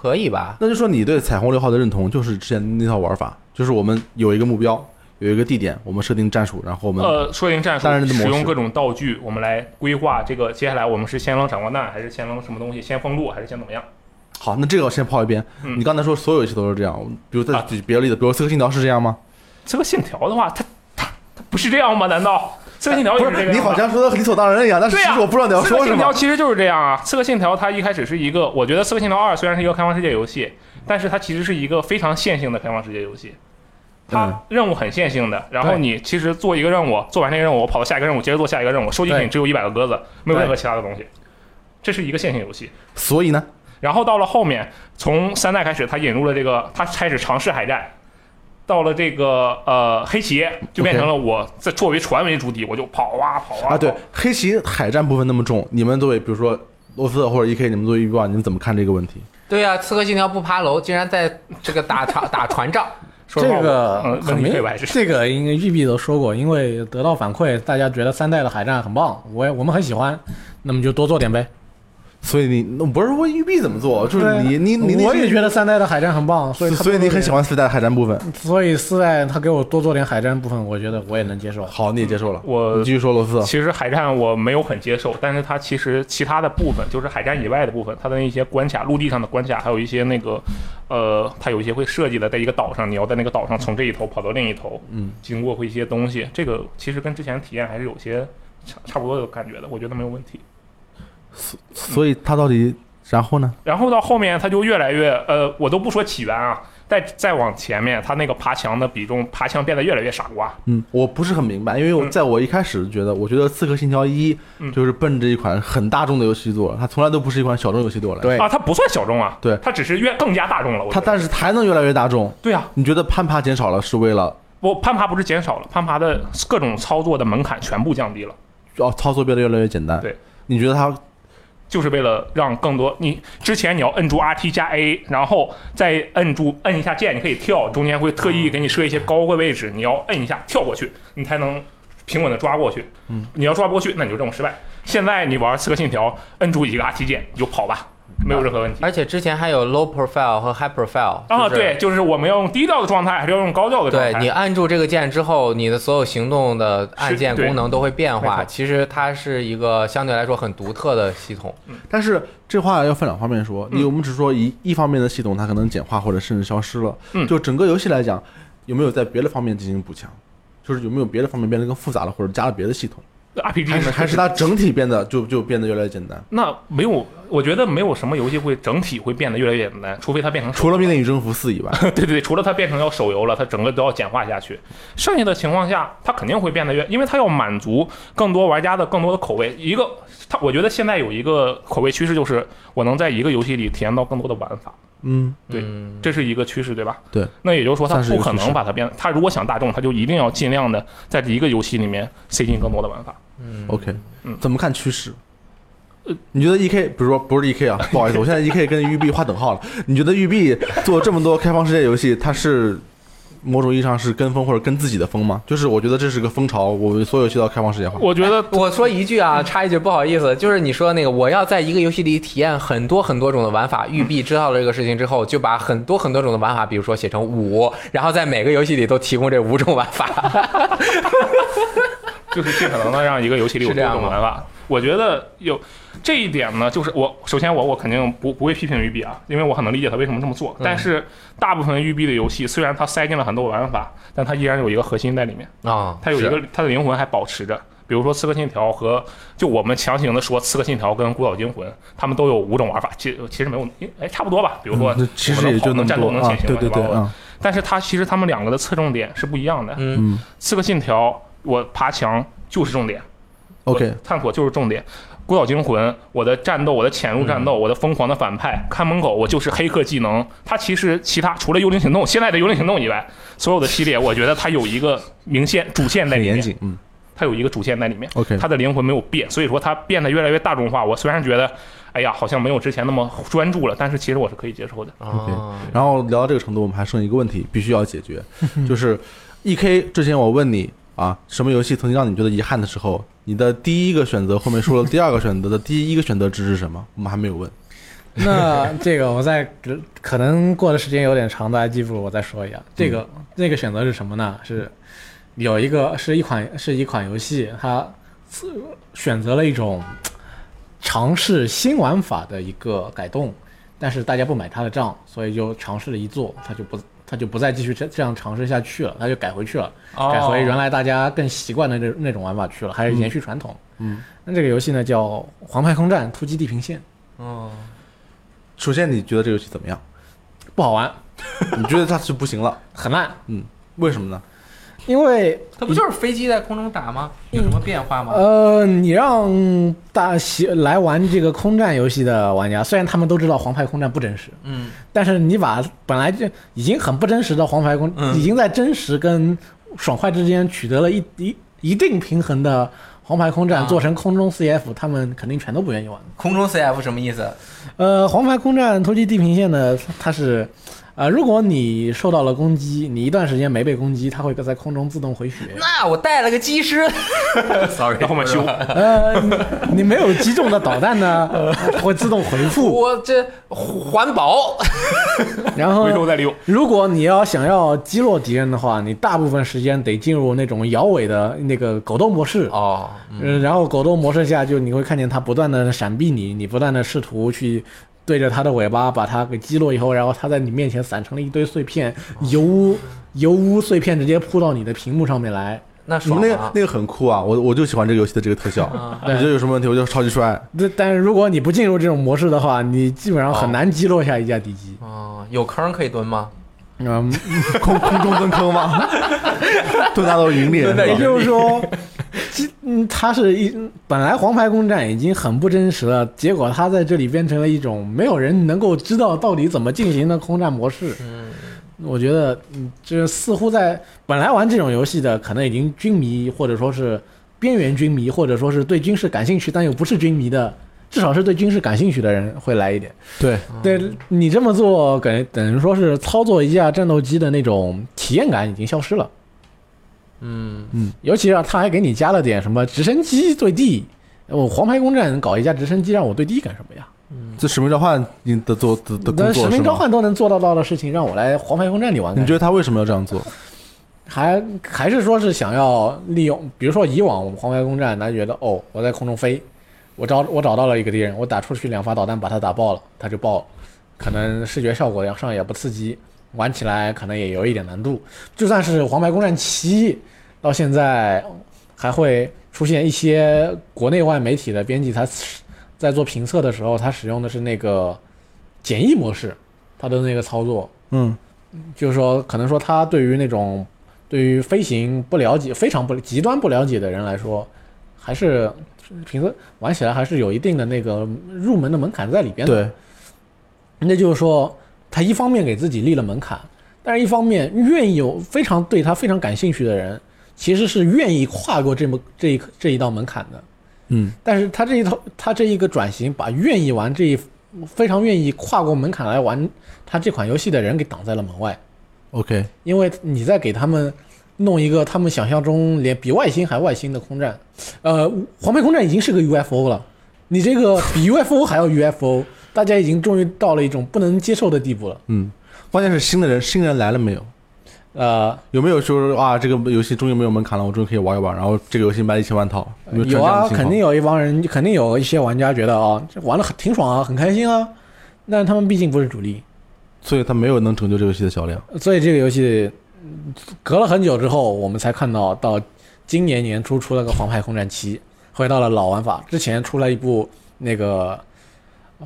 Speaker 2: 可以吧？
Speaker 1: 那就说你对彩虹六号的认同就是之前那套玩法，就是我们有一个目标，有一个地点，我们设定战术，然后我们、
Speaker 3: 呃，说定战术
Speaker 1: 当然，是模式
Speaker 3: 使用各种道具，我们来规划这个接下来我们是先扔闪光弹，还是先扔什么东西，先封路，还是先怎么样？
Speaker 1: 好，那这个先抛一边。
Speaker 3: 嗯
Speaker 1: 你刚才说所有游戏都是这样，比如再
Speaker 3: 啊
Speaker 1: 举别的例子，比如《刺客信条》是这样吗？
Speaker 3: 这个信条的话，它它它不是这样吗？难道刺客信条也
Speaker 1: 不
Speaker 3: 是这个样
Speaker 1: 是，
Speaker 3: 吗？
Speaker 1: 你好像说的理所当然一样，但是
Speaker 3: 对啊
Speaker 1: 其
Speaker 3: 呀、
Speaker 1: 实我不知道你要
Speaker 3: 刺
Speaker 1: 说
Speaker 3: 客
Speaker 1: 什
Speaker 3: 信
Speaker 1: 么
Speaker 3: 条。其实就是这样啊。刺客信条它一开始是一个，我觉得刺客信条二虽然是一个开放世界游戏，但是它其实是一个非常线性的开放世界游戏。
Speaker 1: 嗯
Speaker 3: 它任务很线性的，然后
Speaker 1: 对
Speaker 3: 你其实做一个任务，做完这个任务，我跑到下一个任务，接着做下一个任务，收集
Speaker 1: 对
Speaker 3: 品只有一百个鸽子，没有
Speaker 1: 对
Speaker 3: 任何其他的东西。这是一个线性游戏。
Speaker 1: 所以呢，
Speaker 3: 然后到了后面，从三代开始，他引入了这个，他开始尝试海战。到了这个呃黑旗，就变成了我在作为船为主体，我就跑啊跑啊
Speaker 1: 啊，对
Speaker 3: 跑，
Speaker 1: 黑棋海战部分那么重，你们作为比如说罗斯特或者 E K，你们作为 E B 你们怎么看这个问题？
Speaker 2: 对呀、刺客信条不爬楼，竟然在这个打 *laughs* 船打船仗，
Speaker 3: 说实话
Speaker 4: 这个
Speaker 3: 嗯
Speaker 4: 很
Speaker 3: 问题
Speaker 4: 明
Speaker 3: 退还是
Speaker 4: 这个应该育碧都说过，因为得到反馈，大家觉得三代的海战很棒，我也我们很喜欢，那么就多做点呗。
Speaker 1: 所以你我不是问 E B 怎么做，就是你你你，
Speaker 4: 啊我也觉
Speaker 1: 得，
Speaker 4: 得三代的海战很棒，所以他
Speaker 1: 所以你很喜
Speaker 4: 欢，
Speaker 1: 欢四代的海战部分，
Speaker 4: 所以四代他给我多做点海战部分，我觉得我也能接受。
Speaker 1: 好，你也接受了。
Speaker 3: 我
Speaker 1: 你继续说罗斯特，
Speaker 3: 其实海战我没有很接受，但是它其实其他的部分，就是海战以外的部分，它的那些关卡、陆地上的关卡，还有一些那个，呃，它有一些会设计的，在一个岛上，你要在那个岛上从这一头跑到另一头，
Speaker 1: 嗯，
Speaker 3: 经过会一些东西，这个其实跟之前体验还是有些差差不多的感觉的，我觉得没有问题。
Speaker 1: 所以他到底然后呢？
Speaker 3: 然后到后面它就越来越，呃，我都不说起源啊，再再往前面，它那个爬墙的比重，爬墙变得越来越傻瓜，
Speaker 1: 嗯，我不是很明白，因为我
Speaker 3: 嗯
Speaker 1: 在我一开始觉得，我觉得《刺客信条一》
Speaker 3: 嗯
Speaker 1: 就是奔着一款很大众的游戏做了，它从来都不是一款小众游戏对我来说。
Speaker 4: 对
Speaker 3: 啊，它不算小众啊，
Speaker 1: 哎对
Speaker 3: 它只是越更加大众了，我
Speaker 1: 它
Speaker 3: 觉得。
Speaker 1: 但是还能越来越大众。
Speaker 3: 对啊，
Speaker 1: 你觉得攀爬减少了是为了
Speaker 3: 我攀爬不是减少了，攀爬的各种操作的门槛全部降低了，
Speaker 1: 哦操作变得越来越简单？
Speaker 3: 对，
Speaker 1: 你觉得它
Speaker 3: 就是为了让更多你之前你要摁住 R T 加 A，然后再摁住摁一下键，你可以跳，中间会特意给你设一些高会位置，你要摁一下跳过去，你才能平稳的抓过去。嗯，你要抓不过去，那你就任务失败。现在你玩刺客信条，摁住一个 R T 键你就跑吧，没有任何问题。
Speaker 2: 而且之前还有 low profile 和 high profile
Speaker 1: 嗯
Speaker 3: 啊，
Speaker 2: 就是
Speaker 3: 对，就是我们要用低调的状态，还是要用高调的状态？
Speaker 2: 对你按住这个键之后，你的所有行动的按键
Speaker 3: 是对
Speaker 2: 功能都会变
Speaker 3: 没
Speaker 2: 化。
Speaker 3: 错
Speaker 2: 其实它是一个相对来说很独特的系统。
Speaker 1: 但是这话要分两方面说，
Speaker 3: 嗯
Speaker 1: 你我们只说一一方面的系统它可能简化或者甚至消失了，
Speaker 3: 嗯
Speaker 1: 就整个游戏来讲，有没有在别的方面进行补强？就是有没有别的方面变得更复杂了，或者加了别的系统，
Speaker 3: RPG
Speaker 1: 还是
Speaker 3: 呢
Speaker 1: 还是它整体变得就就变得越来越简单？
Speaker 3: 那没有，我觉得没有什么游戏会整体会变得越来越简单，除非它变成
Speaker 1: 除了《命令与征服四》以外，
Speaker 3: *laughs* 对对对，除了它变成要手游了，它整个都要简化下去。剩下的情况下，它肯定会变得越，因为它要满足更多玩家的更多的口味。一个，它我觉得现在有一个口味趋势就是，我能在一个游戏里体验到更多的玩法，
Speaker 1: *laughs* 嗯，
Speaker 3: 对
Speaker 2: 嗯
Speaker 3: 这是一个趋势，对吧？
Speaker 1: 对。
Speaker 3: 那也就是说，它
Speaker 1: 算是一
Speaker 3: 不
Speaker 1: 个
Speaker 3: 可
Speaker 1: 趋势
Speaker 3: 能把它变，它如果想大众，它就一定要尽量的在一个游戏里面塞进更多的玩法。
Speaker 2: 嗯
Speaker 1: OK，
Speaker 3: 嗯呃
Speaker 1: 怎么看趋势？你觉得 E K，比如说不是 E
Speaker 3: *laughs*
Speaker 1: K 啊，不好意思，我现在 E K 跟育碧划等号了。你觉得育碧做这么多开放世界游戏，它是某种意义上是跟风或者跟自己的风吗？就是我觉得这是个风潮，我们所有游戏都要开放世界化。
Speaker 3: 我觉得
Speaker 2: 我说一句啊，插一句，不好意思，就是你说那个，我要在一个游戏里体验很多很多种的玩法。育碧知道了这个事情之后，就把很多很多种的玩法，比如说写成五，然后在每个游戏里都提供这五种玩法。
Speaker 3: 就是尽可能的让一个游戏里有
Speaker 2: 是这
Speaker 3: 多
Speaker 2: 样
Speaker 3: 种
Speaker 2: 吗
Speaker 3: 玩法。我觉得有这一点呢，就是我首先我我肯定不不会批评育碧啊，因为我很能理解他为什么这么
Speaker 1: 嗯
Speaker 3: 做。但是大部分育碧的游戏虽然它塞进了很多玩法，但它依然有一个核心在里面，
Speaker 2: 啊、
Speaker 3: 它有一
Speaker 2: 是
Speaker 3: 个它的灵魂还保持着。比如说《刺客信条》和就我们强行的说《刺客信条》跟《孤岛惊魂》，他们都有五种玩法，其其实没有，哎，差不多吧。比如说
Speaker 1: 嗯，其实也就那么
Speaker 3: 能战
Speaker 1: 多
Speaker 3: 斗能
Speaker 1: 啊
Speaker 3: 潜，行，
Speaker 1: 对对对，
Speaker 3: 乱七八糟的
Speaker 1: 嗯
Speaker 3: 但是它其实他们两个的侧重点是不一样的。
Speaker 2: 嗯
Speaker 3: 刺客信条》我爬墙就是重点，
Speaker 1: ，OK，
Speaker 3: 我探索就是重点。孤岛惊魂，我的战斗，我的潜入战
Speaker 1: 嗯
Speaker 3: 斗，我的疯狂的反派，看门狗，我就是黑客技能。它其实其他除了幽灵行动，现在的幽灵行动以外，所有的系列，我觉得它有一个明线主线在
Speaker 1: 很
Speaker 3: 里
Speaker 1: 严
Speaker 3: 面，
Speaker 1: 谨，嗯
Speaker 3: 它有一个主线在里面。
Speaker 1: ，OK，
Speaker 3: 它的灵魂没有变，所以说它变得越来越大众化。我虽然觉得，哎呀，好像没有之前那么专注了，但是其实我是可以接受的。
Speaker 1: OK
Speaker 4: 哦
Speaker 2: 啊，
Speaker 1: 然后聊到这个程度，我们还剩一个问题必须要解
Speaker 4: *laughs*
Speaker 1: 决，就是 E K 之前我问你啊，什么游戏曾经让你觉得遗憾的时候，你的第一个选择后面说了第二个选择的第一个选择值是什么？我们还没有问。
Speaker 4: *laughs* 那这个我再可能过的时间有点长，大家记不住，我再说一
Speaker 1: 嗯
Speaker 4: 下。这个那个选择是什么呢？是有一个是一款是一款游戏，它自选择了一种尝试新玩法的一个改动，但是大家不买它的账，所以就尝试了一做，它就不它就不再继续这这样尝试下去了，它就改回去了，
Speaker 3: 哦
Speaker 4: 改回原来大家更习惯的那那种玩法去了，还是延续传统。
Speaker 1: 嗯，
Speaker 4: 那这个游戏呢叫《黄牌空战：突击地平线》，
Speaker 2: 哦，
Speaker 1: 首先，你觉得这个游戏怎么样？
Speaker 4: 不好玩，
Speaker 1: 你觉得它是不行了？
Speaker 4: 很烂。
Speaker 1: 嗯，为什么呢？
Speaker 4: 因为
Speaker 2: 它不就是飞机在空中打吗？有什么变化吗？
Speaker 4: 呃，你让大喜来玩这个空战游戏的玩家，虽然他们都知道黄牌空战不真实，
Speaker 2: 嗯，
Speaker 4: 但是你把本来就已经很不真实的黄牌空，
Speaker 2: 嗯
Speaker 4: 已经在真实跟爽快之间取得了一一一定平衡的黄牌空战，
Speaker 2: 啊
Speaker 4: 做成空中 CF，他们肯定全都不愿意玩。
Speaker 2: 空中 CF 什么意思？
Speaker 4: 呃，黄牌空战突击地平线呢，它是，呃，如果你受到了攻击，你一段时间没被攻击，它会在空中自动回血。
Speaker 2: 那我带了个机师，sorry，
Speaker 3: 到后面修，
Speaker 1: 嗯
Speaker 4: *laughs* 呃，你你没有击中的导弹呢，会自动回复。
Speaker 2: 我这环保，
Speaker 4: 然后
Speaker 3: 回，收再利用。
Speaker 4: 如果你要想要击落敌人的话，你大部分时间得进入那种摇尾的那个狗斗模式。
Speaker 2: 哦，
Speaker 4: 嗯，然后狗斗模式下，就你会看见它不断的闪避你，你不断的试图去对着它的尾巴把它给击落以后，然后它在你面前散成了一堆碎片，油污油污碎片直接扑到你的屏幕上面来。
Speaker 2: 那
Speaker 1: 你
Speaker 2: 爽
Speaker 1: 们那个
Speaker 2: 啊
Speaker 1: 那个很酷啊，我我就喜欢这个游戏的这个特效。
Speaker 4: 啊
Speaker 1: 你觉得有什么问题？我就超级帅。
Speaker 4: 但但是如果你不进入这种模式的话，你基本上很难击落下一架敌机。
Speaker 2: 哦，有坑可以蹲吗？
Speaker 4: 嗯，
Speaker 1: 空空中蹲坑吗？ *laughs* 蹲大到云里是吧
Speaker 4: 也就是说，其嗯，它是一本来黄牌攻占已经很不真实了，结果它在这里变成了一种没有人能够知道到底怎么进行的空战模式。
Speaker 2: 嗯，
Speaker 4: 我觉得，嗯，这似乎在本来玩这种游戏的，可能已经军迷或者说是边缘军迷，或者说是对军事感兴趣但又不是军迷的。至少是对军事感兴趣的人会来一点。
Speaker 1: 对，
Speaker 4: 对你这么做，感觉等于说是操作一架战斗机的那种体验感已经消失了。
Speaker 2: 嗯，
Speaker 4: 尤其啊，他还给你加了点什么直升机对地，我黄牌攻占搞一架直升机让我对地干什么呀？
Speaker 1: 这使命召唤你的做的的
Speaker 4: 那
Speaker 1: 工
Speaker 4: 使
Speaker 1: 作是
Speaker 4: 命召
Speaker 1: 吗？
Speaker 4: 唤都能做到到的事情，让我来黄牌攻占里玩干什么？
Speaker 1: 你觉得他为什么要这样做？
Speaker 4: 还还是说是想要利用，比如说以往我们黄牌攻占，大家觉得哦，我在空中飞，我找我找到了一个敌人，我打出去两发导弹把他打爆了，他就爆了，可能视觉效果上也不刺激，玩起来可能也有一点难度。就算是黄牌攻占七，到现在还会出现一些国内外媒体的编辑，他使在做评测的时候，他使用的是那个简易模式，他的那个操作，
Speaker 1: 嗯，
Speaker 4: 就是说，可能说他对于那种对于飞行不了解、非常不极端不了解的人来说，还是平时玩起来还是有一定的那个入门的门槛在里边的。
Speaker 1: 对，
Speaker 4: 那就是说，他一方面给自己立了门槛，但是一方面愿意有非常对他非常感兴趣的人，其实是愿意跨过这么这一这一道门槛的。
Speaker 1: 嗯，
Speaker 4: 但是他这一套，他这一个转型，把愿意玩这一非常愿意跨过门槛来玩他这款游戏的人给挡在了门外，
Speaker 1: OK，
Speaker 4: 因为你在给他们弄一个他们想象中连比外星还外星的空战，呃，黄牌空战已经是个 UFO 了，你这个比 UFO 还要 UFO，大家已经终于到了一种不能接受的地步了。
Speaker 1: 嗯，关键是新的人，新人来了没有？
Speaker 4: 呃，
Speaker 1: 有没有说啊，这个游戏终于没有门槛了，我终于可以玩一玩，然后这个游戏卖了一千万套？有没有
Speaker 4: 有啊，肯定
Speaker 1: 有。
Speaker 4: 有一帮人，肯定有一些玩家觉得啊、这玩的很挺爽啊，很开心啊，但他们毕竟不是主力，
Speaker 1: 所以他没有能拯救这个游戏的销量。
Speaker 4: 所以这个游戏嗯隔了很久之后，我们才看到到今年年初出了个《黄牌空战七》，回到了老玩法。之前出了一部那个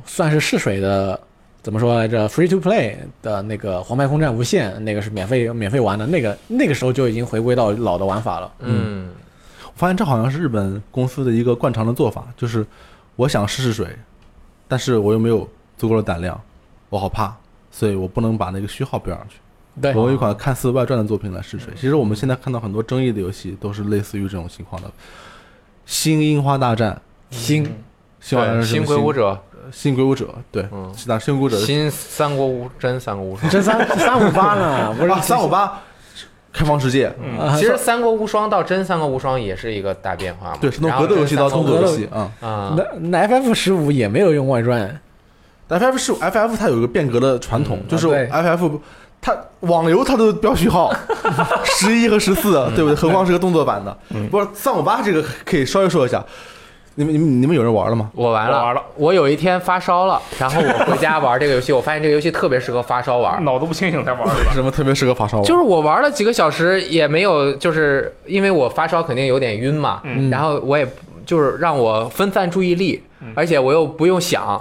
Speaker 4: 算是试水的，怎么说来着？Free to play 的那个《黄牌空战无限》，那个是免费免费玩的，那个那个时候就已经回归到老的玩法了。
Speaker 2: 嗯
Speaker 1: 我发现这好像是日本公司的一个惯常的做法，就是我想试试水，但是我又没有足够的胆量，我好怕，所以我不能把那个虚号标上去。
Speaker 4: 对，嗯
Speaker 1: 我用一款看似外传的作品来试水。其实我们现在看到很多争议的游戏都是类似于这种情况的，《新樱花大战》
Speaker 4: 新
Speaker 1: 新花大战
Speaker 2: 对
Speaker 1: 是什
Speaker 2: 新
Speaker 1: 么
Speaker 2: 鬼舞，者，
Speaker 1: 新鬼舞者，对，
Speaker 2: 嗯
Speaker 1: 是哪？新鬼舞者是
Speaker 2: 新三国无真三国无双。
Speaker 4: 这三三五八呢，不是
Speaker 1: 啊，三五八，开放世界，嗯
Speaker 4: 啊
Speaker 2: 其实三国无双到真三国无双也是一个大变化嘛。
Speaker 1: 对，是从
Speaker 2: 然后
Speaker 1: 格斗游戏到
Speaker 2: 真三
Speaker 1: 动作
Speaker 2: 国无
Speaker 1: 游
Speaker 2: 双
Speaker 1: 戏啊。
Speaker 2: 啊，
Speaker 4: 那那 FF 十五也没有用外传，
Speaker 1: 但 FF 是 FF 它有一个变革的传
Speaker 2: 嗯
Speaker 1: 统，就是
Speaker 2: 啊
Speaker 4: 对
Speaker 1: FF 它网游它都标序
Speaker 2: *laughs*
Speaker 1: 号十一和十四，
Speaker 2: 嗯
Speaker 1: 对不对？何况是个动作版的。不是三五八这个可以稍微说一下，你们你们你们有人玩了吗？
Speaker 2: 我玩了，
Speaker 3: 我玩了。
Speaker 2: 我有一天发烧了，然后我回家玩这个游戏，我发现这个游戏特别适合发烧
Speaker 1: 嗯
Speaker 2: 玩。
Speaker 3: 脑子不清醒才玩儿是吧？
Speaker 1: 什么特别适合发烧玩？
Speaker 2: 就是我玩了几个小时也没有，就是因为我发烧肯定有点晕嘛，
Speaker 3: 嗯
Speaker 2: 然后我也就是让我分散注意力，而且我又不用想，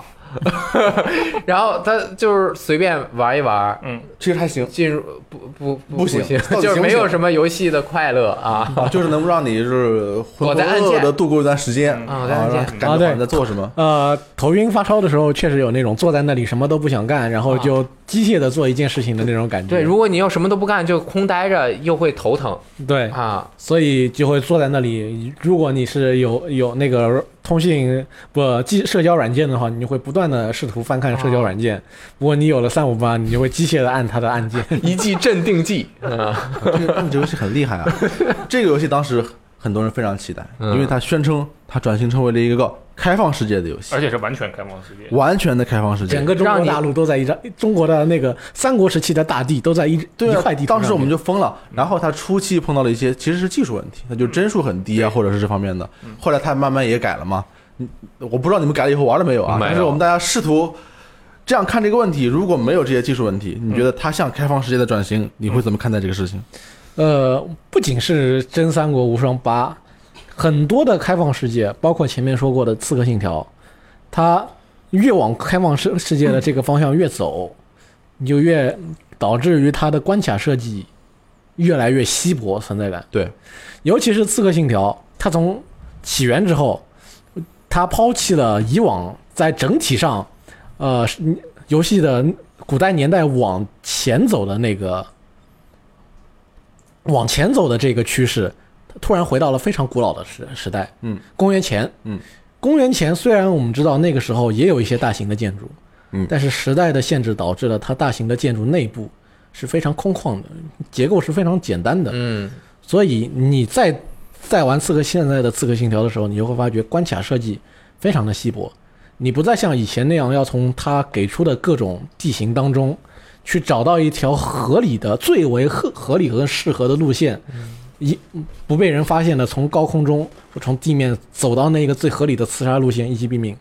Speaker 2: *laughs* 然后他就是随便玩一玩，
Speaker 3: 嗯，
Speaker 1: 其实还
Speaker 2: *laughs*
Speaker 1: 行
Speaker 2: 进入不不不
Speaker 1: 不行到底行
Speaker 2: 就是
Speaker 1: 不
Speaker 2: 没有
Speaker 1: 行
Speaker 2: 什么游戏的快乐啊。
Speaker 1: 啊，就是能让你就是浑
Speaker 2: 我
Speaker 1: 浑
Speaker 2: 在按
Speaker 1: 噩噩
Speaker 2: 键
Speaker 1: 的度过一段时间
Speaker 2: 啊
Speaker 1: 啊，
Speaker 2: 我在按键
Speaker 1: 让感觉好像在做什么。
Speaker 4: 呃，头晕发烧的时候，确实有那种坐在那里什么都不想干，然后就
Speaker 1: 啊
Speaker 4: 机械的做一件事情的那种感觉。
Speaker 2: 对，如果你又什么都不干，就空待着，又会头疼
Speaker 4: 对，
Speaker 2: 啊。
Speaker 4: 所以就会坐在那里。如果你是有有那个通信不机社交软件的话，你就会不断的试图翻看社交软件。
Speaker 1: 啊
Speaker 4: 不过你有了三五八，你就会机械的按它的按键。
Speaker 2: *laughs* 一剂镇定剂，啊，
Speaker 1: 这个这个游戏很厉害
Speaker 4: *laughs*
Speaker 1: 啊！这个游戏当时很多人非常期待，
Speaker 2: 嗯
Speaker 1: 因为它宣称它转型成为了一个开放世界的游戏
Speaker 3: 而，且是完全开放世
Speaker 2: 嗯
Speaker 3: 界。
Speaker 1: 完全的开放世界。
Speaker 4: 整个中国大陆都在一张中国的那个三国时期的大地都在一
Speaker 1: 对
Speaker 4: 一
Speaker 1: 啊
Speaker 4: 块地图上
Speaker 1: 当
Speaker 4: 面。
Speaker 1: 时我们就疯了。然后它初期碰到了一些其实是技术问题，那就帧数很低啊，或者是这方面的。
Speaker 4: 嗯
Speaker 1: 后来它慢慢也改了嘛。嗯我不知道你们改了以后玩了没有啊？
Speaker 2: 没有
Speaker 1: 但是我们大家试图这样看这个问题，如果没有这些技术问题，
Speaker 4: 嗯
Speaker 1: 你觉得它向开放世界的转型，你会怎么看待这个事情？
Speaker 4: 呃，不仅是《真三国无双八》，很多的开放世界，包括前面说过的《刺客信条》，它越往开放世世界的这个方向越走，你就越导致于它的关卡设计越来越稀薄存在感。
Speaker 1: 对，
Speaker 4: 尤其是《刺客信条》，它从起源之后，它抛弃了以往在整体上，呃，是游戏的古代年代往前走的那个往前走的这个趋势，它突然回到了非常古老的时时代。
Speaker 1: 嗯，
Speaker 4: 公元前。
Speaker 1: 嗯，
Speaker 4: 公元前虽然我们知道那个时候也有一些大型的建筑，
Speaker 1: 嗯
Speaker 4: 但是时代的限制导致了它大型的建筑内部是非常空旷的，结构是非常简单的。
Speaker 2: 嗯，
Speaker 4: 所以你在在玩刺客现在的刺客信条的时候，你就会发觉关卡设计非常的稀薄，你不再像以前那样要从它给出的各种地形当中去找到一条合理的、最为合合理和适合的路线，一不被人发现的从高空中从地面走到那个最合理的刺杀路线一击毙命。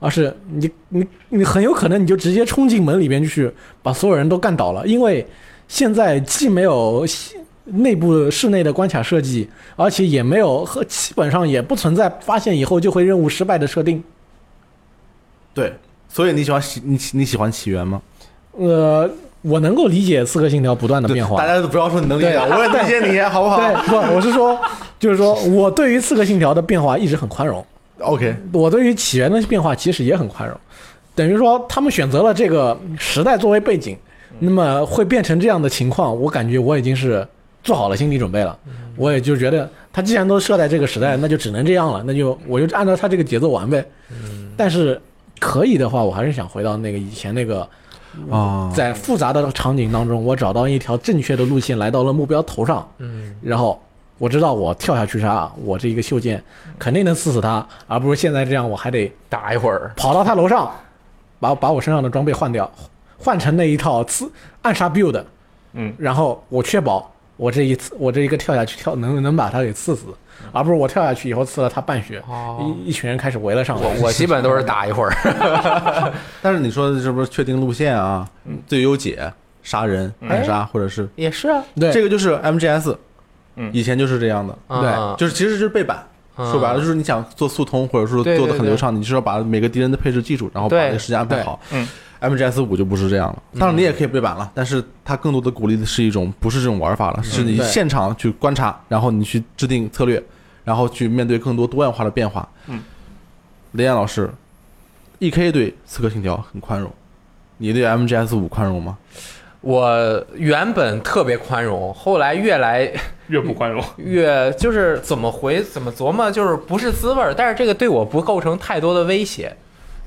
Speaker 4: 而是你你你很有可能你就直接冲进门里边去，把所有人都干倒了，因为现在既没有内部室内的关卡设计，而且也没有和基本上也不存在发现以后就会任务失败的设定。
Speaker 1: 对，所以你喜欢喜你喜你喜欢起源吗？
Speaker 4: 呃，我能够理解《刺客信条》不断的
Speaker 1: 对
Speaker 4: 变化，
Speaker 1: 大家都不要说你能理解，
Speaker 4: 对
Speaker 1: 我也理解你，好不好
Speaker 4: 对不，我是说，就是说我对于《刺客信条》的变化一直很宽容，
Speaker 1: ？OK，
Speaker 4: 我对于起源的变化其实也很宽容，等于说他们选择了这个时代作为背景，那么会变成这样的情况，我感觉我已经是做好了心理准备了。我也就觉得他既然都设在这个时代，那就只能这样了，那就我就按照他这个节奏玩呗。但是可以的话，我还是想回到那个以前那个，
Speaker 1: 啊，
Speaker 4: 在复杂的场景当中，我找到一条正确的路线，来到了目标头上，
Speaker 2: 嗯，
Speaker 4: 然后我知道我跳下去杀，我这一个袖箭肯定能刺死他，而不是现在这样，我还得
Speaker 2: 打一会儿，
Speaker 4: 跑到他楼上，把把我身上的装备换掉，换成那一套刺暗杀 build，
Speaker 3: 嗯，
Speaker 4: 然后我确保我这一次我这一个跳下去跳能能把他给刺死，而不是我跳下去以后刺了他半血，
Speaker 2: 哦
Speaker 4: 一一群人开始围了上来。
Speaker 2: 我我基本都是打一会儿，
Speaker 1: 但是你说的是不是确定路线啊？最优解杀人、暗杀，或者是
Speaker 2: 也是啊，
Speaker 4: 哎对
Speaker 1: 这个就是 MGS，
Speaker 3: 嗯
Speaker 1: 以前就是这样的，
Speaker 2: 嗯
Speaker 1: 就是其实就是背板。
Speaker 2: 嗯
Speaker 1: 说白了就是你想做速通，或者说
Speaker 2: 对对
Speaker 1: 做的很流畅，你就是要把每个敌人的配置记住，然后把
Speaker 2: 对
Speaker 1: 那个时间安排好。
Speaker 3: 对嗯
Speaker 1: MGS 五就不是这样了，当然你也可以背板了，但是它更多的鼓励的是一种不是这种玩法了，是你
Speaker 4: 对
Speaker 1: 现场去观察，然后你去制定策略，然后去面对更多多样化的变化。
Speaker 3: 嗯，
Speaker 1: 雷燕老师，E.K 对《刺客信条》很宽容，你对 MGS 五宽容吗？
Speaker 2: 我原本特别宽容，后来越来 *laughs*
Speaker 3: 越不宽容。
Speaker 2: 嗯越就是怎么回怎么琢磨，就是不是滋味儿。但是这个对我不构成太多的威胁，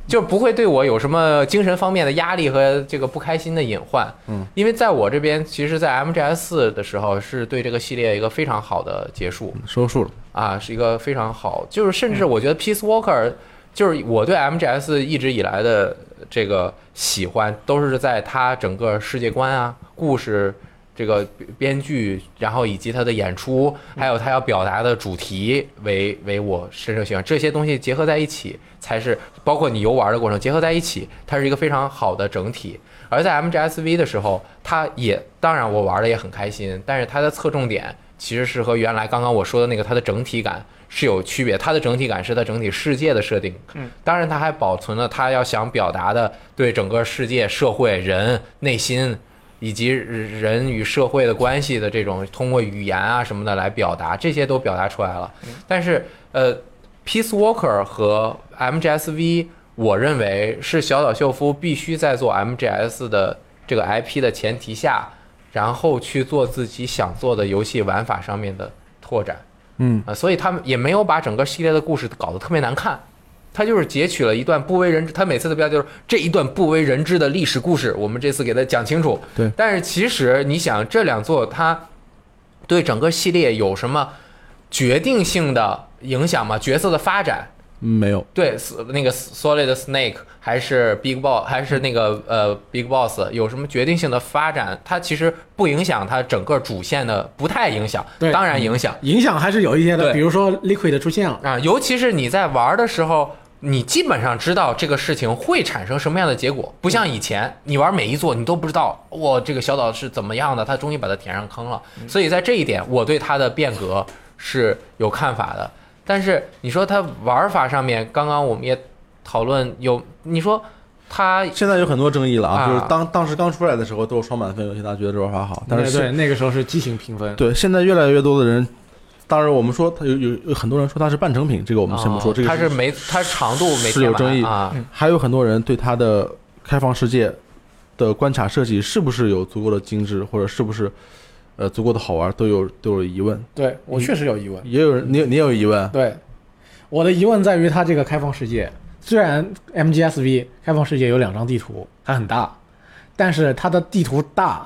Speaker 2: 就不会对我有什么精神方面的压力和这个不开心的隐患。
Speaker 1: 嗯，
Speaker 2: 因为在我这边，其实，在 MGS 四的时候是对这个系列一个非常好的结束
Speaker 1: 收束了，
Speaker 2: 啊，是一个非常好，就是甚至我觉得 Peace Walker 就是我对 MGS 一直以来的这个喜欢，都是在它整个世界观啊、故事。这个编剧，然后以及他的演出，还有他要表达的主题为为我深受喜欢，这些东西结合在一起，才是包括你游玩的过程结合在一起，它是一个非常好的整体。而在 MGSV 的时候，它也当然我玩的也很开心，但是它的侧重点其实是和原来刚刚我说的那个它的整体感是有区别，它的整体感是它整体世界的设定，当然，他还保存了他要想表达的对整个世界、社会、人内心以及人与社会的关系的这种通过语言啊什么的来表达，这些都表达出来了。但是，呃，Peace Walker 和 MGSV，我认为是小岛秀夫必须在做 MGS 的这个 IP 的前提下，然后去做自己想做的游戏玩法上面的拓展。
Speaker 1: 嗯，
Speaker 2: 啊，所以他们也没有把整个系列的故事搞得特别难看，他就是截取了一段不为人知，他每次的标题就是这一段不为人知的历史故事，我们这次给他讲清楚。
Speaker 1: 对
Speaker 2: 但是其实你想，这两座它对整个系列有什么决定性的影响吗？角色的发展，
Speaker 1: 没有，
Speaker 2: 对，死那个 Solid Snake 还是 Big Boss 还是那个呃 Big Boss 有什么决定性的发展？它其实不影响它整个主线的，不太影响，
Speaker 4: 对
Speaker 2: 当然影响。
Speaker 4: 影响还是有一些的，
Speaker 2: 对
Speaker 4: 比如说 Liquid 的出现了，
Speaker 2: 啊，尤其是你在玩的时候，你基本上知道这个事情会产生什么样的结果，不像以前你玩每一座你都不知道，哇，这个小岛是怎么样的，他终于把它填上坑了。所以在这一点，我对它的变革是有看法的。但是你说它玩法上面，刚刚我们也讨论有，你说它
Speaker 1: 现在有很多争议了啊，
Speaker 2: 啊
Speaker 1: 就是当当时刚出来的时候都是双满分，有些大家觉得这玩法好，但是现
Speaker 4: 对对那个时候是激情评
Speaker 2: 嗯
Speaker 4: 分，
Speaker 1: 对，现在越来越多的人，当然我们说它有有有很多人说它是半成品，这个我
Speaker 2: 我
Speaker 1: 们先不说，这个
Speaker 2: 它哦是没它长度没
Speaker 1: 是有
Speaker 2: 填满
Speaker 1: 争议
Speaker 2: 啊，
Speaker 1: 还有很多人对它的开放世界的观察设计是不是有足够的精致，或者是不是呃足够的好玩，都有都有疑问。
Speaker 4: 对我确实有疑问。
Speaker 1: 也有人，你也你也有疑问，
Speaker 4: 对，我的疑问在于它这个开放世界，虽然 MGSV 开放世界有两张地图，它很大，但是它的地图大，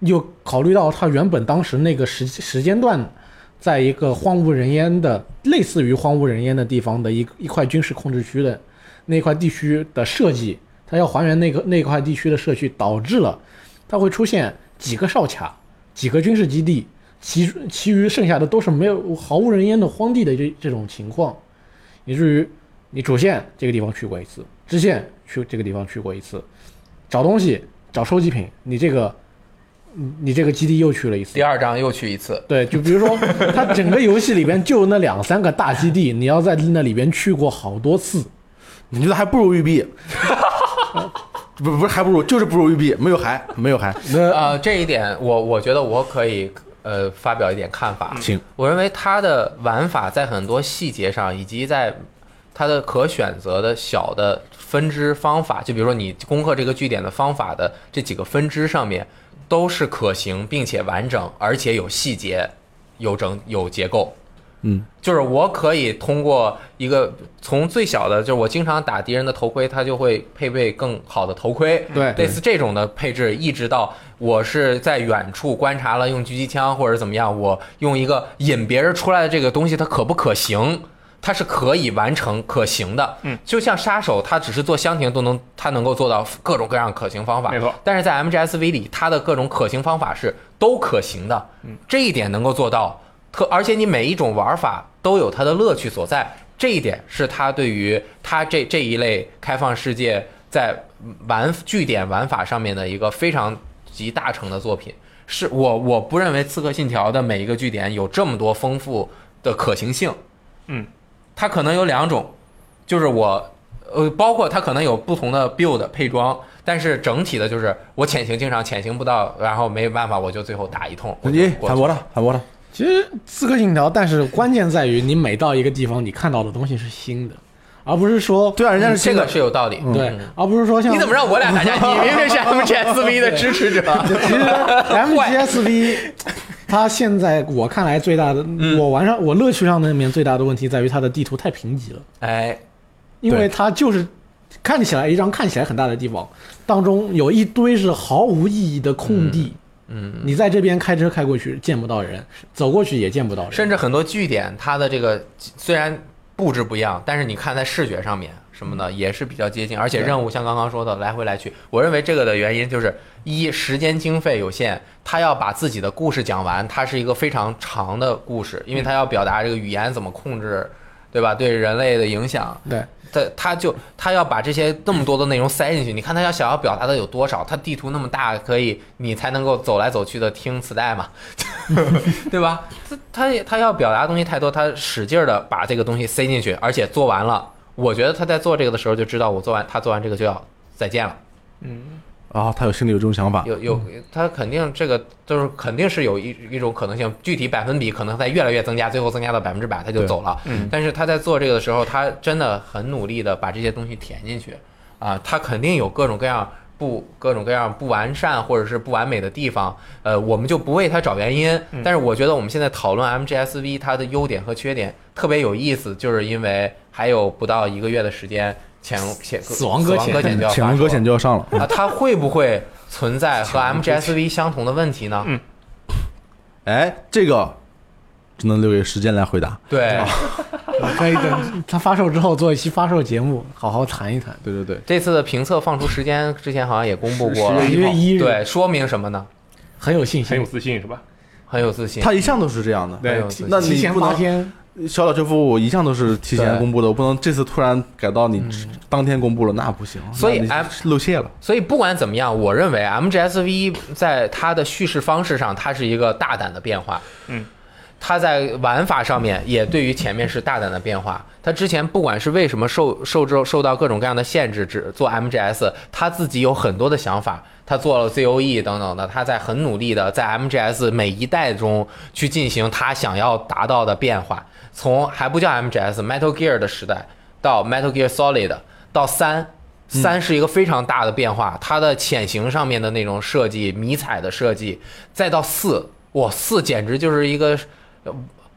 Speaker 4: 又考虑到它原本当时那个时时间段，在一个荒无人烟的类似于荒无人烟的地方的一一块军事控制区的那块地区的设计，它要还原那个那块地区的社区，导致了它会出现几个哨卡、几个军事基地，其其余剩下的都是没有毫无人烟的荒地的这这种情况，以至于你主线这个地方去过一次，支线去这个地方去过一次，找东西找收集品，你这个你你这个基地又去了一次
Speaker 2: 第。二章又去一次，
Speaker 4: 对，就比如说，它整个游戏里边就那两三个大基地，你要在那里边去过好多次，
Speaker 1: 你觉得还不如育碧， *laughs* 不不是还不如，就是不如育碧，没有还没有还，
Speaker 4: 那
Speaker 2: 呃，这一点我我觉得我可以呃发表一点看法。
Speaker 1: 嗯请
Speaker 2: 我认为它的玩法在很多细节上，以及在它的可选择的小的分支方法，就比如说你攻克这个据点的方法的这几个分支上面，都是可行并且完整，而且有细节有整有结构，
Speaker 1: 嗯，
Speaker 2: 就是我可以通过一个从最小的，就是我经常打敌人的头盔，它就会配备更好的头盔，
Speaker 4: 对
Speaker 2: 类似这种的配置，一直到我是在远处观察了，用狙击枪或者怎么样，我用一个引别人出来的这个东西，它可不可行？它是可以完成可行的，
Speaker 3: 嗯，
Speaker 2: 就像杀手，他只是做箱庭都能，他能够做到各种各样可行方法，
Speaker 3: 没错
Speaker 2: 但是在 MGSV 里，它的各种可行方法是都可行的，这一点能够做到。特而且你每一种玩法都有它的乐趣所在，这一点是它对于它这这一类开放世界在玩据点玩法上面的一个非常集大成的作品。是我我不认为《刺客信条》的每一个据点有这么多丰富的可行性。
Speaker 3: 嗯，
Speaker 2: 它可能有两种，就是我呃，包括它可能有不同的 build 配装，但是整体的就是我潜行经常潜行不到，然后没办法我就最后打一通。我
Speaker 1: 攻
Speaker 2: 就
Speaker 1: 击
Speaker 2: 过去
Speaker 1: 反驳他，反驳他，
Speaker 4: 其实《刺客信条》，但是关键在于你每到一个地方，你看到的东西是新的，而不是说
Speaker 1: 对啊，人家
Speaker 2: 嗯
Speaker 1: 是
Speaker 2: 这
Speaker 1: 新
Speaker 2: 个
Speaker 1: 的，
Speaker 2: 是有道理。
Speaker 4: 对
Speaker 2: 嗯，
Speaker 4: 而不是说像
Speaker 2: 你怎么让我俩打架？你明明是 MGSV 的支持者。
Speaker 4: 其实 *laughs* MGSV 它现在我看来最大的，
Speaker 2: 嗯
Speaker 4: 我玩上我乐趣上那面最大的问题在于它的地图太贫瘠了，
Speaker 2: *laughs* 哎，
Speaker 4: 因为
Speaker 1: 对
Speaker 4: 它就是看起来一张看起来很大的地方，当中有一堆是毫无意义的空地。
Speaker 2: 嗯，
Speaker 4: 你在这边开车开过去见不到人，走过去也见不到人，
Speaker 2: 甚至很多据点，它的这个虽然布置不一样，但是你看在视觉上面什么的也是比较接近，而且任务像刚刚说的来回来去，我认为这个的原因就是一时间经费有限，他要把自己的故事讲完，它是一个非常长的故事，因为他要表达这个语言怎么控制，对吧？对人类的影响，
Speaker 4: 对，
Speaker 2: 他他就他要把这些那么多的内容塞进去，你看他要想要表达的有多少？他地图那么大，可以你才能够走来走去的听磁带嘛， *laughs* 对吧？他他也他要表达的东西太多，他使劲的把这个东西塞进去，而且做完了，我觉得他在做这个的时候就知道，我做完他做完这个就要再见了。
Speaker 1: 啊，他有心里有这种想法，
Speaker 2: 有有，
Speaker 4: 嗯
Speaker 2: 他肯定这个就是肯定是有一一种可能性，具体百分比可能在越来越增加，最后增加到百分之百他就走了。嗯，但是他在做这个的时候，他真的很努力的把这些东西填进去啊，他肯定有各种各样不各种各样不完善或者是不完美的地方，呃，我们就不为他找原因。
Speaker 4: 嗯
Speaker 2: 但是我觉得我们现在讨论 MGSV 它的优点和缺点特别有意思，就是因为还有不到一个月的时间。潜潜
Speaker 4: *laughs* 死亡搁浅
Speaker 2: 就要
Speaker 1: 潜
Speaker 2: 发
Speaker 1: 龙
Speaker 2: 售
Speaker 1: 搁
Speaker 2: 了
Speaker 1: 浅就要上了，
Speaker 2: *laughs* 啊，它会不会存在和 MGSV 相同的问题呢？
Speaker 1: 哎，这个只能留给时间来回答。
Speaker 2: 对，
Speaker 4: *laughs* 可以
Speaker 1: *laughs*
Speaker 4: 等它发售之后做一期发售节目，好好谈一谈。
Speaker 1: 对对对，
Speaker 2: 这次的评测放出时间之前好像也公布过了
Speaker 3: 十，
Speaker 4: 一月一日，
Speaker 2: 哦对，说明什么呢？
Speaker 4: 很有信
Speaker 3: 很有
Speaker 4: 心。
Speaker 3: 自信是吧？
Speaker 2: 很有自信，
Speaker 1: 他一向都是这样的。
Speaker 2: 很
Speaker 3: 对
Speaker 2: 有自信
Speaker 1: 那
Speaker 4: 提
Speaker 1: 你
Speaker 4: 前
Speaker 1: 不
Speaker 4: 八
Speaker 1: 能
Speaker 4: 天，
Speaker 1: 小岛秀夫我一向都是提前
Speaker 2: 对嗯
Speaker 1: 公布的，我不能这次突然改到你当天公布了，那不行，
Speaker 2: 所以
Speaker 1: 那你
Speaker 2: M-
Speaker 1: 露馅了。
Speaker 2: 所以不管怎么样，我认为 MGSV 在它的叙事方式上，它是一个大胆的变化。
Speaker 3: 嗯，
Speaker 2: 它在玩法上面也对于前面是大胆的变化。它之前不管是为什么受受受受到各种各样的限制，只做 MGS，它自己有很多的想法。他做了 ZOE 等等的，他在很努力的在 MGS 每一代中去进行他想要达到的变化，从还不叫 MGS，Metal Gear 的时代到 Metal Gear Solid 到三，三是一个非常大的变化，它的潜行上面的那种设计、迷彩的设计，再到四，哇，四简直就是一个呃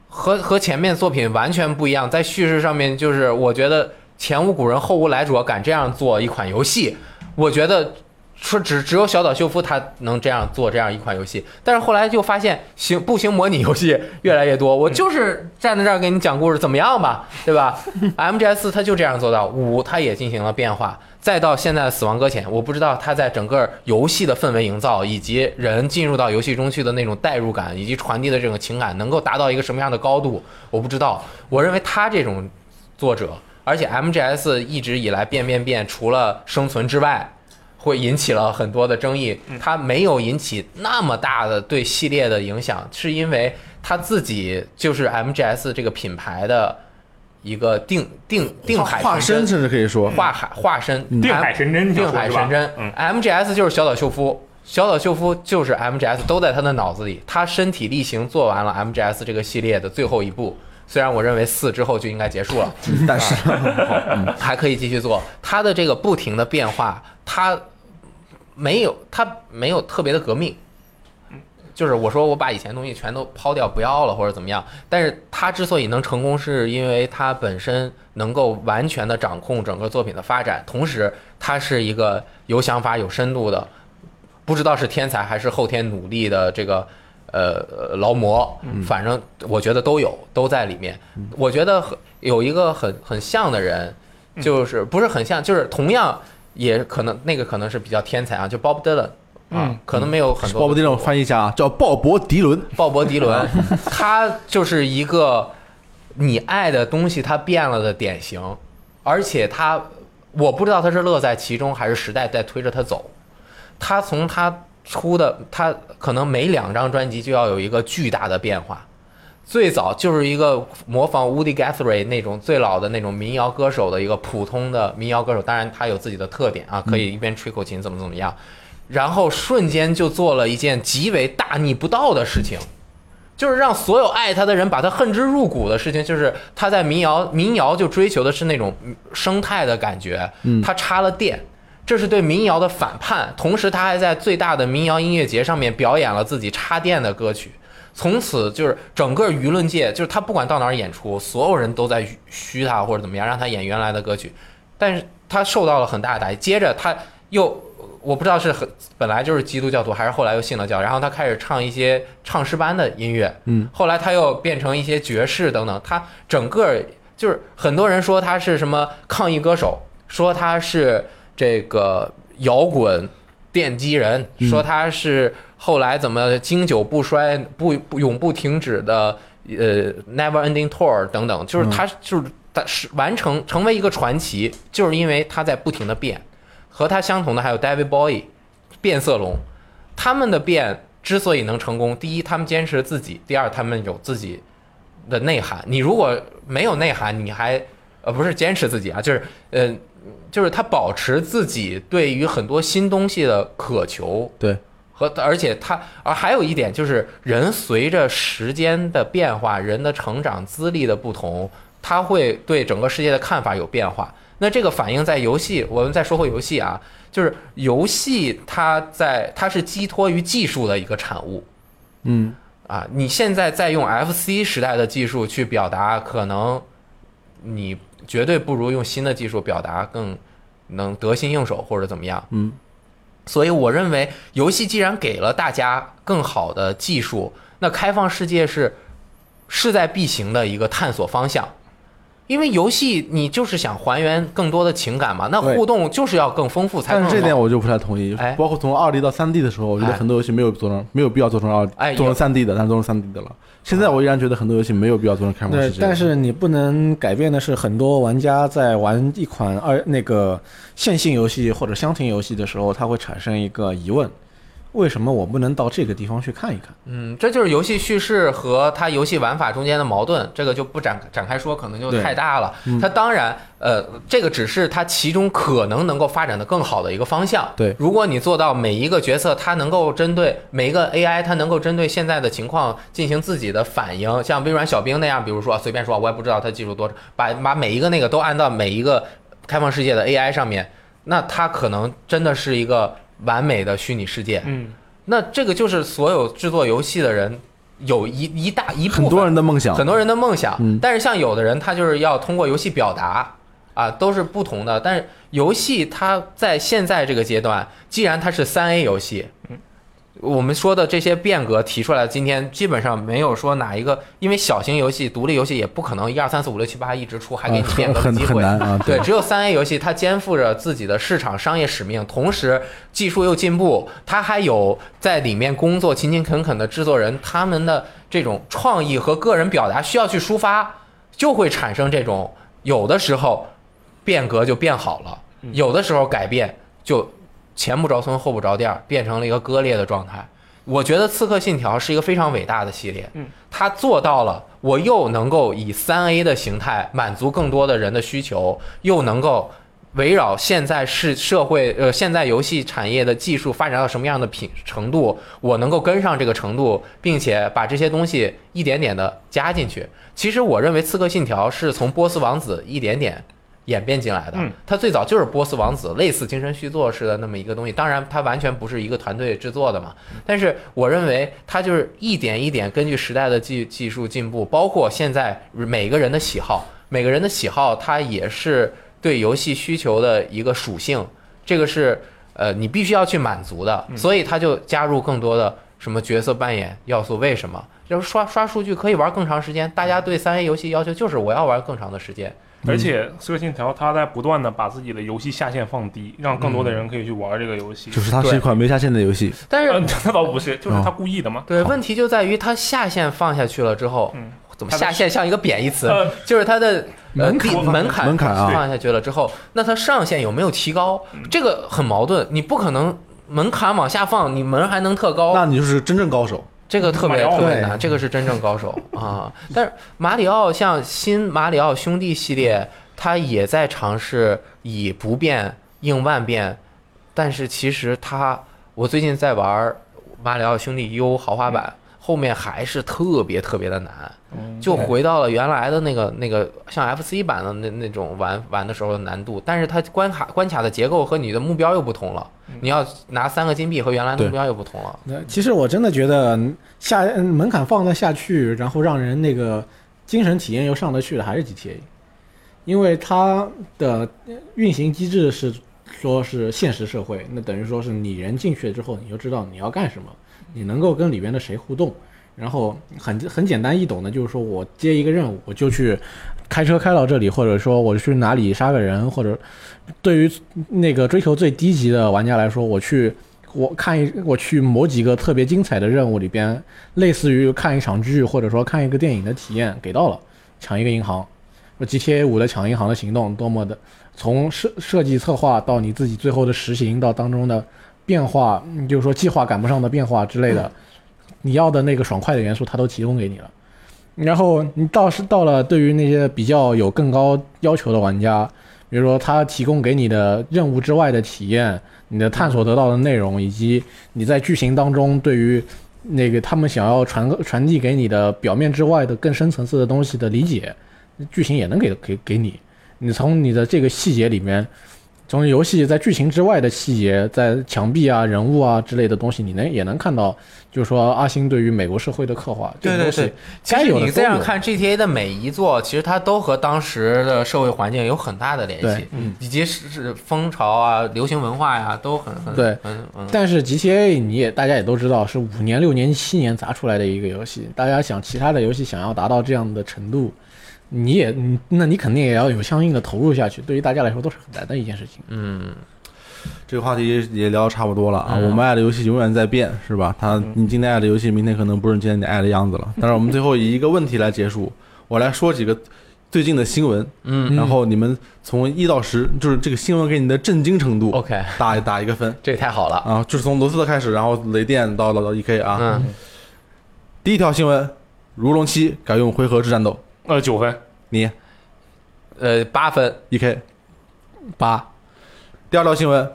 Speaker 2: 和和前面作品完全不一样，在叙事上面就是我觉得前无古人后无来者，敢这样做一款游戏，我觉得说只只有小岛秀夫他能这样做这样一款游戏，但是后来就发现行步行模拟游戏越来越多，我就是站在这儿给你讲故事，怎么样吧，对吧？MGS 它就这样做到，五它也进行了变化，再到现在的死亡搁浅，我不知道它在整个游戏的氛围营造以及人进入到游戏中去的那种代入感以及传递的这种情感能够达到一个什么样的高度，我不知道。我认为它这种作者，而且 MGS 一直以来变变变，除了生存之外，会引起了很多的争议。
Speaker 1: 嗯
Speaker 2: 它没有引起那么大的对系列的影响，是因为它自己就是 MGS 这个品牌的一个定定定海
Speaker 1: 化
Speaker 2: 神
Speaker 1: 身嗯甚至可以说，
Speaker 2: 化海化身
Speaker 3: 定海神针，
Speaker 2: 嗯定海神针
Speaker 3: 针，嗯，
Speaker 2: ，MGS 就是小岛秀夫。小岛秀夫就是 MGS，都在他的脑子里。他身体力行做完了 MGS 这个系列的最后一步，虽然我认为四之后就应该结束了，
Speaker 1: *laughs* 但是
Speaker 2: 啊还可以继续做。它的这个不停的变化，它没有它没有特别的革命，就是我说我把以前东西全都抛掉不要了或者怎么样，但是它之所以能成功，是因为它本身能够完全的掌控整个作品的发展，同时它是一个有想法、有深度的，不知道是天才还是后天努力的这个。呃，呃劳模，反正我觉得都有，都在里面。我觉得很有一个很很像的人，就是不是很像，就是同样也可能那个可能是比较天才啊，就 Bob Dylan 啊
Speaker 3: 嗯，
Speaker 2: 可能没有很多
Speaker 1: 鲍勃迪伦，我翻译一下啊，叫鲍勃迪伦。
Speaker 2: 鲍勃迪伦，他就是一个你爱的东西它变了的典型，而且他我不知道他是乐在其中还是时代在推着他走。他从他出的，他可能每两张专辑就要有一个巨大的变化。最早就是一个模仿 Woody Guthrie 那种最老的那种民谣歌手的一个普通的民谣歌手，当然他有自己的特点啊，可以一边吹口琴怎么怎么样，然后瞬间就做了一件极为大逆不道的事情，就是让所有爱他的人把他恨之入骨的事情，就是他在民谣民谣就追求的是那种嗯生态的感觉，他插了电。这是对民谣的反叛，同时他还在最大的民谣音乐节上面表演了自己插电的歌曲。从此就是整个舆论界，就是他不管到哪儿演出，所有人都在嘘嘘他或者怎么样，让他演原来的歌曲。但是他受到了很大的打击。接着他又，我不知道是很本来就是基督教徒，还是后来又信了教，然后他开始唱一些唱诗班的音乐，
Speaker 1: 嗯，
Speaker 2: 后来他又变成一些爵士等等。他整个就是很多人说他是什么抗议歌手，说他是这个摇滚奠基人，说他是后来怎么经久不衰、不不永不停止的呃 Never Ending Tour 等等，就是他就是他是完成成为一个传奇，就是因为他在不停的变。和他相同的还有 David Bowie、变色龙，他们的变之所以能成功，第一他们坚持自己，第二他们有自己的内涵。你如果没有内涵，你还呃不是坚持自己啊，就是呃就是他保持自己对于很多新东西的渴求
Speaker 1: 对，
Speaker 2: 和，而且他而还有一点就是人随着时间的变化，人的成长资历的不同，他会对整个世界的看法有变化。那这个反映在游戏，我们再说回游戏啊，就是游戏它在它是寄托于技术的一个产物，
Speaker 1: 嗯，
Speaker 2: 啊，你现在在用 FC 时代的技术去表达，可能你绝对不如用新的技术表达更能得心应手或者怎么样。
Speaker 1: 嗯，
Speaker 2: 所以我认为游戏既然给了大家更好的技术，那开放世界是势在必行的一个探索方向。因为游戏你就是想还原更多的情感嘛，那
Speaker 1: 对
Speaker 2: 互动就是要更丰富才
Speaker 1: 但
Speaker 2: 更
Speaker 1: 是
Speaker 2: 好。
Speaker 1: 这点我就不太同意
Speaker 2: 哎。
Speaker 1: 包括从二 D 到三 D 的时候，我觉得
Speaker 2: 哎
Speaker 1: 很多游戏没有做成，没有必要做成二
Speaker 2: 哎，
Speaker 1: 做
Speaker 2: 有
Speaker 1: 成三 D 的，但是做成三 D 的了。现在我依然觉得很多游戏没有必要做成开放世
Speaker 4: 对
Speaker 1: 界，。
Speaker 4: 但是你不能改变的是，很多玩家在玩一款二那个线性游戏或者箱庭游戏的时候，他会产生一个疑问：为什么我不能到这个地方去看一看？
Speaker 2: 嗯，这就是游戏叙事和它游戏玩法中间的矛盾，这个就不展展开说，可能就
Speaker 4: 对
Speaker 2: 太大了。它当然，呃，这个只是它其中可能能够发展的更好的一个方向。
Speaker 1: 对
Speaker 2: 如果你做到每一个角色，它能够针对每一个 AI，它能够针对现在的情况进行自己的反应，像微软小冰那样，比如说啊随便说，我也不知道它技术多少，把把每一个那个都按到每一个开放世界的 AI 上面，那它可能真的是一个完美的虚拟世界。
Speaker 3: 嗯，
Speaker 2: 那这个就是所有制作游戏的人有一一大一部分
Speaker 1: 很多人的梦想，
Speaker 2: 很多人的梦想，
Speaker 1: 嗯
Speaker 2: 但是像有的人他就是要通过游戏表达啊，都是不同的。但是游戏它在现在这个阶段，既然它是三 A 游戏，我们说的这些变革提出来，今天基本上没有说哪一个，因为小型游戏、独立游戏也不可能一二三四五六七八一直出，还给
Speaker 1: 啊
Speaker 2: 你变
Speaker 1: 很
Speaker 2: 革的
Speaker 1: 很
Speaker 2: 机
Speaker 1: 很
Speaker 2: 会。
Speaker 1: 难啊。
Speaker 2: 对，，只有三 A 游戏，它肩负着自己的市场商业使命，同时技术又进步，它还有在里面工作勤勤恳恳的制作人，他们的这种创意和个人表达需要去抒发，就会产生这种有的时候变革就变好了，有的时候改变就前不着村后不着店儿，变成了一个割裂的状态。我觉得《刺客信条》是一个非常伟大的系列，
Speaker 3: 嗯，
Speaker 2: 它做到了，我又能够以三 A 的形态满足更多的人的需求，又能够围绕现在是社会呃现在游戏产业的技术发展到什么样的品程度，我能够跟上这个程度，并且把这些东西一点点的加进去。其实我认为《刺客信条》是从波斯王子一点点演变进来的
Speaker 3: 嗯。
Speaker 2: 它最早就是波斯王子类似精神续作似的那么一个东西，当然它完全不是一个团队制作的嘛。但是我认为它就是一点一点根据时代的技技术进步，包括现在每个人的喜好，每个人的喜好它也是对游戏需求的一个属性，这个是呃你必须要去满足的，所以它就加入更多的什么角色扮演要素。为什么？就是刷刷数据可以玩更长时间，大家对三 A 游戏要求就是我要玩更长的时间。
Speaker 3: 而且《刺客信条》它在不断的把自己的游戏下限放低，让更多的
Speaker 2: 嗯
Speaker 3: 人可以去玩这个游戏。
Speaker 1: 就是它是
Speaker 2: 对
Speaker 1: 一款没下线的游戏，
Speaker 2: 但是
Speaker 3: 呃， *laughs* 那倒不是，就是他故意的嘛。
Speaker 2: 对，问题就在于它下限放下去了之后，
Speaker 3: 嗯
Speaker 2: 怎么
Speaker 3: 它的
Speaker 2: 下限像一个贬义词？
Speaker 3: 呃，
Speaker 2: 就是它的呃
Speaker 4: 门
Speaker 2: 地
Speaker 3: 槛
Speaker 2: 门槛
Speaker 1: 门槛啊
Speaker 2: 放下去了之后，那它上限有没有提高？
Speaker 3: 嗯
Speaker 2: 这个很矛盾，你不可能门槛往下放，你门还能特高，
Speaker 1: 那你就是真正高手。
Speaker 2: 这个特别
Speaker 3: 嗯马里奥
Speaker 2: 特别
Speaker 4: 对
Speaker 2: 难，这个是真正高手啊。但是马里奥像新马里奥兄弟系列，它也在尝试以不变应万变，但是其实它，我最近在玩马里奥兄弟 U 豪华版，后面还是特别特别的难，就回到了原来的那个那个像 FC 版的那那种玩玩的时候的难度，但是它关卡关卡的结构和你的目标又不同了，你要拿三个金币和原来的
Speaker 1: 对
Speaker 2: 目标又不同了。
Speaker 4: 那其实我真的觉得下嗯门槛放得下去，然后让人那个精神体验又上得去的还是 GTA，因为它的呃运行机制是说是现实社会，那等于说是你人进去之后，你就知道你要干什么，你能够跟里面的谁互动，然后很很简单易懂的，就是说我接一个任务，我就去开车开到这里，或者说我去哪里杀个人，或者对于那个追求最低级的玩家来说，我去我看一我去某几个特别精彩的任务里边，类似于看一场剧或者说看一个电影的体验给到了，抢一个银行。说 GTA 五的抢银行的行动多么的，从设设计策划到你自己最后的实行到当中的变化，嗯就是说计划赶不上的变化之类的，你要的那个爽快的元素它都提供给你了。然后你倒是到了对于那些比较有更高要求的玩家，比如说他提供给你的任务之外的体验，你的探索得到的内容，以及你在剧情当中对于那个他们想要传传递给你的表面之外的更深层次的东西的理解，剧情也能给给给你。你从你的这个细节里面，从游戏在剧情之外的细节，在墙壁啊、人物啊之类的东西，你能也能看到，就是说阿星对于美国社会的刻画，这个
Speaker 2: 对对
Speaker 4: 东西
Speaker 2: 对其
Speaker 4: 该
Speaker 2: 实
Speaker 4: 有的
Speaker 2: 你这
Speaker 4: 都
Speaker 2: 样
Speaker 4: 有
Speaker 2: 看 GTA 的每一座，其实它都和当时的社会环境有很大的联系
Speaker 4: 对，
Speaker 2: 以及是是风潮啊、流行文化呀、都很很
Speaker 4: 对
Speaker 2: 很嗯。
Speaker 4: 但是 GTA 你也大家也都知道是五年、六年、七年砸出来的一个游戏，大家想其他的游戏想要达到这样的程度，你也你那你肯定也要有相应的投入下去，对于大家来说都是很难的一件事情。
Speaker 1: 这个话题也聊得差不多了啊，
Speaker 2: 嗯
Speaker 1: 我们爱的游戏永远在变，是吧？它你今天爱的游戏，明天可能不是今天你爱的样子
Speaker 2: 嗯
Speaker 1: 了。但是我们最后以一个问题来结束，我来说几个最近的新闻，
Speaker 2: 嗯
Speaker 1: 然后你们从一到十，就是这个新闻给你的震惊程度，
Speaker 2: OK，
Speaker 1: 打打一个分
Speaker 2: 这也太好了。
Speaker 1: 啊，就是从罗斯特开始，然后雷电到到到 EK 啊。
Speaker 2: 嗯，
Speaker 1: 第一条新闻，《如龙七》改用回合制战斗，
Speaker 2: 哦
Speaker 3: 呃，九分，
Speaker 1: 你
Speaker 2: 呃，八分
Speaker 1: EK。
Speaker 2: 八，
Speaker 1: 第二条新闻，《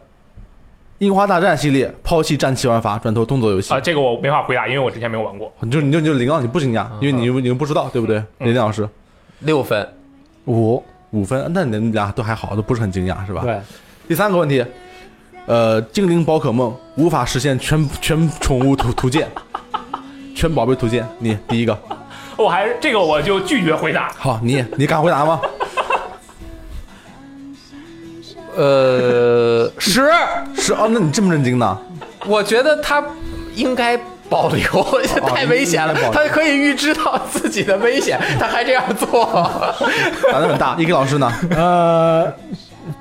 Speaker 1: 樱花大战》系列抛弃战棋玩法，转投动作游戏
Speaker 3: 啊、。这个我没法回答，因为我之前没有玩过。
Speaker 1: 你就你就你就零啊，你不惊讶，因为你你又不知道，对不对？雷电老师
Speaker 2: 六分，
Speaker 1: 五五分，那你们俩都还好，都不是很惊讶是吧？
Speaker 4: 对，
Speaker 1: 第三个问题，呃，精灵宝可梦无法实现全全宠物图图鉴，全宝贝图鉴，你第一个，
Speaker 3: 哦我还这个我就拒绝回答。
Speaker 1: 好，你你敢回答吗？
Speaker 2: 呃，十，
Speaker 1: 是哦，那你这么震惊呢？
Speaker 2: 我觉得它应该。保留 *laughs* 太危险了
Speaker 1: 应该保留，
Speaker 2: 他可以预知到自己的危险，他还这样做，
Speaker 1: 胆子很大。一个老师呢？
Speaker 4: 呃，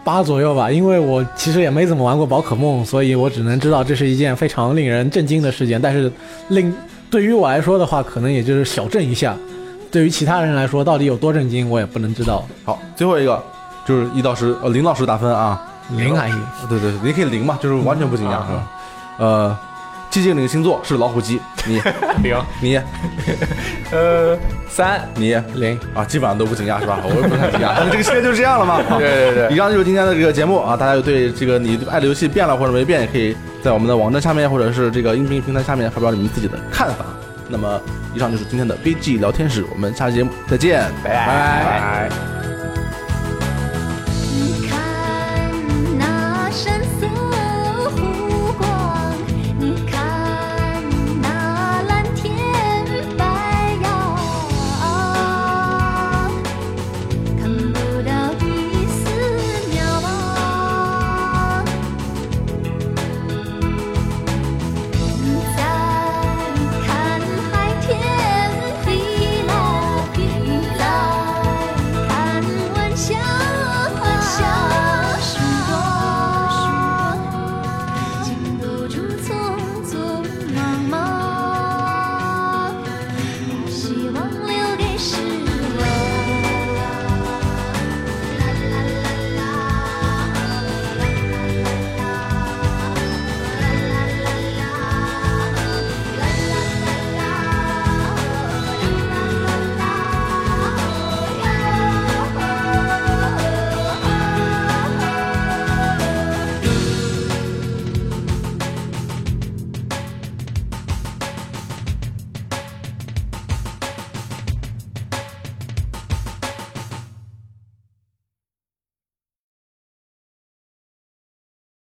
Speaker 4: 八左右吧，因为我其实也没怎么玩过宝可梦，所以我只能知道这是一件非常令人震惊的事件。但是令对于我来说的话，可能也就是小震一下。对于其他人来说，到底有多震惊，我也不能知道。
Speaker 1: 好，最后一个就是一到十，呃，零到十打分啊。
Speaker 4: 零还行，
Speaker 1: 对对，对你可以零嘛，就是完全不惊讶是吧？呃，寂静岭星座是老虎机，你
Speaker 3: 零，
Speaker 1: 你
Speaker 2: *laughs* 呃，三，
Speaker 1: 你
Speaker 4: 零。
Speaker 1: 啊，基本上都不惊讶是吧？我也不太惊
Speaker 2: *laughs*
Speaker 1: 讶，但是这个系列就是这样了嘛。
Speaker 2: 对对对，
Speaker 1: 以上就是今天的这个节目啊，大家有对这个你爱的游戏变了或者没变，也可以在我们的网站下面或者是这个音频平台下面发表你们自己的看法。那么以上就是今天的 BG 聊天室，我们下期节目再见，
Speaker 2: 拜拜
Speaker 1: 拜
Speaker 3: 拜。